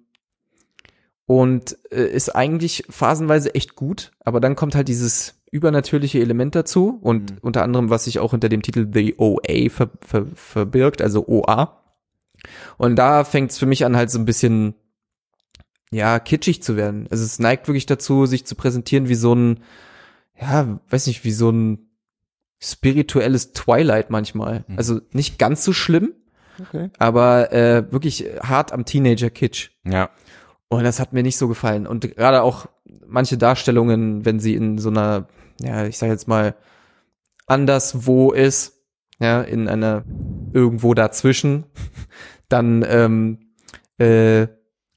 C: und äh, ist eigentlich phasenweise echt gut, aber dann kommt halt dieses übernatürliche Element dazu und unter anderem, was sich auch hinter dem Titel The OA ver ver verbirgt, also OA. Und da fängt es für mich an, halt so ein bisschen, ja, kitschig zu werden. Also es neigt wirklich dazu, sich zu präsentieren wie so ein, ja, weiß nicht, wie so ein spirituelles Twilight manchmal.
B: Mhm.
C: Also nicht ganz so schlimm,
A: Okay.
C: aber äh, wirklich hart am Teenager-Kitsch.
B: Ja.
C: Und das hat mir nicht so gefallen. Und gerade auch manche Darstellungen, wenn sie in so einer, ja, ich sag jetzt mal, anderswo ist, ja, in einer irgendwo dazwischen, dann ähm, äh,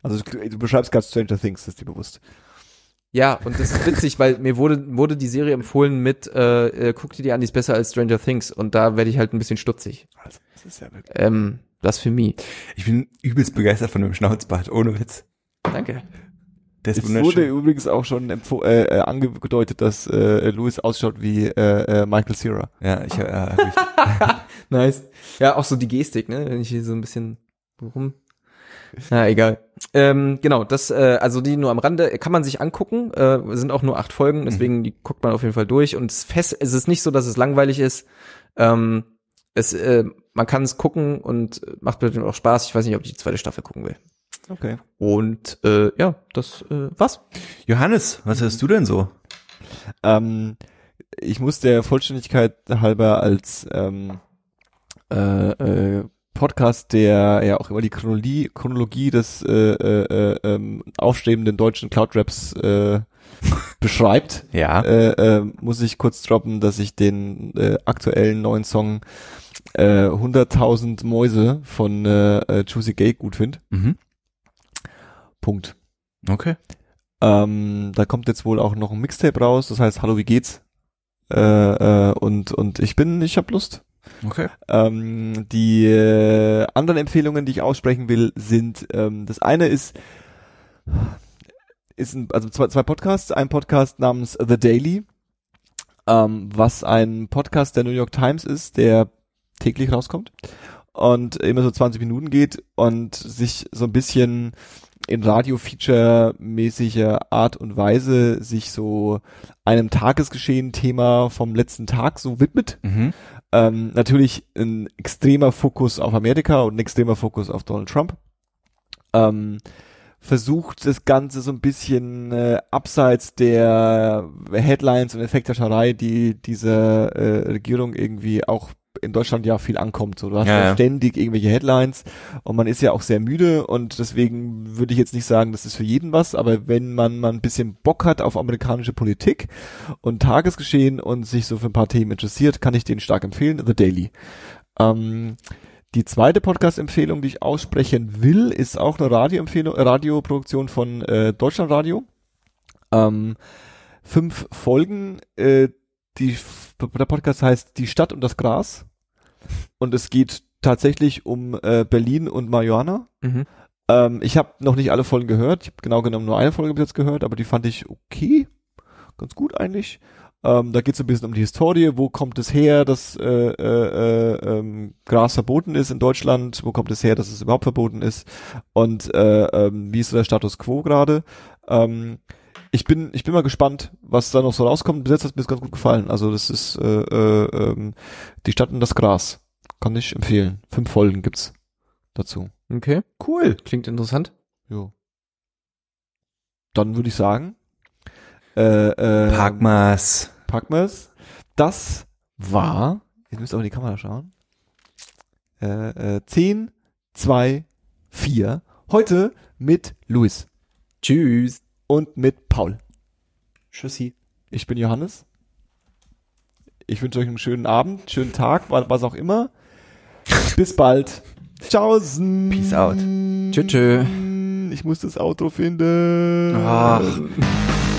A: Also du du beschreibst gerade Stranger Things, das ist dir bewusst.
C: ja, und das ist witzig, weil mir wurde, wurde die Serie empfohlen mit, äh, äh, guck dir die an, die ist besser als Stranger Things. Und da werde ich halt ein bisschen stutzig.
A: Also, das ist ja wirklich.
C: Ähm, Blasphemie.
B: Ich bin übelst begeistert von dem Schnauzbart, ohne Witz.
C: Danke.
B: Der ist
A: Es wurde
B: wunderschön.
A: übrigens auch schon empfo- äh, äh, angedeutet, dass äh, Louis ausschaut wie äh, äh, Michael Cera.
B: Ja, ich, äh, hab ich-
C: Nice. Ja, auch so die Gestik, ne? Wenn ich hier so ein bisschen rum. Na, egal. Ähm, genau, das, äh, also die nur am Rande, kann man sich angucken, äh, sind auch nur acht Folgen, deswegen die guckt man auf jeden Fall durch und es fest, es ist nicht so, dass es langweilig ist. Ähm, es, äh, man kann es gucken und äh, macht bestimmt auch Spaß. Ich weiß nicht, ob ich die zweite Staffel gucken will.
A: Okay.
C: Und äh, ja, das äh, was?
B: Johannes, was hast du denn so?
A: Ähm, ich muss der Vollständigkeit halber als ähm, äh, äh, Podcast, der ja auch immer die Chronologie, Chronologie des äh, äh, äh, ähm, aufstrebenden deutschen Cloud-Raps äh, beschreibt,
B: Ja.
A: äh, äh, muss ich kurz droppen, dass ich den äh, aktuellen neuen Song äh, 100.000 Mäuse von äh, äh, Juicy Gay gut finde.
B: Mhm.
A: Punkt.
B: Okay.
A: Ähm, da kommt jetzt wohl auch noch ein Mixtape raus, das heißt Hallo, wie geht's? Äh, äh, und, und ich bin, ich hab Lust.
B: Okay.
A: Ähm, die äh, anderen Empfehlungen, die ich aussprechen will, sind ähm, das eine ist ist ein, also zwei, zwei Podcasts, ein Podcast namens The Daily, ähm, was ein Podcast der New York Times ist, der täglich rauskommt und immer so 20 Minuten geht und sich so ein bisschen in Radio-Feature-mäßiger Art und Weise sich so einem Tagesgeschehen-Thema vom letzten Tag so widmet.
B: Mhm.
A: Ähm, natürlich ein extremer Fokus auf Amerika und ein extremer Fokus auf Donald Trump. Ähm, versucht das Ganze so ein bisschen äh, abseits der Headlines und Effekthascherei, die dieser äh, Regierung irgendwie auch in Deutschland ja viel ankommt. So, du hast
B: Ja,
A: ja,
B: ja.
A: ständig irgendwelche Headlines und man ist ja auch sehr müde und deswegen würde ich jetzt nicht sagen, das ist für jeden was, aber wenn man mal ein bisschen Bock hat auf amerikanische Politik und Tagesgeschehen und sich so für ein paar Themen interessiert, kann ich den stark empfehlen, The Daily. Ähm, die zweite Podcast-Empfehlung, die ich aussprechen will, ist auch eine Radioempfehlung, äh, Radioproduktion von äh, Deutschlandradio. Ähm, fünf Folgen. Äh, die, der Podcast heißt Die Stadt und das Gras. Und es geht tatsächlich um äh, Berlin und Marihuana.
C: Mhm.
A: Ähm, ich habe noch nicht alle Folgen gehört. Ich habe genau genommen nur eine Folge bis jetzt gehört, aber die fand ich okay. Ganz gut eigentlich. Ähm, da geht es ein bisschen um die Historie. Wo kommt es her, dass äh, äh, äh, ähm, Gras verboten ist in Deutschland? Wo kommt es her, dass es überhaupt verboten ist? Und äh, ähm, wie ist so der Status quo gerade? Ähm, ich bin, ich bin mal gespannt, was da noch so rauskommt. Bis jetzt hat mir das ganz gut gefallen. Also das ist äh, äh, ähm, die Stadt und das Gras. Kann ich empfehlen. Fünf Folgen gibt's dazu.
C: Okay,
B: Cool.
C: klingt interessant.
A: Jo. dann würde ich sagen, äh, äh,
B: Parkmas.
A: packen wir's. Das war, jetzt müsst ihr aber in die Kamera schauen, äh, äh, 10, 2, 4. Heute mit Luis
D: Tschüss.
A: und mit Paul.
D: Tschüssi.
A: Ich bin Johannes. Ich wünsche euch einen schönen Abend, schönen Tag, wa- was auch immer. Bis bald. Tschaußen.
B: Peace out.
D: Tschö, tschö.
A: Ich muss das Auto finden.
D: Ach.